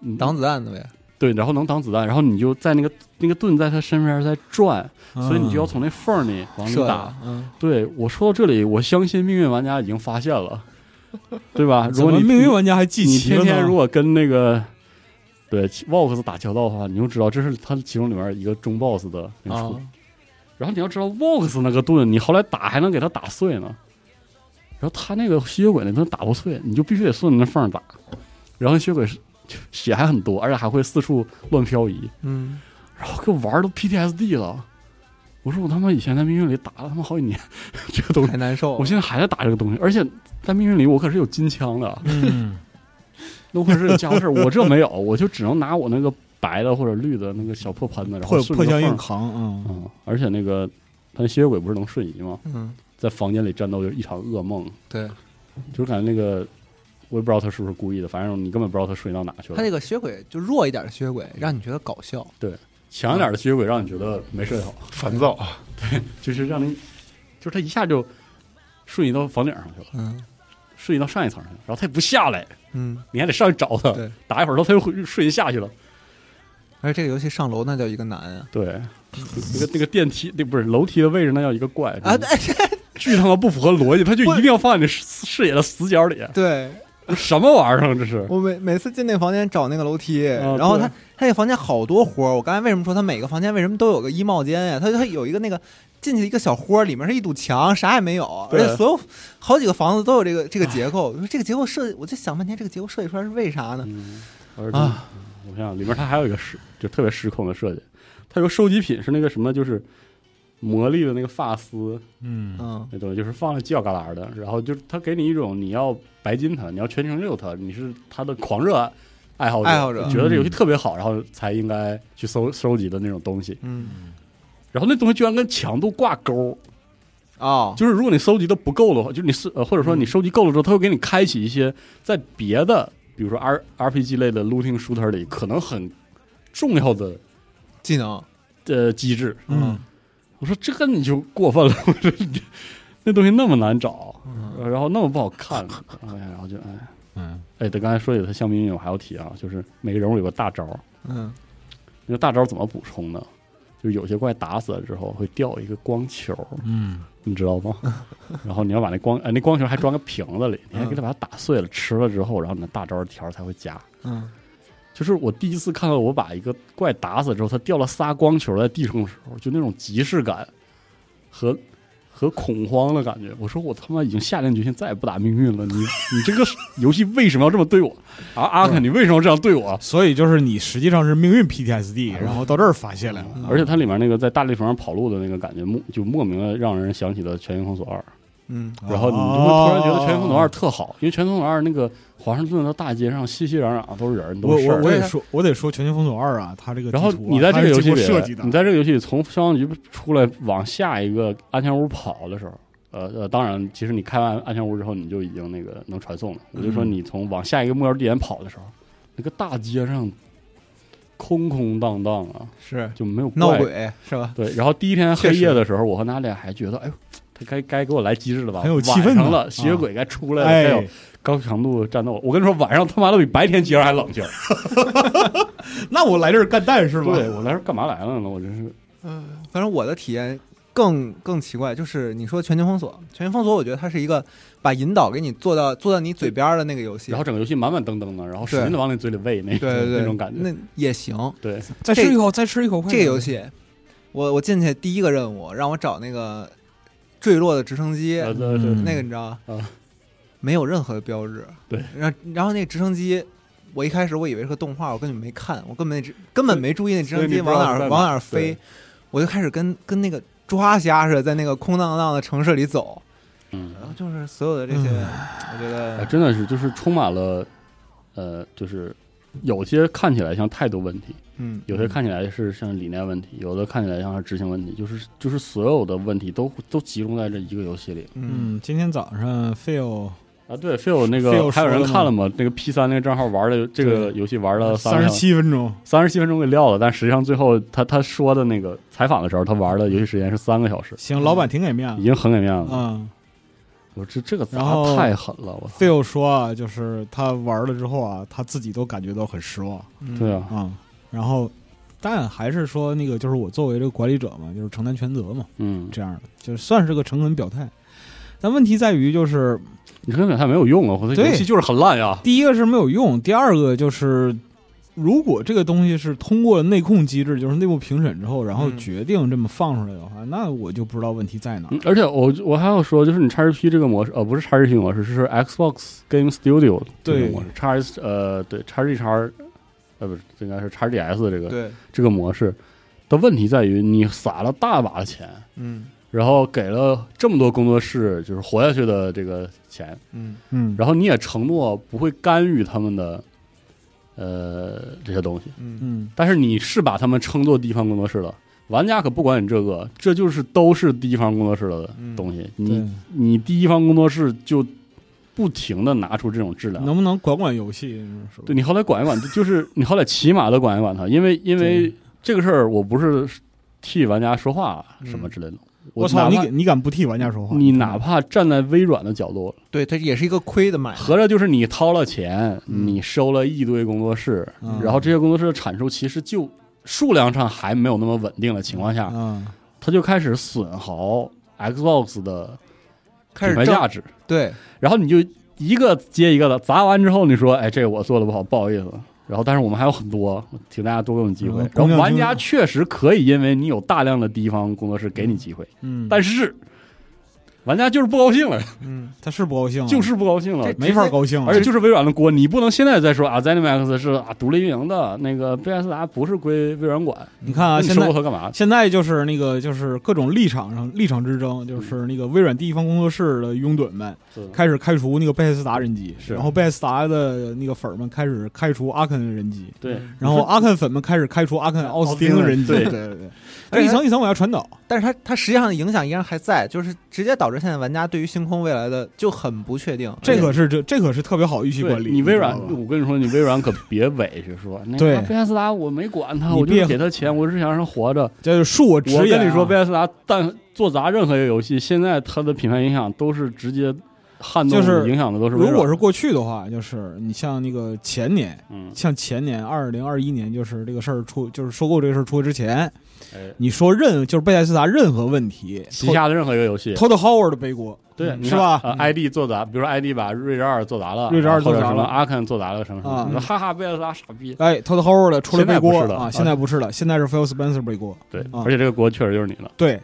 C: 你
B: 挡子弹的呗，
C: 对，然后能挡子弹，然后你就在那个那个盾在他身边在转，所以你
E: 嗯
C: 就要从那缝儿里往里
E: 啊
B: 射
C: 打
B: 的。，嗯，
C: 对我说到这里，我相信命运玩家已经发现了， 对吧？如
E: 嗯怎
C: 果
E: 么
C: 你
E: 命运玩家还记
C: 你
E: 齐
C: 天
E: 了
C: 天如
E: 呢？
C: 果跟那个对 Vox 打交道的话，你就知道这是他其中里面一个中 BOSS 的那个出。
B: 啊，
C: 然后你要知道 Vox 那个盾，你后来打还能给他打碎呢。然后他那个吸血鬼那盾打不碎，你就必须得顺着那缝儿打。然后吸血鬼是血还很多，而且还会四处乱漂移。
B: 嗯，
C: 然后给我玩都 PTSD 了。我说我他妈以前在命运里打了他妈好几年这个东西
B: 太，难受
C: 我
E: 哦
B: 了，
C: 现在还在打这个东西，而且在命运里我可是有金枪的，
E: 嗯，
C: 那我可是有家伙事 儿，我这没有，我就只能拿我那个白的或者绿的那个小破喷子，然后
E: 破
C: 顺
E: 破
C: 着
E: 相
C: 缝
E: 硬
C: 儿
E: 扛，嗯，
C: 嗯，而且那个他那吸血鬼不是能瞬移吗？
B: 嗯，
C: 在房间里战斗就是一场噩梦，
B: 对，
C: 就是感觉那个我也不知道他是不是故意的，反正你根本不知道他瞬移到哪去
B: 他
C: 了。
B: 这个吸血鬼就弱一点的吸血鬼，让你觉得搞笑，
C: 强一点的吸血鬼让你觉得没睡好，
D: 烦躁，
B: 啊
C: 就是让你，就是他一下就瞬移到房顶上去了。
B: 嗯
C: 瞬移到上一层去了，然后他也不下来，
B: 嗯，
C: 你还得上去找他
B: 对，
C: 打一会儿，然后他又回瞬移下去了。
B: 而且这个游戏上楼那叫一个难啊，
C: 对，那个那个电梯，那不是楼梯的位置，那叫一个怪
B: 啊，对
C: 巨他妈不符合逻辑，他就一定要放在你视视野的死 角里，啊
B: 对，
C: 什么玩意儿啊这是？
B: 我每每次进那个房间找那个楼梯，
C: 啊
B: 然后
C: 对
B: 他他那个房间好多活儿。我刚才为什么说他每个房间为什么都有个衣帽间呀？他他有一个那个进去一个小窝儿，里面是一堵墙，啥也没有，而
C: 对
B: 且所有好几个房子都有这个这个结构。我说这个结构设计，我就想半天这个结构设计出来是为啥呢？
C: 嗯，而且
B: 啊
C: 我想想里面它还有一个失，就特别失控的设计，它有个收集品是那个什么，就是魔力的那个发丝
E: 嗯，
B: 嗯
C: 那东西，就是放在犄角旮旯的，然后就是它给你一种你要白金它，你要全程六它，你是它的狂热爱好者，
B: 爱好者
C: 觉得这游戏特别好，然后才应该去搜收集的那种东西。
B: 嗯
C: 然后那东西居然跟强度挂钩，
B: 哦，
C: 就是如果你收集的不够的话，就是你是呃或者说你收集够了之后，它会给你开启一些在别的，比如说 R R P G 类的 looting shooter 里可能很重要的
B: 技能
C: 呃机制。
E: 嗯，
C: 我说这个你就过分了，我说你那东西那么难找，呃然后那么不好看，哎呀，然后就哎。
E: 嗯，
C: 哎，对，刚才说起他橡皮运，我还要提啊，就是每个人物有个大招，
B: 嗯
C: 那个大招怎么补充呢？就是有些怪打死了之后会掉一个光球，
E: 嗯，
C: 你知道吗？ 然后你要把那光，哎，那光球还装个瓶子里，你还给它把它打碎了，吃了之后，然后你的大招条才会加。
B: 嗯
C: 就是我第一次看到我把一个怪打死之后，它掉了仨光球在地上的时候，就那种即视感和和恐慌的感觉。我说我他妈已经下定决心再也不打命运了。你 你这个游戏为什么要这么对我？啊阿肯，你为什么要这样对我？
E: 所以就是你实际上是命运 PTSD，然
C: 嗯
E: 后到这儿发泄来了，啊
C: 而且它里面那个在大地图上跑路的那个感觉，莫就莫名的让人想起了《全员封锁
E: 啊
C: 二》。
B: 嗯
C: 然后你就会突然觉得《全员风斗二》
E: 哦
C: 特好，因为《全员风斗二》那个华盛顿的大街上熙熙攘攘都是人，
E: 我
C: 都是事
E: 我我
C: 儿。啊
E: 得说，我得说《全球封锁二》啊，它这个地
C: 然
E: 图啊、
C: 后你在这个游戏
E: 它是经过设计
C: 里
E: 的，，
C: 你在这个游戏里从消防局出来往下一个安全屋跑的时候，呃呃，当然，其实你开完安全屋之后，你就已经那个能传送了。我就说
E: 嗯
C: 你从往下一个目标地点跑的时候，那个大街上空空荡荡啊，
B: 是
C: 就没有
B: 闹
C: 怪。
B: 鬼是吧？
C: 对，然后第一天黑
B: 确
C: 夜
B: 实
C: 的时候，我和娜俩还觉得，哎呦，他该该给我来机制了吧？
E: 很有气
C: 晚
E: 氛
C: 上
E: 呢
C: 了，吸血
E: 啊
C: 鬼该出来了，该有
E: 哎，
C: 高强度战斗，我跟你说，晚上他妈的比白天街上还冷清。
E: 那我来这儿干蛋是吧？
C: 对我来说干嘛来了呢？我真是，
B: 反正我的体验更更奇怪，就是你说全球封锁，全球封锁，我觉得它是一个把引导给你做到做到你嘴边儿的那个游戏。
C: 然后整个游戏满满登登的，然后使劲的往你嘴里喂那
B: 对对对，
C: 那种感觉。
B: 那也行。
C: 对，
E: 再
B: 这
E: 吃一口，再吃一口，快
B: 这个
E: 点
B: 游戏，我我进去第一个任务让我找那个坠落的直升机，
C: 呃，对对
E: 嗯
B: 那个你知道吗？
C: 啊
B: 没有任何的标志。
C: 对，
B: 然后然后那个直升机。我一开始我以为是个动画，我根本没看，我根本没根本没注意那直升
C: 所以
B: 机
C: 你不知
B: 往
C: 道
B: 哪
C: 是在
B: 儿
C: 哪
B: 往哪儿
C: 对
B: 飞，我就开始跟跟那个抓瞎似的在那个空荡荡的城市里走，嗯
C: 嗯，
B: 然后就是所有的这些，我觉得
C: 哎，真的是就是充满了，呃，就是有些看起来像态度问题，
B: 嗯，
C: 有些看起来是像理念问题，有的看起来像是执行问题，就是就是所有的问题都都集中在这一个游戏里
B: 嗯
E: 嗯，今天早上 Phil
C: 啊。对，Phil 那
E: Phil
C: 个还有人
E: 说了吗
C: 看了吗？那个 P 三那个账号玩的这个游戏玩了
E: 三十七分钟，
C: 三十七分钟给撂了，但实际上最后他他说的那个采访的时候，他玩的游戏时间是三个小时，
B: 嗯
E: 行，老板挺给面
C: 已
E: 子。
C: 经很给面子了。
E: 嗯
C: 我这这个砸
E: 然后
C: 太狠了，我操！
E: ，Phil 说啊，就是他玩了之后啊，他自己都感觉到很失望。
B: 嗯
C: 对啊，
E: 啊、然后但还是说那个就是我作为这个管理者嘛，就是承担全责嘛，
C: 嗯，
E: 这样的就算是个诚恳表态。但问题在于就是
C: 你这个表态没有用啊，我这
E: 对
C: 游戏就是很烂呀。
E: 第一个是没有用，第二个就是。如果这个东西是通过内控机制，就是内部评审之后，然后
B: 嗯
E: 决定这么放出来的话，那我就不知道问题在哪儿。
C: 嗯而且我我还要说，就是你 XGP 这个模式，呃，不是 XGP 模式，是 Xbox Game Studio 这
E: 对
C: 个模式，X 呃对 XGX，呃不是，这应该是 XGS 这个
B: 对，
C: 这个模式的问题在于，你撒了大把的钱，
B: 嗯
C: 然后给了这么多工作室就是活下去的这个钱，
B: 嗯
E: 嗯，
C: 然后你也承诺不会干预他们的呃这些东西，
B: 嗯
E: 嗯，
C: 但是你是把他们称作第一方工作室了。玩家可不管你这个，这就是都是第一方工作室的
B: 嗯
C: 东西。
E: 嗯对
C: 你，你第一方工作室就不停的拿出这种质量，
E: 能不能管管游戏？是吧
C: 对你好歹管一管，就是你好歹起码的管一管他，因为因为
E: 对
C: 这个事儿我不是替玩家说话
B: 嗯
C: 什么之类的。
E: 我
C: 哪
E: 操，你
C: 怕
E: 敢你敢不替玩家说话？
C: 你哪怕站在微软的角度，
B: 对，它也是一个亏的买
E: 哎
B: 卖，
C: 合着就是你掏了钱，
B: 嗯
C: 你收了一堆工作室，
E: 嗯
C: 然后这些工作室的产出其实就数量上还没有那么稳定的情况下，
E: 嗯，
C: 他就开始损耗 Xbox 的
B: 开
C: 品
B: 始
C: 牌
B: 挣
C: 价值，
B: 对，
C: 然后你就一个接一个的砸完之后，你说，哎，这个我做的不好，不好意思。然后，但是我们还有很多，请大家多给我们机会
E: 嗯。
C: 然
E: 工匠
C: 后，玩
E: 精
C: 家
E: 神
C: 确实可以，因为你有大量的地方工作室给你机会，
E: 嗯，
C: 但是玩家就是不高兴了，
B: 嗯
E: 他是不高兴啊，
C: 就是不高兴了
B: 这。
E: 没法高兴啊，
C: 而且就是微软的锅，你不能现在再说啊，ZeniMax 是啊独立运营的，那个贝塞斯达不是归微软管，
E: 你看啊，
C: 那你
E: 现
C: 收购
E: 在
C: 它干嘛？
E: 现在就是那个就是各种立场上立场之争，就是那个微软第一方工作室的拥趸们
C: 嗯
E: 开始开除那个贝塞斯达人机，
C: 是
E: 然后贝塞斯达的那个粉儿们开始开除阿肯人机，
C: 对，
E: 然后阿肯粉们开始开除阿肯奥斯汀人机，
C: 对哎
E: 对对对，
B: 而
E: 这
B: 且
E: 一
B: 它
E: 层一层往下传导，
B: 但是它它实际上的影响依然还在，就是直接导致现在玩家对于星空未来的就很不确定。
E: 这
B: 而
E: 可
B: 且
E: 是这这可是特别好预期
C: 对
E: 管理，
C: 你微软
E: 知，道吧
C: 我跟你说，你微软可别委屈说，那
E: 对
C: 个啊贝塞斯达我没管他，
E: 你
C: 我就
E: 别
C: 是给他钱，我是想让他活着。
E: 这恕我直
C: 我
E: 言啊，
C: 跟你说，贝塞斯达但做砸任何一个游戏，现在它的品牌影响都是直接撼动
E: 就是
C: 影响的都是微
E: 如
C: 软。
E: 果是过去的话，就是你像那个前年。
C: 嗯，
E: 像前年二零二一年，就是这个事儿出，就是收购这个事儿出之前，
C: 哎，
E: 你说任就是贝塞斯达任何问题，
C: 旗下的任何一个游戏，
E: Todd Howard 背锅，
C: 对，
E: 嗯
C: 你
E: 是
C: 看
E: 吧
C: 呃，ID 做砸，比如说 ID 把瑞士二做砸了，啊
E: 瑞士二做砸了
C: 或者什么阿肯做砸了什么什么，
E: 啊
C: 你说哈哈，贝斯达傻逼。
E: 哎，Todd Howard 出来背
C: 现
E: 锅
C: 在不是了
E: 啊，
C: 啊
E: 现在不是了，现在是 Phil Spencer 背锅，
C: 对，
E: 啊
C: 而且这个锅确实就是你了。
E: 对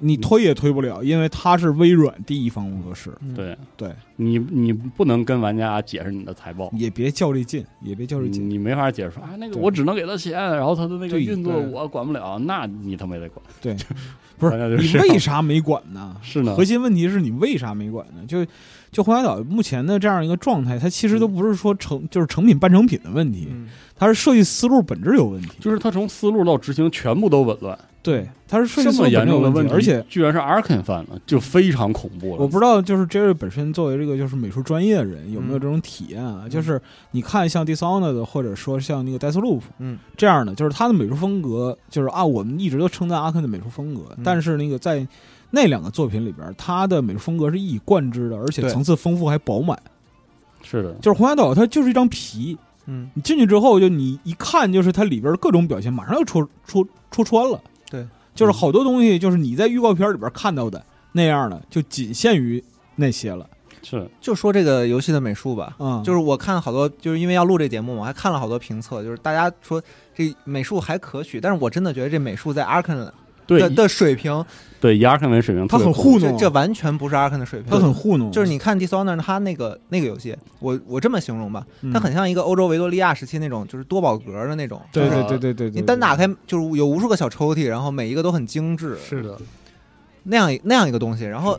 E: 你推也推不了，因为他是微软第一方工作室，
B: 嗯
C: 对
E: 对，
C: 你你不能跟玩家解释你的财报，
E: 也别较这劲，也别较这
C: 你
E: 劲，
C: 你没法解释说啊，那个
E: 对
C: 我只能给他钱，然后他的那个
E: 对
C: 运作
E: 对
C: 我管不了，那你他妈也得管。
E: 不
C: 玩家
E: 是
C: 就是
E: 你
C: 这样嗯
E: 为啥没管呢？
C: 是呢
E: 核，心问题是你为啥没管呢？就就红海岛目前的这样一个状态，它其实都不是说成就是成品半成品的问题，
B: 嗯
E: 它是设计思路本质有问题。
C: 就是他从思路到执行全部都紊乱，
E: 对，它是设计
C: 这
E: 思
C: 么
E: 路本
C: 严
E: 质有
C: 重的
E: 问
C: 问
E: 题，而且
C: 居然是 Arkin 犯了，就非常恐怖了。
E: 我不知道，就是 Jerry 本身作为这个就是美术专业的人，有没有
B: 嗯
E: 这种体验啊？就是你看像 Dishonored 或者说像那个 Deathloop，
B: 嗯，
E: 这样的，就是他的美术风格，就是啊，我们一直都称赞阿肯的美术风格，
B: 嗯
E: 但是那个在那两个作品里边，他的美术风格是一以贯之的，而且
B: 对
E: 层次丰富还饱满。
C: 是的，
E: 就是红海岛，它就是一张皮，
B: 嗯
E: 你进去之后，就你一看就是它里边各种表现马上要戳戳戳穿了。
B: 对，嗯
E: 就是好多东西，就是你在预告片里边看到的那样的，就仅限于那些了。
C: 是
B: 就说这个游戏的美术吧，
E: 嗯，
B: 就是我看好多，就是因为要录这节目嘛，我还看了好多评测，就是大家说这美术还可取，但是我真的觉得这美术在 Arkan
C: 对
B: 的的水平，
C: 对，以 Arkin 为水平，
E: 他很糊
B: 这
E: 弄，
B: 这完全不是 Arkan 的水平。
E: 他很糊弄，
B: 就是你看 Dishonored 它那个那个游戏，我我这么形容吧，
E: 嗯
B: 它很像一个欧洲维多利亚时期那种，就是多宝格的那种。就
E: 对
B: 是
E: 对对对对对，
B: 你
C: 嗯
B: 单打开就是有无数个小抽屉，然后每一个都很精致，
C: 是的，
B: 那样那样一个东西。然后《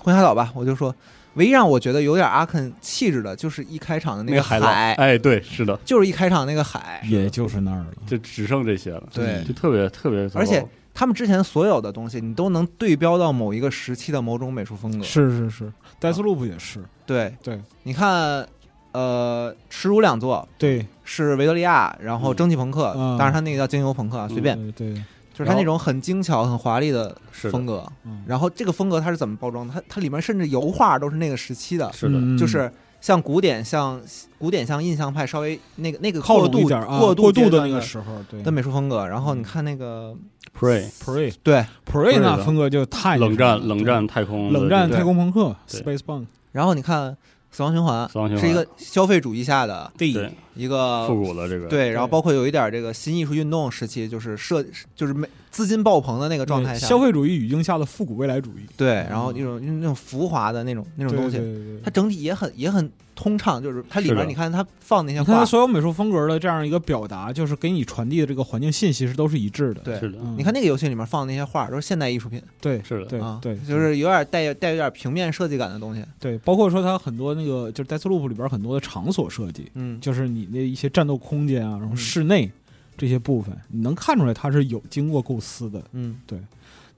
B: 红海岛》吧，我就说。唯一让我觉得有点阿肯气质的，就是一开场的
C: 那
B: 个
C: 个海浪，哎，嗯对，是的，
B: 就是一开场那个海，
E: 也就是那儿了。
C: 就只剩这些了，
B: 对
C: 就特别特别糟糕，
B: 而且他们之前所有的东西，你都能对标到某一个时期的某种美术风格。
E: 是是是，Death Loop 也是，
B: 对
E: 对，
B: 你看，呃，耻辱两座
E: 对，
B: 是维多利亚，然后
C: 嗯
B: 蒸汽朋克，
E: 嗯
B: 当然他那个叫精油朋克啊，
C: 嗯
B: 随便，
E: 对对，
B: 就是他那种很精巧、很华丽的
C: 是的
B: 风格。
E: 嗯
B: 然后这个风格它是怎么包装的？它它里面甚至油画都是那个时期的，
C: 是的，
E: 嗯
B: 就是像古典、像古典、像印象派稍微那个那个
E: 靠
B: 过
E: 拢一
B: 渡、
E: 点啊，
B: 过渡
E: 过渡
B: 阶
E: 的
B: 段
E: 那个时嗯候，对
B: 的美术风格。然后你看那个
C: Pray
E: ，Pray
B: 对，
E: Pray 那
C: 的
E: 风格就太
C: 冷战
E: 对
C: 冷战太空的
E: 冷战
C: 这个
E: 太空朋克
C: 对
E: Space Punk
B: 然后你看死亡循环
C: 死亡循环
B: 是一个消费主义下的
C: 对
B: 一个
C: 复古的这个
B: 对，然后包括有一点这个新艺术运动时期，就是设就是没资金爆棚的那个状态
E: 对
B: 下，
E: 消费主嗯义语境下的复古未来主义
B: 对，然后那种那种浮华的那种那
E: 这
B: 种东西，它整体也很也很通畅，就是它里
C: 是
B: 面
C: 的
B: 你看它放那些
E: 你看
B: 画
E: 它，所有美术风格的这样一个表达，就是给你传递的这个环境信息是都是一致的。
B: 对
C: 是的，
E: 嗯
B: 你看那个游戏里面放的那些画都是现代艺术品
E: 对
C: 是的
E: 对
B: 啊，
E: 对，
B: 就是有点带带有点平面设计感的东西，
E: 对，包括说它很多那个就是 Death Loop 里边很多的场所设计，
B: 嗯，
E: 就是你那一些战斗空间啊，然后
B: 嗯
E: 室内这些部分，你能看出来它是有经过构思的。
B: 嗯，
E: 但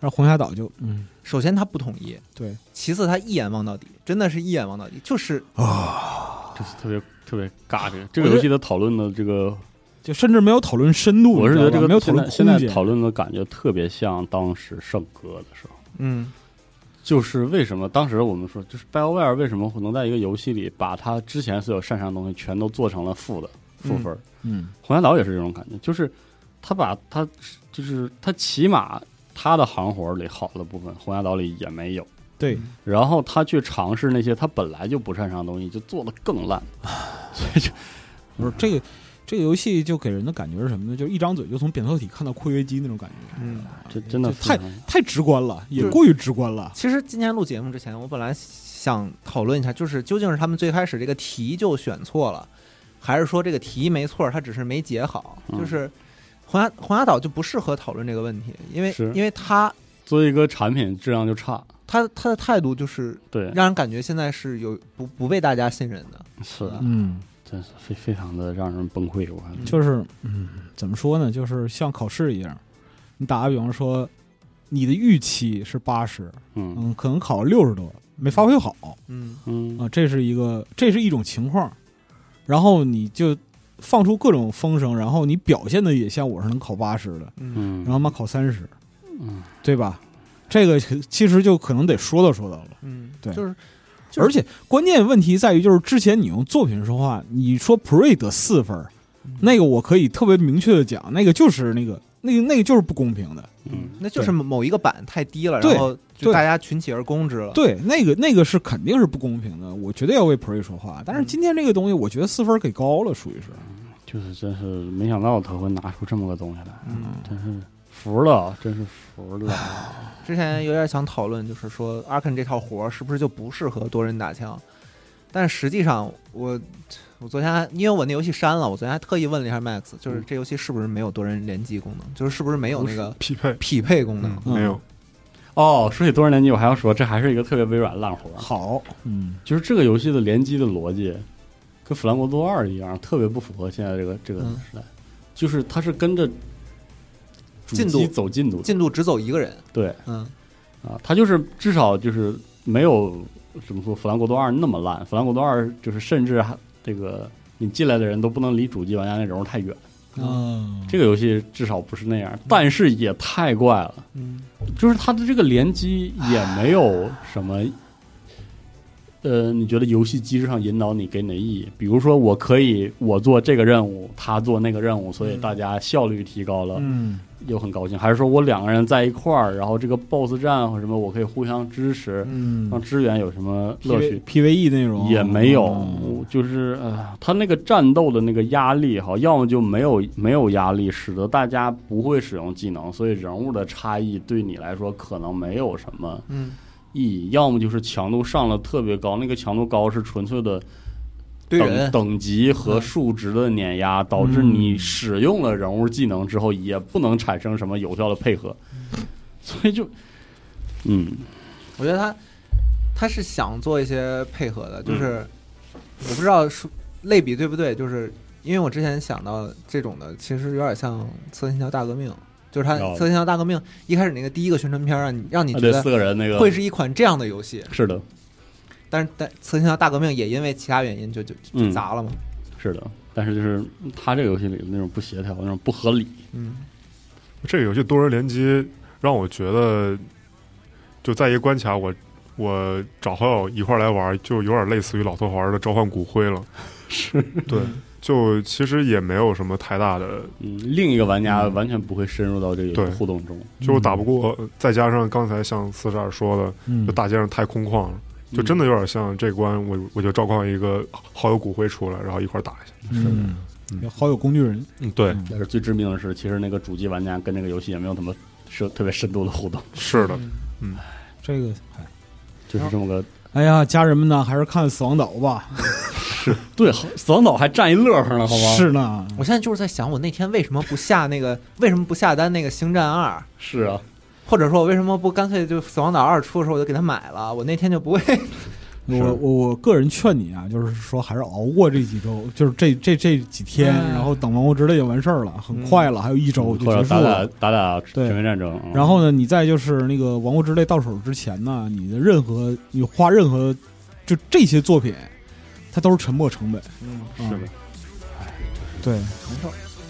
E: 是红霞岛就嗯，
B: 首先它不统一，
E: 对，
B: 其次它一眼望到底，真的是一眼望到底，就是
C: 就是特别特别尬这个这个游戏的讨论的这个，
E: 就甚至没有讨论深度，
C: 我是觉
E: 你
C: 得
E: 知
C: 这个
E: 道吧没有讨
C: 现在
E: 论空
C: 现在
E: 间，
C: 讨论的感觉特别像当时圣歌的时候。
B: 嗯
C: 就是为什么当时我们说，就是 BioWare 为什么会能在一个游戏里把它之前所有擅长的东西全都做成了负的负分儿？
E: 嗯
C: 红霞岛也是这种感觉，就是他把他就是他起码他的行活里好的部分，红霞岛里也没有。
E: 对，
C: 然后他去尝试那些他本来就不擅长的东西，就做的更烂。所以就
E: 不是这个这个游戏就给人的感觉是什么呢？就一张嘴就从扁桃体看到括约肌那种感觉，
B: 嗯。
C: 这真的
E: 就太
C: 非常
E: 太直观了，也
B: 就是
E: 过于直观了。
B: 其实今天录节目之前，我本来想讨论一下，就是究竟是他们最开始这个题就选错了，还是说这个题没错，他只是没解好？
C: 嗯
B: 就是红霞红霞岛就不适合讨论这个问题，因为
C: 是
B: 因为他
C: 作为一个产品质量就差。
B: 他他的态度就是
C: 对，
B: 让人感觉现在是有不不被大家信任的。
C: 是的，
E: 嗯，
C: 真是非非常的让人崩溃。我感觉
E: 就是嗯，怎么说呢？就是像考试一样，你打个比方说，你的预期是八十，
C: 嗯
E: 嗯，可能考了六十多，没发挥好
B: 嗯
C: 嗯
E: 啊，这是一个，这是一种情况。然后你就放出各种风声，然后你表现的也像我是能考八十的，
B: 嗯
C: 嗯，
E: 然后嘛考三十，
C: 嗯
E: 对吧？这个其实就可能得说道说道了。
B: 嗯，
E: 对
B: 就是就是
E: 而且关键问题在于，就是之前你用作品说话，你说 Pre 得四分儿，
B: 嗯
E: 那个我可以特别明确的讲，那个就是那个那个那个就是不公平的。
C: 嗯
B: 那就是某一个版太低了，
E: 对
B: 然后就
E: 对
B: 大家群起而攻之了。
E: 对，那个那个是肯定是不公平的，我绝对要为 Pre 说话。
B: 嗯
E: 但是今天这个东西，我觉得四分儿给高了，属于是。
C: 就是真是没想到他会拿出这么个东西来，
B: 嗯，
C: 真是服了，真是服了。
B: 之前有点想讨论，就是说 a r k a n 这套活儿是不是就不适合多人打枪？但实际上我，我昨天还因为我那游戏删了，我昨天还特意问了一下 Max，就是这游戏是不是没有多人联机功能？就是是不是没有那个
D: 匹配
B: 匹配功能？
E: 嗯
D: 没有，
C: 哦，说起多少年级，我还要说，这还是一个特别微软烂活儿，
E: 好，嗯，
C: 就是这个游戏的联机的逻辑，跟《弗兰博多二》一样，特别不符合现在这个这个
B: 嗯
C: 时代，就是它是跟着主
B: 进
C: 机
B: 度
C: 走进度的，
B: 进度只走一个人，
C: 对
B: 嗯
C: 啊，它就是至少就是没有怎么说《弗兰国度二》那么烂，《弗兰国度二》就是甚至还这个你进来的人都不能离主机玩家那人物太远，
E: 嗯，
C: 啊这个游戏至少不是那样，但是也太怪了。
B: 嗯
C: 就是它的这个联机也没有什么，呃，你觉得游戏机制上引导你给你的意义？比如说，我可以我做这个任务，他做那个任务，所以
B: 嗯
C: 大家效率提高了，
E: 嗯，
C: 又很高兴。还是说我两个人在一块儿，然后这个 BOSS 战或什么，我可以互相支持，
E: 嗯
C: 让支援有什么啊乐趣？
E: PVE 内容
C: 也没有，
E: 嗯
C: 就是呃，他那个战斗的那个压力哈，要么就没有没有压力，使得大家不会使用技能，所以人物的差异对你来说可能没有什么
B: 嗯，
C: 意义；要么就是强度上了特别高，那个强度高是纯粹的
B: 对
C: 等
B: 人，
C: 等级和
B: 嗯
C: 数值的碾压，导致
D: 嗯
C: 你使用了人物技能之后也不能产生什么有效的配合，所以就嗯
B: 我觉得他他是想做一些配合
C: 嗯
B: 的，就是我不知道是类比对不对，就是因为我之前想到这种的，其实有点像《刺客信条大革命》，就是他
C: 哦
B: 《刺客信条大革命》一开始那个第一个宣传片让你让你
C: 啊，
B: 觉
C: 对，
B: 得
C: 四个人那个
B: 会是一款这样的游戏，
C: 是的，
B: 但是但《刺客信条大革命》也因为其他原因就就就
C: 嗯
B: 砸了嘛，
C: 是的，但是就是他这个游戏里的那种不协调、那种不合理，
B: 嗯
D: 这个游戏多人联机让我觉得，就在一个关卡我。我找好友一块儿来玩，就有点类似于老头环的召唤骨灰了。 是，对，就其实也没有什么太大的
C: 嗯，另一个玩家完全不会深入到这个
D: 对
C: 互动中，
D: 就是打不过，再加上刚才像四十二说的，
E: 嗯
D: 就大街上太空旷了，就真的有点像这关我我就召唤一个好友骨灰出来，然后一块儿打一下。
E: 嗯，有好友工具人，
D: 嗯，对，
E: 嗯
C: 但是最致命的是，其实那个主机玩家跟这个游戏也没有什么深特别深度的互动，
D: 是
B: 嗯
D: 的，
E: 这个哎
D: 哦
C: 就是这么个
E: 哎呀，家人们呢，还是看《死亡岛》吧。
C: 对死亡岛还占一乐呵呢，好吗？
E: 是呢，
B: 我现在就是在想，我那天为什么不下那个， 为什么不下单那个《星战二》？
C: 是啊，
B: 或者说我为什么不干脆就《死亡岛二》出的时候我就给它买了？我那天就不会
E: 我我我个人劝你啊，就是说还是熬过这几周，就是这这这几天，
B: 哎
E: 然后等《王国之泪》就完事儿了，很快了，还有一周就
C: 嗯或者
E: 结束
C: 打打
E: 了。
C: 打打
E: 对
C: 全面战争，嗯
E: 然后呢，你再就是那个《王国之泪》到手之前呢，你的任何你花任何就这些作品，它都是沉没成本。嗯，
C: 是的，
E: 对，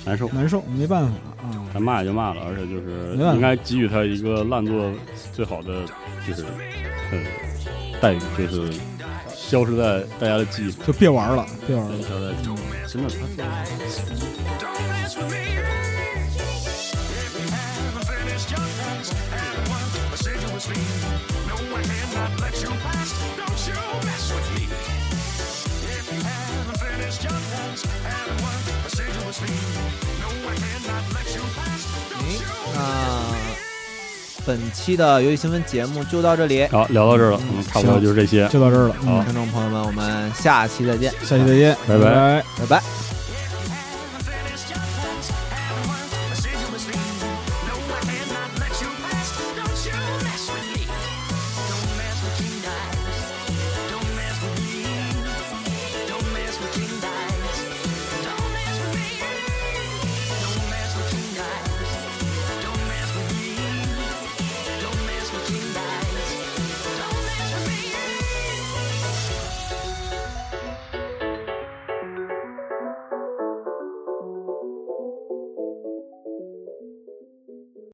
C: 难受。
E: 难受，没办法啊。
C: 该骂也就骂了，而且就是
E: 没办法
C: 应该给予他一个烂作最好的就是呃待遇，就是消失在大家的记忆，消
E: 就别玩了，别玩
C: 失
E: 了。
C: 在记忆真的他做得好
B: 那嗯本期的游戏新闻节目就到这里，
C: 好，聊到这儿了，我们差不多就是这些。
E: 就到这儿了，嗯
C: 好
B: 听众朋友们，我们下期再见，
E: 下期再见，
C: 拜拜
E: 拜。
B: 拜拜。